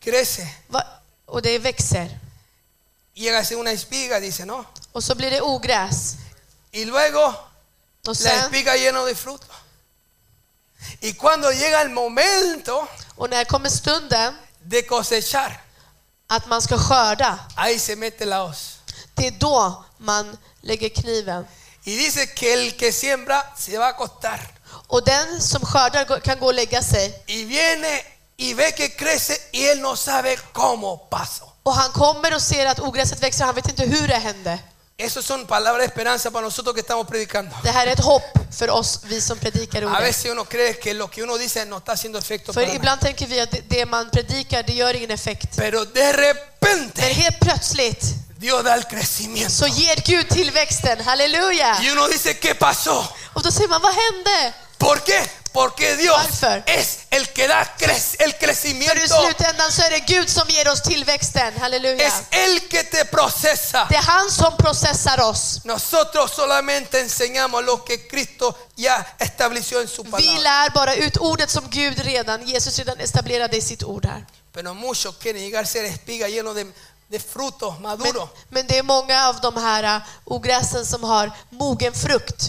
[SPEAKER 1] Crece,
[SPEAKER 2] Vad- Och det växer.
[SPEAKER 1] llega a ser una espiga, dice, ¿no?
[SPEAKER 2] Och så blir det ogräs.
[SPEAKER 1] Y luego
[SPEAKER 2] Och
[SPEAKER 1] la
[SPEAKER 2] sen
[SPEAKER 1] espiga llena de frutos. Y cuando llega el momento
[SPEAKER 2] Och när kommer stunden
[SPEAKER 1] de cosechar,
[SPEAKER 2] att man ska skörda,
[SPEAKER 1] ahí se mete la hoz.
[SPEAKER 2] det är då man lägger kniven.
[SPEAKER 1] Y dice que el que siembra se va a acostar.
[SPEAKER 2] Och den som skördar gå- kan gå och lägga sig.
[SPEAKER 1] y viene y ve que crece y él no sabe cómo pasó.
[SPEAKER 2] Och han kommer och ser att ogräset växer, han vet inte hur det hände.
[SPEAKER 1] Esas son palabras de esperanza para nosotros que estamos predicando.
[SPEAKER 2] Det här är ett hopp för oss, vi som predikar
[SPEAKER 1] A
[SPEAKER 2] ordet.
[SPEAKER 1] veces uno cree que lo que uno dice no está haciendo efecto
[SPEAKER 2] För
[SPEAKER 1] para nada.
[SPEAKER 2] ibland tänker vi att det- det man predikar, det gör ingen effekt.
[SPEAKER 1] Pero de
[SPEAKER 2] Men
[SPEAKER 1] repente
[SPEAKER 2] helt plötsligt
[SPEAKER 1] Dios da el crecimiento.
[SPEAKER 2] så ger Gud tillväxten. Halleluja!
[SPEAKER 1] Y uno dice, ¿qué pasó?
[SPEAKER 2] Och då säger man, vad hände?
[SPEAKER 1] ¿Por qué? Porque Dios
[SPEAKER 2] Varför?
[SPEAKER 1] es el que da cre- el
[SPEAKER 2] För i
[SPEAKER 1] crecimiento.
[SPEAKER 2] slutändan så är det Gud som ger oss tillväxten. Halleluja!
[SPEAKER 1] Es el que te procesa.
[SPEAKER 2] Det är han som processar oss.
[SPEAKER 1] Nosotros solamente enseñamos lo que Cristo ya estableció en su
[SPEAKER 2] Vi
[SPEAKER 1] palabra.
[SPEAKER 2] lär bara ut ordet som Gud redan, Jesus redan etablerade i sitt ord här.
[SPEAKER 1] Pero muchos quieren llegar a ser espiga lleno de, de frutos
[SPEAKER 2] Men,
[SPEAKER 1] maduros.
[SPEAKER 2] men det är många av de här äh, ogräsen som har mogen frukt,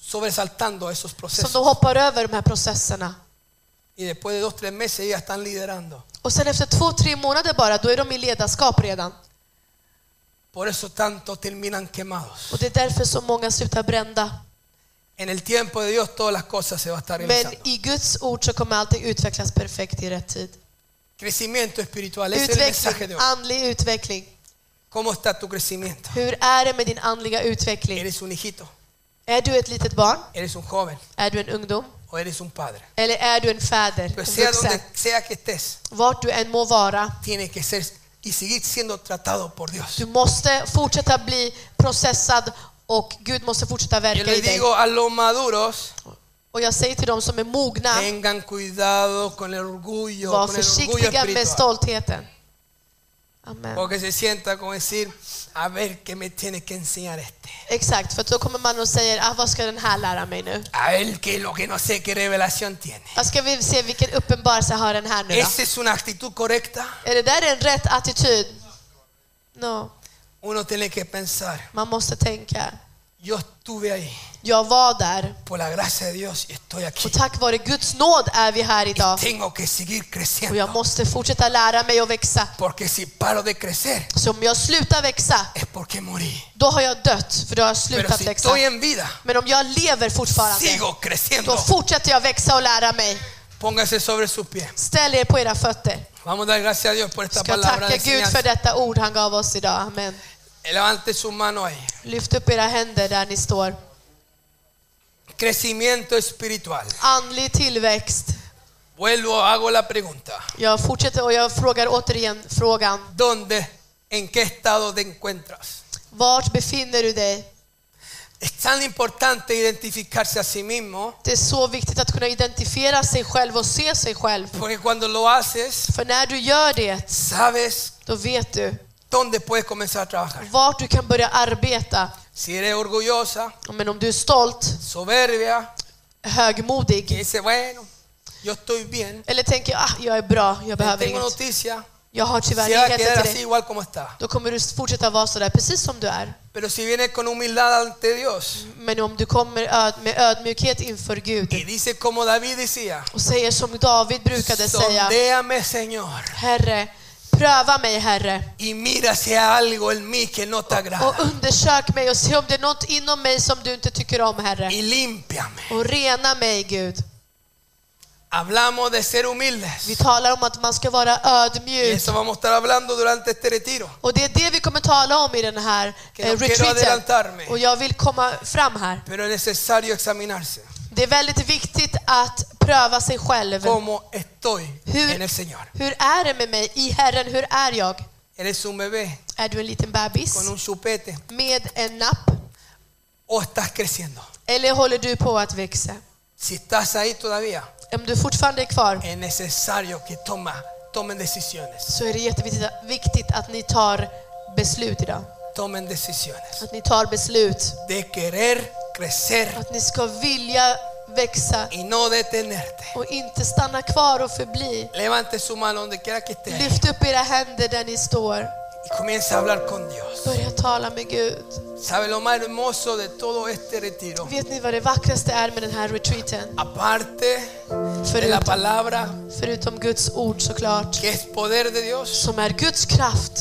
[SPEAKER 1] sobresaltando esos
[SPEAKER 2] som
[SPEAKER 1] procesos.
[SPEAKER 2] de hoppar över de här processerna.
[SPEAKER 1] Y después de dos, tres meses ya están liderando.
[SPEAKER 2] Och sen efter två, tre månader bara, då är de i ledarskap redan.
[SPEAKER 1] Por eso tanto terminan quemados.
[SPEAKER 2] Och det är därför så många slutar brända.
[SPEAKER 1] En el tiempo de Dios todas las cosas se va a estar
[SPEAKER 2] Men
[SPEAKER 1] realizando.
[SPEAKER 2] i Guds ord så kommer allting utvecklas perfekt i rätt tid.
[SPEAKER 1] Crecimiento espiritual, ese es el mensaje de
[SPEAKER 2] Utveckling,
[SPEAKER 1] hoy.
[SPEAKER 2] andlig utveckling.
[SPEAKER 1] ¿Cómo está tu crecimiento?
[SPEAKER 2] Hur är det med din andliga utveckling?
[SPEAKER 1] ¿Eres un hijito?
[SPEAKER 2] Är du ett litet barn?
[SPEAKER 1] ¿Eres un joven?
[SPEAKER 2] Är du en ungdom?
[SPEAKER 1] ¿O eres un padre?
[SPEAKER 2] Eller är du en fäder? En
[SPEAKER 1] Pero sea
[SPEAKER 2] vuxen?
[SPEAKER 1] donde sea que estés,
[SPEAKER 2] Vart du än må vara.
[SPEAKER 1] tiene que ser y seguir siendo tratado por Dios.
[SPEAKER 2] Du måste fortsätta bli processad och Gud måste fortsätta
[SPEAKER 1] Yo
[SPEAKER 2] verka i
[SPEAKER 1] les
[SPEAKER 2] dig.
[SPEAKER 1] digo a los maduros,
[SPEAKER 2] Och jag säger till dem som är mogna,
[SPEAKER 1] tengan cuidado con el orgullo,
[SPEAKER 2] var
[SPEAKER 1] con el orgullo
[SPEAKER 2] försiktiga med
[SPEAKER 1] espiritual.
[SPEAKER 2] stoltheten. Amen.
[SPEAKER 1] Porque se sienta con decir, a ver qué me tiene que enseñar este.
[SPEAKER 2] Exakt, för att då kommer man och säger, ah, vad ska den här lära mig nu?
[SPEAKER 1] A ver qué lo que no sé, qué revelación tiene.
[SPEAKER 2] Vad ska vi se vilken uppenbarelse har den här nu då?
[SPEAKER 1] Esa es una actitud correcta.
[SPEAKER 2] Är det där en rätt attityd? No.
[SPEAKER 1] Uno tiene que pensar,
[SPEAKER 2] Man måste tänka,
[SPEAKER 1] yo estuve ahí
[SPEAKER 2] jag var där
[SPEAKER 1] por la gracia de Dios y estoy
[SPEAKER 2] och
[SPEAKER 1] aquí.
[SPEAKER 2] tack vare Guds nåd är vi här idag.
[SPEAKER 1] Tengo que seguir
[SPEAKER 2] Och jag
[SPEAKER 1] creciendo.
[SPEAKER 2] måste fortsätta lära mig och växa.
[SPEAKER 1] Porque si paro de crecer
[SPEAKER 2] Så om jag slutar växa,
[SPEAKER 1] es porque morí.
[SPEAKER 2] då har jag dött, för då har jag
[SPEAKER 1] Pero
[SPEAKER 2] slutat
[SPEAKER 1] si
[SPEAKER 2] växa.
[SPEAKER 1] estoy en vida,
[SPEAKER 2] Men om jag lever fortfarande,
[SPEAKER 1] sigo
[SPEAKER 2] då
[SPEAKER 1] creciendo.
[SPEAKER 2] fortsätter jag växa och lära mig.
[SPEAKER 1] Póngase sobre sus pies.
[SPEAKER 2] Ställ er på era fötter.
[SPEAKER 1] Vamos a dar gracias a Dios por esta
[SPEAKER 2] Ska jag
[SPEAKER 1] palabra de
[SPEAKER 2] tacka Gud
[SPEAKER 1] enseñanza.
[SPEAKER 2] för detta ord han gav oss idag. Amen.
[SPEAKER 1] Levante su mano ahí.
[SPEAKER 2] Lyft upp era händer där ni står.
[SPEAKER 1] Crecimiento espiritual.
[SPEAKER 2] Andlig tillväxt.
[SPEAKER 1] Vuelvo, hago la pregunta.
[SPEAKER 2] Jag fortsätter och jag frågar återigen frågan.
[SPEAKER 1] ¿Dónde, en qué estado te encuentras?
[SPEAKER 2] Vart befinner du dig?
[SPEAKER 1] Es tan importante identificarse a sí mismo,
[SPEAKER 2] Det är så viktigt att kunna identifiera sig själv och se sig själv.
[SPEAKER 1] porque cuando lo haces,
[SPEAKER 2] För när du gör det,
[SPEAKER 1] sabes
[SPEAKER 2] då vet du
[SPEAKER 1] dónde puedes comenzar a trabajar.
[SPEAKER 2] vart du kan börja arbeta.
[SPEAKER 1] Si eres orgullosa,
[SPEAKER 2] Men om du är stolt,
[SPEAKER 1] soberbia, que
[SPEAKER 2] högmodig
[SPEAKER 1] dice, bueno, yo estoy bien,
[SPEAKER 2] eller tänker ah, jag är bra, jag
[SPEAKER 1] te
[SPEAKER 2] behöver
[SPEAKER 1] tengo
[SPEAKER 2] inget.
[SPEAKER 1] noticia,
[SPEAKER 2] Jag har tyvärr
[SPEAKER 1] se va a
[SPEAKER 2] inget
[SPEAKER 1] quedar
[SPEAKER 2] till
[SPEAKER 1] así
[SPEAKER 2] dig.
[SPEAKER 1] igual como está.
[SPEAKER 2] Då kommer du fortsätta vara sådär precis som du är.
[SPEAKER 1] Pero si vienes con humildad ante Dios
[SPEAKER 2] Men om du kommer öd- med ödmjukhet inför
[SPEAKER 1] y
[SPEAKER 2] Gud
[SPEAKER 1] dice como David decía,
[SPEAKER 2] och säger som David brukade säga,
[SPEAKER 1] sondéame Señor
[SPEAKER 2] Herre, pröva mig Herre
[SPEAKER 1] y mira si hay algo en mí que no te agrada
[SPEAKER 2] och undersök mig och se om det är något inom mig som du inte tycker om Herre.
[SPEAKER 1] y límpiame.
[SPEAKER 2] Och rena mig Gud.
[SPEAKER 1] Hablamos de ser humildes.
[SPEAKER 2] Vi talar om att man ska vara
[SPEAKER 1] Y
[SPEAKER 2] ödmjuk
[SPEAKER 1] eso vamos a estar hablando durante este retiro.
[SPEAKER 2] och det är det vi kommer tala om i den här
[SPEAKER 1] Que
[SPEAKER 2] eh,
[SPEAKER 1] no quiero
[SPEAKER 2] retreaten.
[SPEAKER 1] adelantarme.
[SPEAKER 2] Och jag vill komma fram här.
[SPEAKER 1] Pero es necesario examinarse
[SPEAKER 2] Det är väldigt viktigt att pröva sig själv.
[SPEAKER 1] cómo estoy en el
[SPEAKER 2] Hur,
[SPEAKER 1] Señor.
[SPEAKER 2] hur är det med mig i Herren? Hur är jag?
[SPEAKER 1] ¿Eres un bebé
[SPEAKER 2] Är du en liten bebis
[SPEAKER 1] con un chupete
[SPEAKER 2] med en napp?
[SPEAKER 1] o estás creciendo?
[SPEAKER 2] Eller håller du på att växa?
[SPEAKER 1] Si estás ahí todavía,
[SPEAKER 2] Om du fortfarande är kvar
[SPEAKER 1] es necesario que toma, tomen decisiones.
[SPEAKER 2] så är det jätteviktigt viktigt att ni tar beslut idag.
[SPEAKER 1] Tomen decisiones
[SPEAKER 2] Att ni tar beslut.
[SPEAKER 1] de querer crecer
[SPEAKER 2] Att ni ska vilja växa
[SPEAKER 1] y no detenerte.
[SPEAKER 2] och inte stanna kvar och förbli.
[SPEAKER 1] Levante su mano donde quiera que esté
[SPEAKER 2] Lyft upp era händer där ni står.
[SPEAKER 1] y comienza a hablar con Dios.
[SPEAKER 2] Börja tala med Gud.
[SPEAKER 1] ¿Sabe lo más hermoso de todo este retiro?
[SPEAKER 2] Vet ni vad det vackraste är med den här retreaten?
[SPEAKER 1] Aparte de la
[SPEAKER 2] Förutom
[SPEAKER 1] palabra
[SPEAKER 2] Förutom Guds ord såklart,
[SPEAKER 1] que es poder de Dios,
[SPEAKER 2] som är Guds kraft.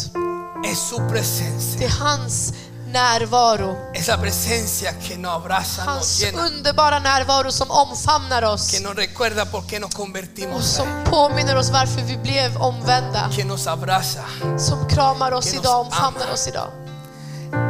[SPEAKER 1] es su presencia.
[SPEAKER 2] Det är hans närvaro.
[SPEAKER 1] Esa presencia que nos abraza, nos
[SPEAKER 2] Hans
[SPEAKER 1] llena,
[SPEAKER 2] underbara närvaro som omfamnar
[SPEAKER 1] que
[SPEAKER 2] oss
[SPEAKER 1] nos recuerda por qué nos
[SPEAKER 2] och
[SPEAKER 1] convertimos, a Él,
[SPEAKER 2] som påminner oss varför vi blev omvända.
[SPEAKER 1] que nos abraza.
[SPEAKER 2] Som kramar oss
[SPEAKER 1] Que nos
[SPEAKER 2] idag, omfamnar
[SPEAKER 1] ama.
[SPEAKER 2] oss idag.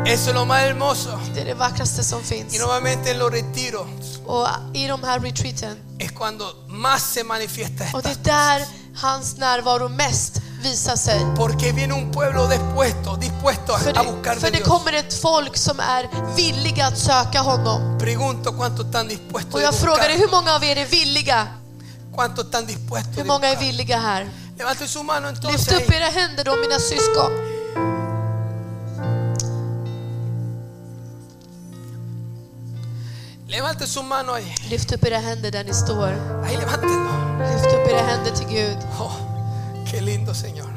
[SPEAKER 1] Eso es lo más hermoso.
[SPEAKER 2] Det är det vackraste som
[SPEAKER 1] Y
[SPEAKER 2] finns.
[SPEAKER 1] nuevamente en los retiros
[SPEAKER 2] Och i de här retreaten,
[SPEAKER 1] es cuando más se manifiesta
[SPEAKER 2] och
[SPEAKER 1] esto.
[SPEAKER 2] det är där hans närvaro mest visa sig.
[SPEAKER 1] Porque viene un pueblo dispuesto, dispuesto a,
[SPEAKER 2] För
[SPEAKER 1] a buscar de
[SPEAKER 2] det, för det
[SPEAKER 1] Dios.
[SPEAKER 2] kommer ett folk som är villiga att söka honom.
[SPEAKER 1] Pregunto cuántos están dispuestos
[SPEAKER 2] Och
[SPEAKER 1] a
[SPEAKER 2] jag frågar
[SPEAKER 1] buscar.
[SPEAKER 2] er, hur många av er är villiga?
[SPEAKER 1] ¿Cuántos están dispuestos?
[SPEAKER 2] Hur
[SPEAKER 1] de
[SPEAKER 2] många är
[SPEAKER 1] buscar?
[SPEAKER 2] villiga här?
[SPEAKER 1] Levanten su mano entonces.
[SPEAKER 2] Lyft upp era händer då mina syskon.
[SPEAKER 1] Levanten su mano ahí.
[SPEAKER 2] Lyft upp era händer där ni står.
[SPEAKER 1] Ahí levántenlo.
[SPEAKER 2] Lyft upp era händer till Gud.
[SPEAKER 1] Oh, qué lindo Señor.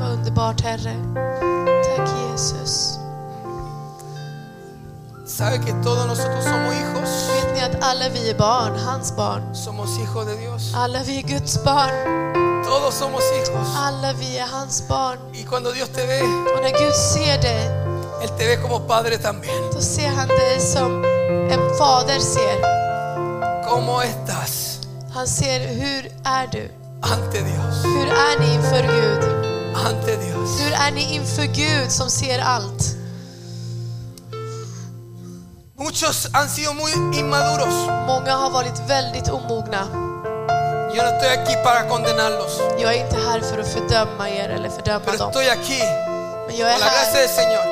[SPEAKER 2] Vad underbart Herre. Tack Jesus.
[SPEAKER 1] Sabe que todos nosotros somos hijos.
[SPEAKER 2] Vet ni att alla vi är barn, hans barn.
[SPEAKER 1] Somos hijos de Dios.
[SPEAKER 2] Alla vi är Guds barn.
[SPEAKER 1] Todos somos hijos.
[SPEAKER 2] Alla vi är hans barn.
[SPEAKER 1] Y cuando Dios te ve,
[SPEAKER 2] Och när Gud ser dig,
[SPEAKER 1] Él te ve como padre también.
[SPEAKER 2] då ser han dig som en fader ser.
[SPEAKER 1] ¿Cómo estás
[SPEAKER 2] Han ser, hur är du?
[SPEAKER 1] ante Dios?
[SPEAKER 2] Hur är ni inför Gud?
[SPEAKER 1] Ante Dios.
[SPEAKER 2] Hur är ni inför Gud som ser allt?
[SPEAKER 1] Muchos han sido muy inmaduros.
[SPEAKER 2] Många har varit väldigt omogna.
[SPEAKER 1] Yo no estoy aquí para condenarlos,
[SPEAKER 2] Jag är inte här för att fördöma er eller fördöma
[SPEAKER 1] pero
[SPEAKER 2] dem.
[SPEAKER 1] estoy aquí
[SPEAKER 2] Men jag är
[SPEAKER 1] con la gracia
[SPEAKER 2] här,
[SPEAKER 1] del Señor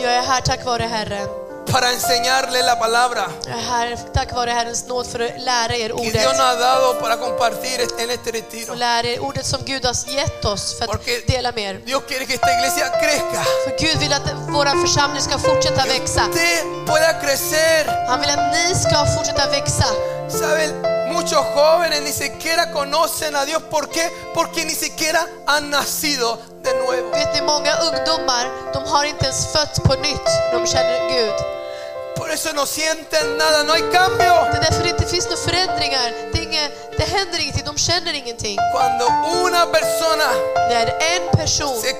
[SPEAKER 2] jag är här tack vare Herren.
[SPEAKER 1] para enseñarle la palabra
[SPEAKER 2] Jag är här tack vare Herrens nåd för att lära er
[SPEAKER 1] que Dios nos
[SPEAKER 2] ordet.
[SPEAKER 1] ha dado para compartir en este retiro.
[SPEAKER 2] Och lära er ordet som Gud har gett oss för
[SPEAKER 1] Porque-
[SPEAKER 2] att dela med er.
[SPEAKER 1] Dios quiere que esta iglesia crezca.
[SPEAKER 2] För Gud vill att vår församling ska fortsätta
[SPEAKER 1] Que
[SPEAKER 2] växa.
[SPEAKER 1] usted pueda crecer.
[SPEAKER 2] Han vill att ni ska fortsätta växa.
[SPEAKER 1] Saben, muchos jóvenes ni siquiera conocen a Dios. ¿Por qué? Porque ni siquiera han nacido de nuevo.
[SPEAKER 2] Vet ni, många ungdomar, de har inte ens fötts på nytt. De känner Gud.
[SPEAKER 1] Por eso no sienten nada, no hay cambio.
[SPEAKER 2] Det är därför det inte finns några förändringar. Det, är inget, det händer ingenting, de känner ingenting.
[SPEAKER 1] Cuando una persona
[SPEAKER 2] När en person
[SPEAKER 1] se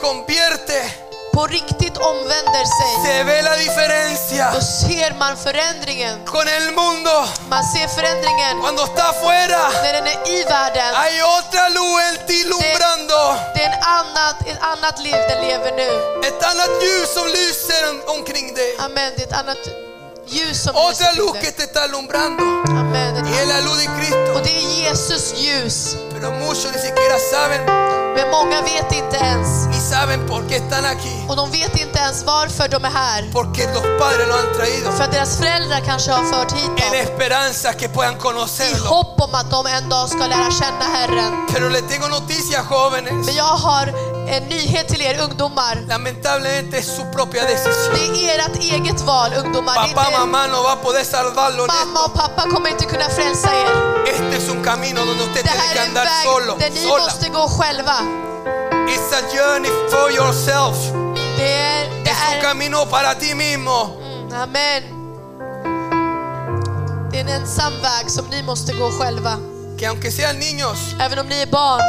[SPEAKER 1] convierte,
[SPEAKER 2] på riktigt omvänder sig,
[SPEAKER 1] se ve la diferencia
[SPEAKER 2] då ser man förändringen.
[SPEAKER 1] con el mundo.
[SPEAKER 2] Man ser förändringen
[SPEAKER 1] Cuando está afuera,
[SPEAKER 2] när den är i världen.
[SPEAKER 1] hay otra luz en ti lumbrando.
[SPEAKER 2] Det är en annat, ett annat liv den lever nu.
[SPEAKER 1] Ett annat ljus som lyser omkring dig.
[SPEAKER 2] Amen. Det är ett annat ljus som
[SPEAKER 1] Otra
[SPEAKER 2] lyser
[SPEAKER 1] luz
[SPEAKER 2] till
[SPEAKER 1] que
[SPEAKER 2] dig.
[SPEAKER 1] te está alumbrando.
[SPEAKER 2] Amen. Det
[SPEAKER 1] Y
[SPEAKER 2] är ett
[SPEAKER 1] es la luz de Cristo.
[SPEAKER 2] annat- Och det är Jesus ljus.
[SPEAKER 1] Pero muchos ni siquiera saben,
[SPEAKER 2] Men många vet inte ens.
[SPEAKER 1] ni saben por qué están aquí.
[SPEAKER 2] Och de vet inte ens varför de är här.
[SPEAKER 1] Porque los padres lo han traído.
[SPEAKER 2] För att deras föräldrar kanske har fört hit
[SPEAKER 1] En
[SPEAKER 2] dem.
[SPEAKER 1] esperanza que puedan
[SPEAKER 2] I
[SPEAKER 1] conocerlo.
[SPEAKER 2] hopp om att de en dag ska lära känna Herren.
[SPEAKER 1] Pero les tengo noticias, jóvenes.
[SPEAKER 2] Men jag har en nyhet till er ungdomar.
[SPEAKER 1] Lamentablemente es su propia decisión.
[SPEAKER 2] Det är ert eget val ungdomar. Det är
[SPEAKER 1] Papá,
[SPEAKER 2] inte,
[SPEAKER 1] mamá no va a poder salvarlo.
[SPEAKER 2] mamma och pappa kommer inte kunna frälsa er.
[SPEAKER 1] Este es un camino donde usted
[SPEAKER 2] Det
[SPEAKER 1] tiene
[SPEAKER 2] här
[SPEAKER 1] que
[SPEAKER 2] är en
[SPEAKER 1] andar solo,
[SPEAKER 2] väg där ni
[SPEAKER 1] sola.
[SPEAKER 2] måste gå själva.
[SPEAKER 1] It's a journey for yourself.
[SPEAKER 2] Det är, det
[SPEAKER 1] Es un
[SPEAKER 2] är,
[SPEAKER 1] camino para ti mismo.
[SPEAKER 2] mm, amen. Det är en ensam väg som ni måste gå själva.
[SPEAKER 1] Que aunque sean niños,
[SPEAKER 2] Även om ni är barn,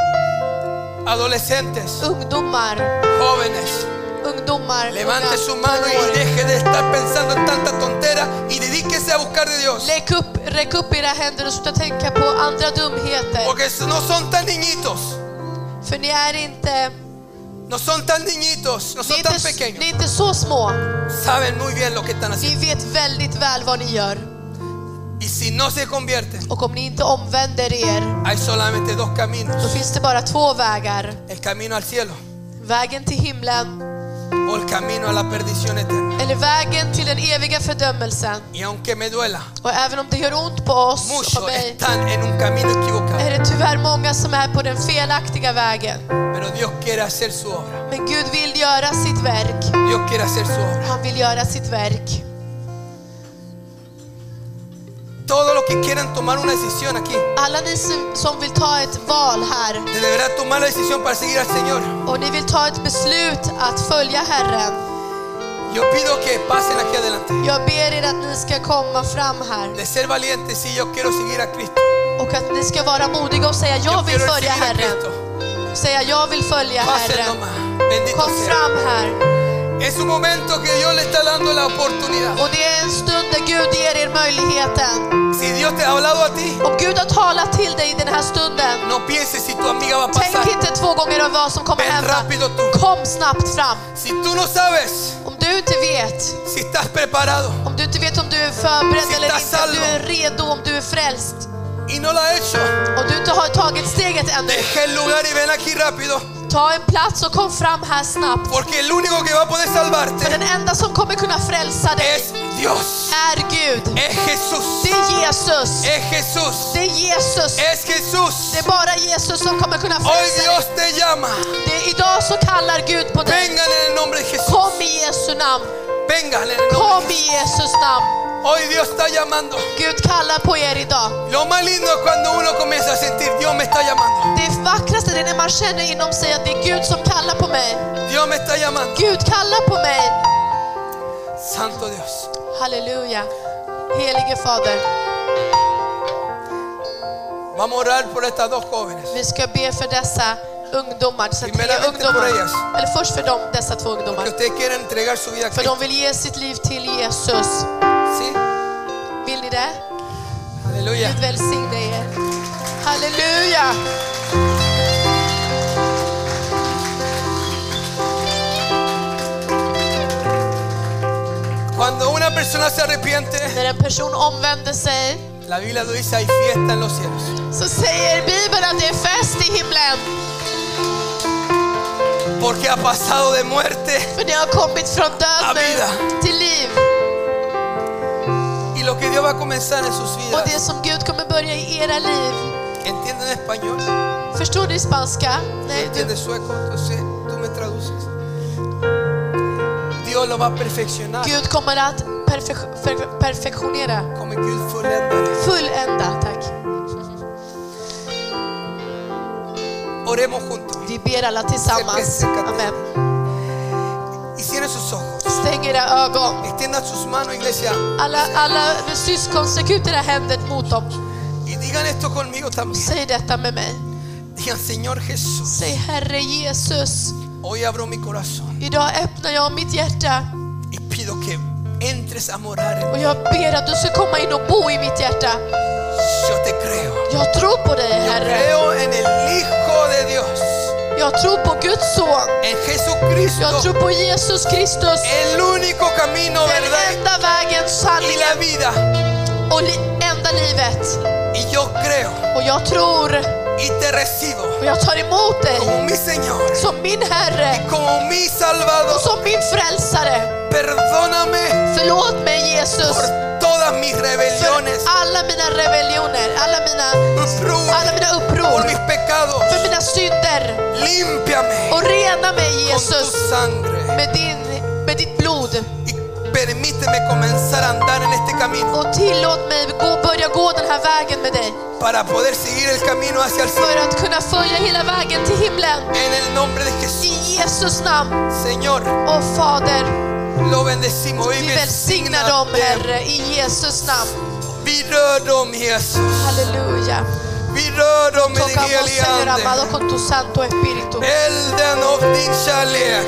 [SPEAKER 1] adolescentes,
[SPEAKER 2] ungdomar,
[SPEAKER 1] jóvenes,
[SPEAKER 2] ungdomar,
[SPEAKER 1] Levante
[SPEAKER 2] unga
[SPEAKER 1] su mano y
[SPEAKER 2] tonåringar.
[SPEAKER 1] deje de estar pensando en tanta tontera y dedíquese a buscar de Dios.
[SPEAKER 2] Lägg upp, räck upp era händer och sluta tänka på andra dumheter.
[SPEAKER 1] Porque no son tan niñitos,
[SPEAKER 2] För ni är inte,
[SPEAKER 1] no son tan niñitos, no
[SPEAKER 2] ni är
[SPEAKER 1] son tan
[SPEAKER 2] inte, ni
[SPEAKER 1] pequeños.
[SPEAKER 2] är inte så små.
[SPEAKER 1] Saben muy bien lo que están haciendo.
[SPEAKER 2] Ni vet väldigt väl vad ni gör.
[SPEAKER 1] Y si no se convierten,
[SPEAKER 2] Och om ni inte omvänder er,
[SPEAKER 1] hay solamente dos
[SPEAKER 2] då
[SPEAKER 1] caminos.
[SPEAKER 2] finns det bara två vägar.
[SPEAKER 1] El camino al cielo
[SPEAKER 2] Vägen till himlen
[SPEAKER 1] o el camino a la perdición eterna.
[SPEAKER 2] eller vägen till den eviga fördömelsen.
[SPEAKER 1] Y aunque me duela,
[SPEAKER 2] Och även om det gör ont på oss och
[SPEAKER 1] muchos
[SPEAKER 2] mig
[SPEAKER 1] están en un camino equivocado.
[SPEAKER 2] är det tyvärr många som är på den felaktiga vägen.
[SPEAKER 1] Pero Dios quiere hacer su obra.
[SPEAKER 2] Men Gud vill göra sitt verk.
[SPEAKER 1] Dios quiere hacer su obra.
[SPEAKER 2] Han vill göra sitt verk.
[SPEAKER 1] Todos los que quieran tomar una decisión aquí,
[SPEAKER 2] Alla ni som- som vill ta ett val här
[SPEAKER 1] de deberá tomar la decisión para seguir al Señor.
[SPEAKER 2] och ni vill ta ett beslut att följa Herren.
[SPEAKER 1] Yo pido que pasen aquí adelante.
[SPEAKER 2] Jag ber er att ni ska komma fram här
[SPEAKER 1] De ser valientes, si yo quiero seguir a Cristo.
[SPEAKER 2] och att ni ska vara modiga och säga jag vill
[SPEAKER 1] quiero
[SPEAKER 2] följa
[SPEAKER 1] seguir a
[SPEAKER 2] Herren.
[SPEAKER 1] Cristo.
[SPEAKER 2] Säga jag vill följa
[SPEAKER 1] Pásenlo
[SPEAKER 2] Herren.
[SPEAKER 1] más. Bendito
[SPEAKER 2] Kom
[SPEAKER 1] sea.
[SPEAKER 2] fram här.
[SPEAKER 1] Es un momento que Dios le está dando la oportunidad.
[SPEAKER 2] Och det är en stund där Gud ger er möjligheten.
[SPEAKER 1] Si Dios te ha hablado a ti,
[SPEAKER 2] Om Gud har talat till dig i den här stunden,
[SPEAKER 1] no pienses si tu amiga va a pasar.
[SPEAKER 2] tänk inte två gånger om vad som kommer
[SPEAKER 1] Ven
[SPEAKER 2] hända.
[SPEAKER 1] rápido tú.
[SPEAKER 2] Kom snabbt fram.
[SPEAKER 1] Si tú no sabes
[SPEAKER 2] Om du inte vet,
[SPEAKER 1] si estás preparado
[SPEAKER 2] om du inte vet om du är förberedd eller inte, om du är redo, om du är frälst,
[SPEAKER 1] y no lo has hecho,
[SPEAKER 2] om du inte har tagit steget ännu,
[SPEAKER 1] deja el lugar y ven aquí rápido.
[SPEAKER 2] Ta en plats och kom fram här snabbt.
[SPEAKER 1] Porque el único que va a poder
[SPEAKER 2] För
[SPEAKER 1] salvarte
[SPEAKER 2] den enda som kommer kunna frälsa dig
[SPEAKER 1] es Dios.
[SPEAKER 2] är Gud.
[SPEAKER 1] Es Jesús.
[SPEAKER 2] Det är Jesus.
[SPEAKER 1] Es Jesús.
[SPEAKER 2] Det är Jesus.
[SPEAKER 1] Es Jesús.
[SPEAKER 2] Det är bara Jesus som kommer kunna
[SPEAKER 1] Hoy
[SPEAKER 2] frälsa dig.
[SPEAKER 1] Dios te llama.
[SPEAKER 2] Det, idag så kallar Gud på dig.
[SPEAKER 1] Vengan en el nombre de Jesús.
[SPEAKER 2] Kom i Jesu namn.
[SPEAKER 1] Vengan en el nombre.
[SPEAKER 2] Kom i Jesus namn.
[SPEAKER 1] Hoy Dios está llamando.
[SPEAKER 2] Gud kallar på er idag.
[SPEAKER 1] Lo más lindo es cuando uno comienza a sentir, Dios me está llamando.
[SPEAKER 2] Det vackraste det är när man känner inom sig att det är Gud som kallar på mig.
[SPEAKER 1] Dios me está llamando.
[SPEAKER 2] Gud kallar på mig.
[SPEAKER 1] Santo Dios.
[SPEAKER 2] Halleluja. Helige Fader,
[SPEAKER 1] Vamos a orar por estas dos jóvenes.
[SPEAKER 2] vi ska be för dessa ungdomar, dessa
[SPEAKER 1] Primeramente
[SPEAKER 2] tre
[SPEAKER 1] por
[SPEAKER 2] ungdomar.
[SPEAKER 1] ellas.
[SPEAKER 2] Eller först för dem, dessa två ungdomar.
[SPEAKER 1] Que ustedes quieren entregar su vida a
[SPEAKER 2] För
[SPEAKER 1] Cristo.
[SPEAKER 2] de vill ge sitt liv till Jesus.
[SPEAKER 1] ¿Sí?
[SPEAKER 2] Vill ni det?
[SPEAKER 1] Aleluya.
[SPEAKER 2] Gud välsigne er. Halleluja!
[SPEAKER 1] Cuando una persona se arrepiente,
[SPEAKER 2] När en person omvänder sig
[SPEAKER 1] la Biblia lo dice, hay fiesta en los cielos.
[SPEAKER 2] så säger Bibeln att det är fest i himlen.
[SPEAKER 1] Porque ha pasado de muerte
[SPEAKER 2] För ni har kommit från död
[SPEAKER 1] Amina.
[SPEAKER 2] nu till liv.
[SPEAKER 1] y lo que Dios va a comenzar en sus
[SPEAKER 2] Och det
[SPEAKER 1] vidas.
[SPEAKER 2] som Gud kommer börja i era liv.
[SPEAKER 1] ¿Entienden español?
[SPEAKER 2] Förstår ni spanska? Nej, du.
[SPEAKER 1] ¿Entiendes sueco? Entonces tú me traduces. Dios lo va a perfeccionar
[SPEAKER 2] Gud kommer att perfek- per- perfektionera.
[SPEAKER 1] como Gud fulländare.
[SPEAKER 2] Fullända, tack.
[SPEAKER 1] Oremos juntos.
[SPEAKER 2] Vi ber alla tillsammans. Amen.
[SPEAKER 1] Y cierren sus ojos.
[SPEAKER 2] Stäng era ögon.
[SPEAKER 1] Extiendan sus manos, iglesia.
[SPEAKER 2] Alla, alla syskon, sträck ut era händer mot dem.
[SPEAKER 1] Y digan esto conmigo también.
[SPEAKER 2] Säg detta med mig.
[SPEAKER 1] Digan, Señor Jesús,
[SPEAKER 2] Säg Herre Jesus,
[SPEAKER 1] hoy abro mi corazón
[SPEAKER 2] idag öppnar jag mitt hjärta
[SPEAKER 1] y pido que entres a morar. en mí.
[SPEAKER 2] och jag ber att du ska komma in och bo i mitt hjärta.
[SPEAKER 1] Yo te creo.
[SPEAKER 2] Jag tror på dig
[SPEAKER 1] Yo
[SPEAKER 2] Herre.
[SPEAKER 1] creo en el Hijo de Dios,
[SPEAKER 2] Jag tror på Guds son.
[SPEAKER 1] en
[SPEAKER 2] Jag
[SPEAKER 1] Jesucristo,
[SPEAKER 2] tror på Jesus Kristus.
[SPEAKER 1] el único camino,
[SPEAKER 2] Den
[SPEAKER 1] verdad
[SPEAKER 2] enda vägen,
[SPEAKER 1] y la
[SPEAKER 2] sanningen
[SPEAKER 1] vida.
[SPEAKER 2] och li- enda livet.
[SPEAKER 1] Y yo creo
[SPEAKER 2] Och jag tror
[SPEAKER 1] y te recibo
[SPEAKER 2] och jag tar emot dig
[SPEAKER 1] como mi Señor,
[SPEAKER 2] som min Herre.
[SPEAKER 1] como mi
[SPEAKER 2] och
[SPEAKER 1] Salvador.
[SPEAKER 2] som min frälsare.
[SPEAKER 1] Perdóname
[SPEAKER 2] Förlåt mig Jesus
[SPEAKER 1] por todas mis
[SPEAKER 2] för
[SPEAKER 1] rebeliones,
[SPEAKER 2] alla mina rebellioner, alla mina, alla
[SPEAKER 1] por
[SPEAKER 2] mina uppror,
[SPEAKER 1] mis pecados.
[SPEAKER 2] för mina synder.
[SPEAKER 1] Límpiame
[SPEAKER 2] Och rena mig
[SPEAKER 1] con tu
[SPEAKER 2] Jesus
[SPEAKER 1] sangre
[SPEAKER 2] med, din, med ditt blod.
[SPEAKER 1] y permíteme comenzar a andar en este camino
[SPEAKER 2] Och tillåt mig gå, börja gå den här vägen med dig.
[SPEAKER 1] para poder seguir el camino hacia el cielo.
[SPEAKER 2] För att kunna följa hela vägen till himlen.
[SPEAKER 1] En el nombre de Jesús,
[SPEAKER 2] I Jesus namn.
[SPEAKER 1] Señor.
[SPEAKER 2] Och Fader,
[SPEAKER 1] Lo bendecimos y
[SPEAKER 2] vi välsignar dem
[SPEAKER 1] dem.
[SPEAKER 2] Herre i Jesus namn.
[SPEAKER 1] Vi rör dem Jesus.
[SPEAKER 2] Halleluja.
[SPEAKER 1] Vi rör dem med din
[SPEAKER 2] Tocamos
[SPEAKER 1] helige
[SPEAKER 2] Señor amado
[SPEAKER 1] Ande.
[SPEAKER 2] con tu santo espíritu.
[SPEAKER 1] Elden av din kärlek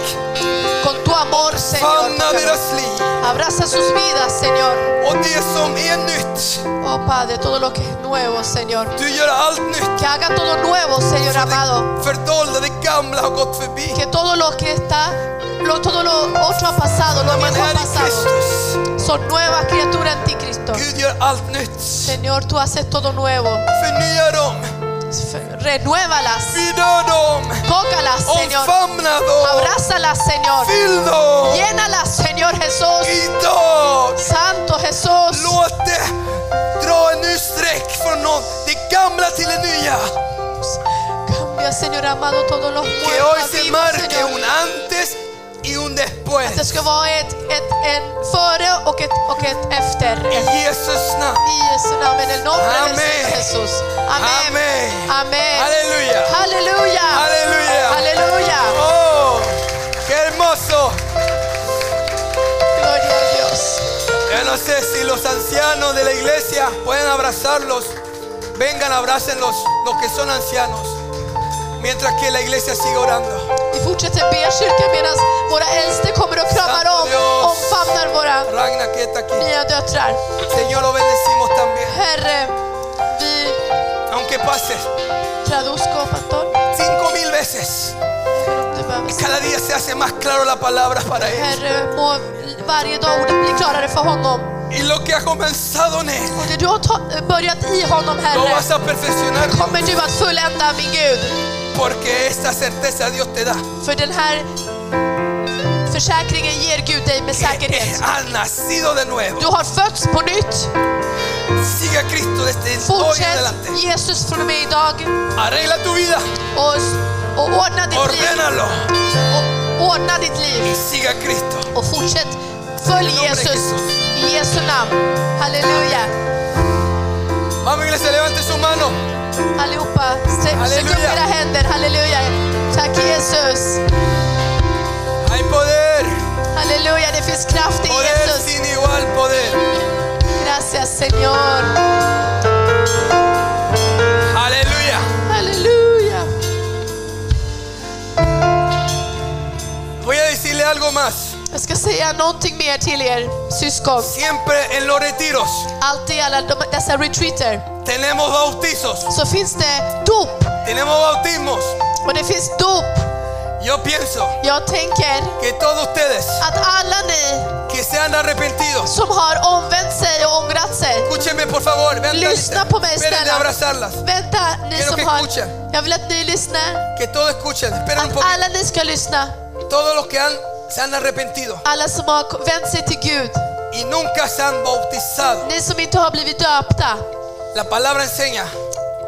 [SPEAKER 2] Con tu amor Señor.
[SPEAKER 1] famnar
[SPEAKER 2] Tócalos.
[SPEAKER 1] deras liv.
[SPEAKER 2] Abraza sus vidas, Señor.
[SPEAKER 1] Och det som är nytt,
[SPEAKER 2] Oh Padre, todo lo que es nuevo, Señor.
[SPEAKER 1] du gör allt nytt.
[SPEAKER 2] Que haga todo nuevo, Señor amado.
[SPEAKER 1] Det fördolda, det gamla har gått förbi.
[SPEAKER 2] Que todo lo que está, lo, todo lo otro ha pasado, lo
[SPEAKER 1] När man
[SPEAKER 2] viejo ha
[SPEAKER 1] är i
[SPEAKER 2] pasado.
[SPEAKER 1] Kristus,
[SPEAKER 2] Son nuevas criaturas en ti, Cristo.
[SPEAKER 1] Gud gör allt nytt.
[SPEAKER 2] Señor, tú haces todo nuevo.
[SPEAKER 1] Förnya dem,
[SPEAKER 2] F- Renuévalas.
[SPEAKER 1] vi rör dem,
[SPEAKER 2] Tócalas,
[SPEAKER 1] Oh,
[SPEAKER 2] Señor.
[SPEAKER 1] omfamna dem,
[SPEAKER 2] Abrázalas, Señor.
[SPEAKER 1] fyll dem.
[SPEAKER 2] Llénalas, Señor Jesús.
[SPEAKER 1] Idag
[SPEAKER 2] Santo Jesús.
[SPEAKER 1] Låt det dra en ny sträck från någon, det gamla till det nya.
[SPEAKER 2] Cambia, Señor amado, todos los
[SPEAKER 1] Que hoy
[SPEAKER 2] muertos.
[SPEAKER 1] se
[SPEAKER 2] vivos,
[SPEAKER 1] marque
[SPEAKER 2] Señor.
[SPEAKER 1] un antes y un
[SPEAKER 2] Att det
[SPEAKER 1] después.
[SPEAKER 2] ska vara ett, ett, en före och ett, och ett efter.
[SPEAKER 1] I
[SPEAKER 2] I
[SPEAKER 1] Jesus namn.
[SPEAKER 2] Jesu namn, en el nombre del
[SPEAKER 1] Amen.
[SPEAKER 2] Señor Jesús. Amen.
[SPEAKER 1] Amén.
[SPEAKER 2] Amen.
[SPEAKER 1] Aleluya.
[SPEAKER 2] Halleluja.
[SPEAKER 1] Aleluya.
[SPEAKER 2] Halleluja.
[SPEAKER 1] Oh, qué hermoso.
[SPEAKER 2] Gloria a Dios.
[SPEAKER 1] Yo no sé si los ancianos de la iglesia pueden abrazarlos. Vengan, abrácenlos, los que son ancianos. Mientras que la iglesia sigue orando.
[SPEAKER 2] Vi fortsätter be kyrkan medan våra äldste kommer och kramar om, omfamnar våra
[SPEAKER 1] Ragna, que está aquí.
[SPEAKER 2] nya döttrar.
[SPEAKER 1] Señor, lo bendecimos también.
[SPEAKER 2] Herre, vi
[SPEAKER 1] Aunque pases
[SPEAKER 2] traduzco, pastor.
[SPEAKER 1] cinco mil veces.
[SPEAKER 2] även om du behöver säga.
[SPEAKER 1] Cada día se hace más claro la palabra para él.
[SPEAKER 2] Herre, må varje dag ordet bli klarare för honom.
[SPEAKER 1] Y lo que ha comenzado en él,
[SPEAKER 2] Och det du har ta- börjat i honom,
[SPEAKER 1] lo
[SPEAKER 2] Herre,
[SPEAKER 1] vas a perfeccionar.
[SPEAKER 2] kommer du att fullända min Gud.
[SPEAKER 1] Porque esta certeza Dios te da.
[SPEAKER 2] För den här försäkringen ger Gud dig med
[SPEAKER 1] Que
[SPEAKER 2] säkerhet.
[SPEAKER 1] has nacido de nuevo.
[SPEAKER 2] Du har fötts på nytt.
[SPEAKER 1] Sigue a Cristo desde hoy en adelante.
[SPEAKER 2] Fortsätt Jesus från och med idag
[SPEAKER 1] Arregla tu vida.
[SPEAKER 2] och, och ordna ditt liv.
[SPEAKER 1] Ordénalo.
[SPEAKER 2] Och ordna ditt
[SPEAKER 1] Y
[SPEAKER 2] liv
[SPEAKER 1] sigue a Cristo.
[SPEAKER 2] och fortsätt följ
[SPEAKER 1] I namnet
[SPEAKER 2] Jesus
[SPEAKER 1] Jesus.
[SPEAKER 2] i Jesu namn. Halleluja!
[SPEAKER 1] Vamos, iglesia, levante su mano.
[SPEAKER 2] Allihopa, sträck sträck upp
[SPEAKER 1] Halleluja.
[SPEAKER 2] era händer. Halleluja! Tack Jesus!
[SPEAKER 1] Hay poder.
[SPEAKER 2] Halleluja, det finns kraft i
[SPEAKER 1] Poder
[SPEAKER 2] Jesus.
[SPEAKER 1] sin igual poder.
[SPEAKER 2] Gracias Señor.
[SPEAKER 1] Aleluya.
[SPEAKER 2] Halleluja!
[SPEAKER 1] Voy a decirle algo más.
[SPEAKER 2] Jag ska säga någonting mer till er syskon.
[SPEAKER 1] Siempre en los retiros
[SPEAKER 2] Alltid i alla de- dessa retreater
[SPEAKER 1] tenemos bautizos,
[SPEAKER 2] så finns det dop
[SPEAKER 1] tenemos bautismos.
[SPEAKER 2] och det finns dop.
[SPEAKER 1] Yo pienso
[SPEAKER 2] Jag tänker
[SPEAKER 1] que todos ustedes
[SPEAKER 2] att alla ni
[SPEAKER 1] que se han arrepentido,
[SPEAKER 2] som har omvänt sig och ångrat sig
[SPEAKER 1] escúchenme por favor, vean
[SPEAKER 2] Lyssna på mig
[SPEAKER 1] esperen de
[SPEAKER 2] snälla.
[SPEAKER 1] abrazarlas,
[SPEAKER 2] Vänta, ni
[SPEAKER 1] Quiero
[SPEAKER 2] som
[SPEAKER 1] que
[SPEAKER 2] har...
[SPEAKER 1] escuchen.
[SPEAKER 2] Jag vill att ni lyssnar.
[SPEAKER 1] que todos escuchen, esperen un
[SPEAKER 2] Att
[SPEAKER 1] poquito,
[SPEAKER 2] alla ni ska lyssna.
[SPEAKER 1] todos los que han, se han arrepentido
[SPEAKER 2] Alla som har vänt sig till Gud.
[SPEAKER 1] y nunca se han bautizado.
[SPEAKER 2] Ni som inte har blivit döpta.
[SPEAKER 1] La palabra enseña,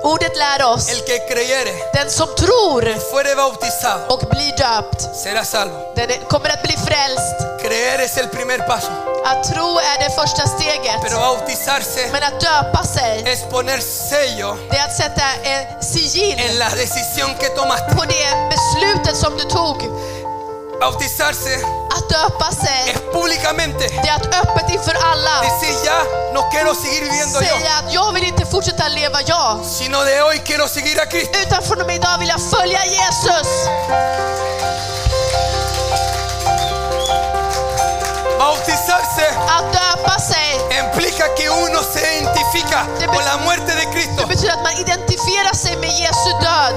[SPEAKER 2] Ordet lär oss.
[SPEAKER 1] el que creyere
[SPEAKER 2] Den som tror
[SPEAKER 1] fuere bautizado
[SPEAKER 2] och blir döpt,
[SPEAKER 1] será salvo.
[SPEAKER 2] den är- kommer att bli frälst.
[SPEAKER 1] Creer es el primer paso,
[SPEAKER 2] Att tro är det första
[SPEAKER 1] pero
[SPEAKER 2] steget.
[SPEAKER 1] bautizarse
[SPEAKER 2] Men att döpa sig,
[SPEAKER 1] es poner sello
[SPEAKER 2] det är att sätta en sigill
[SPEAKER 1] en la decisión que tomaste.
[SPEAKER 2] på det beslutet som du tog.
[SPEAKER 1] Bautizarse
[SPEAKER 2] Att döpa sig,
[SPEAKER 1] es públicamente
[SPEAKER 2] det är att öppet inför alla
[SPEAKER 1] decir ya no quiero seguir viviendo yo,
[SPEAKER 2] säga att jag vill inte fortsätta leva jag.
[SPEAKER 1] sino de hoy quiero seguir a Cristo.
[SPEAKER 2] Utan från och med idag vill jag följa Jesus.
[SPEAKER 1] Bautizarse
[SPEAKER 2] Att döpa sig,
[SPEAKER 1] implica que uno se identifica con la muerte de Cristo
[SPEAKER 2] det betyder att man identifierar sig med Jesu död.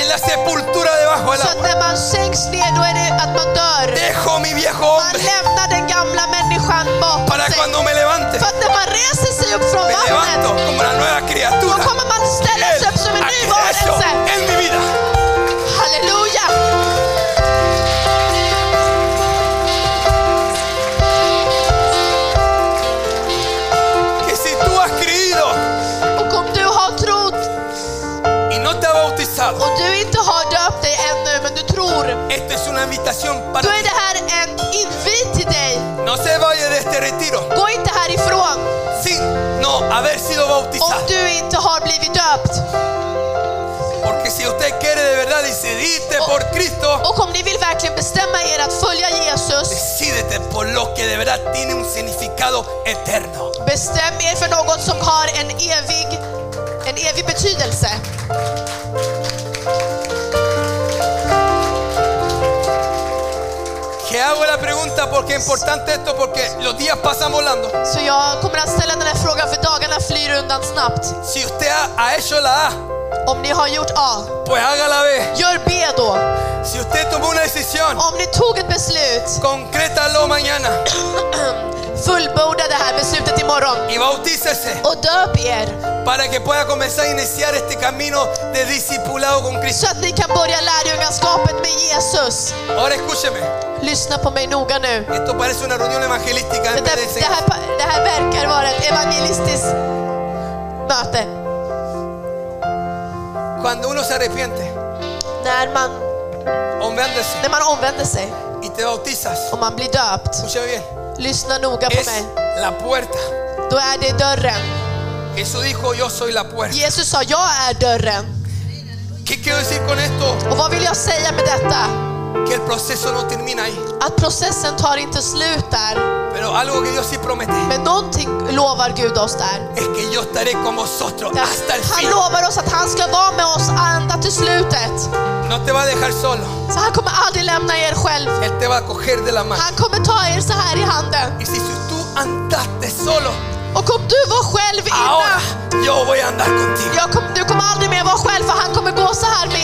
[SPEAKER 1] en la sepultura debajo del
[SPEAKER 2] Så att
[SPEAKER 1] agua.
[SPEAKER 2] när man sänks ner, då är det att man dör.
[SPEAKER 1] Dejo mi viejo
[SPEAKER 2] Man
[SPEAKER 1] hombre
[SPEAKER 2] lämnar den gamla människan bakom
[SPEAKER 1] para
[SPEAKER 2] sig.
[SPEAKER 1] cuando me levante.
[SPEAKER 2] För att när man reser sig upp från
[SPEAKER 1] Me
[SPEAKER 2] vattnet,
[SPEAKER 1] levanto como la nueva
[SPEAKER 2] då
[SPEAKER 1] criatura.
[SPEAKER 2] kommer man ställa sig upp som en
[SPEAKER 1] Él
[SPEAKER 2] ny
[SPEAKER 1] ha hecho
[SPEAKER 2] varelse.
[SPEAKER 1] en mi vida.
[SPEAKER 2] Halleluja!
[SPEAKER 1] Que si tú has creído
[SPEAKER 2] Och om du har trott
[SPEAKER 1] y no te has bautizado,
[SPEAKER 2] och du inte har döpt dig ännu, men du tror,
[SPEAKER 1] esta es una invitación para
[SPEAKER 2] då är
[SPEAKER 1] ti.
[SPEAKER 2] det här en invit till dig.
[SPEAKER 1] No se vaya de este retiro
[SPEAKER 2] Gå inte härifrån
[SPEAKER 1] sin no haber sido
[SPEAKER 2] om
[SPEAKER 1] bautizado.
[SPEAKER 2] du inte har blivit döpt.
[SPEAKER 1] Porque si usted quiere de verdad decidirte
[SPEAKER 2] Oh.
[SPEAKER 1] por Cristo,
[SPEAKER 2] Och om ni vill verkligen bestämma er att följa Jesus,
[SPEAKER 1] decídete por lo que de verdad tiene un significado eterno.
[SPEAKER 2] bestäm er för något som har en evig, en evig betydelse.
[SPEAKER 1] Que hago la pregunta porque es importante esto, porque los días pasan volando.
[SPEAKER 2] Så jag kommer att ställa den här frågan för dagarna flyr undan snabbt.
[SPEAKER 1] Si usted ha, ha hecho la A,
[SPEAKER 2] Om ni har gjort A,
[SPEAKER 1] pues haga la B.
[SPEAKER 2] gör B då.
[SPEAKER 1] Si usted tomó una decisión,
[SPEAKER 2] Om ni tog ett beslut,
[SPEAKER 1] concrétalo mañana
[SPEAKER 2] fullborda det här beslutet imorgon
[SPEAKER 1] y bautícese
[SPEAKER 2] och döp er
[SPEAKER 1] para que pueda comenzar a iniciar este camino de discipulado con Cristo.
[SPEAKER 2] så att ni kan börja lärjungaskapet med Jesus.
[SPEAKER 1] Ahora escúcheme,
[SPEAKER 2] Lyssna på mig noga nu.
[SPEAKER 1] esto parece una reunión evangelística
[SPEAKER 2] Det,
[SPEAKER 1] en vez
[SPEAKER 2] där,
[SPEAKER 1] de
[SPEAKER 2] det,
[SPEAKER 1] enseñanza.
[SPEAKER 2] här, pa- det här verkar vara ett evangelistiskt möte.
[SPEAKER 1] Cuando uno se arrepiente,
[SPEAKER 2] När man,
[SPEAKER 1] Omvéndelse
[SPEAKER 2] när man omvänder sig
[SPEAKER 1] y te bautizas.
[SPEAKER 2] och man blir döpt,
[SPEAKER 1] Escúchame bien.
[SPEAKER 2] lyssna noga på
[SPEAKER 1] Es
[SPEAKER 2] mig.
[SPEAKER 1] la puerta.
[SPEAKER 2] Då är det dörren.
[SPEAKER 1] Jesús dijo, yo soy la puerta.
[SPEAKER 2] Jesus sa, jag är dörren.
[SPEAKER 1] ¿Qué quiero decir con esto?
[SPEAKER 2] Och vad vill jag säga med detta?
[SPEAKER 1] Que el proceso no termina ahí.
[SPEAKER 2] Att processen tar inte slut där.
[SPEAKER 1] Pero algo que Dios sí promete
[SPEAKER 2] Men någonting lovar Gud oss där.
[SPEAKER 1] es que yo estaré con vosotros hasta el
[SPEAKER 2] Han
[SPEAKER 1] fin.
[SPEAKER 2] lovar oss att han ska vara med oss ända till slutet.
[SPEAKER 1] No te va a dejar solo.
[SPEAKER 2] Så han kommer aldrig lämna er själv.
[SPEAKER 1] Él te va a coger de la mano.
[SPEAKER 2] Han kommer ta er så här i handen.
[SPEAKER 1] Y si tú andaste solo,
[SPEAKER 2] Och om du var själv innan,
[SPEAKER 1] ahora yo voy a andar contigo.
[SPEAKER 2] jag kom, du kommer aldrig mer vara själv för han kommer gå så här med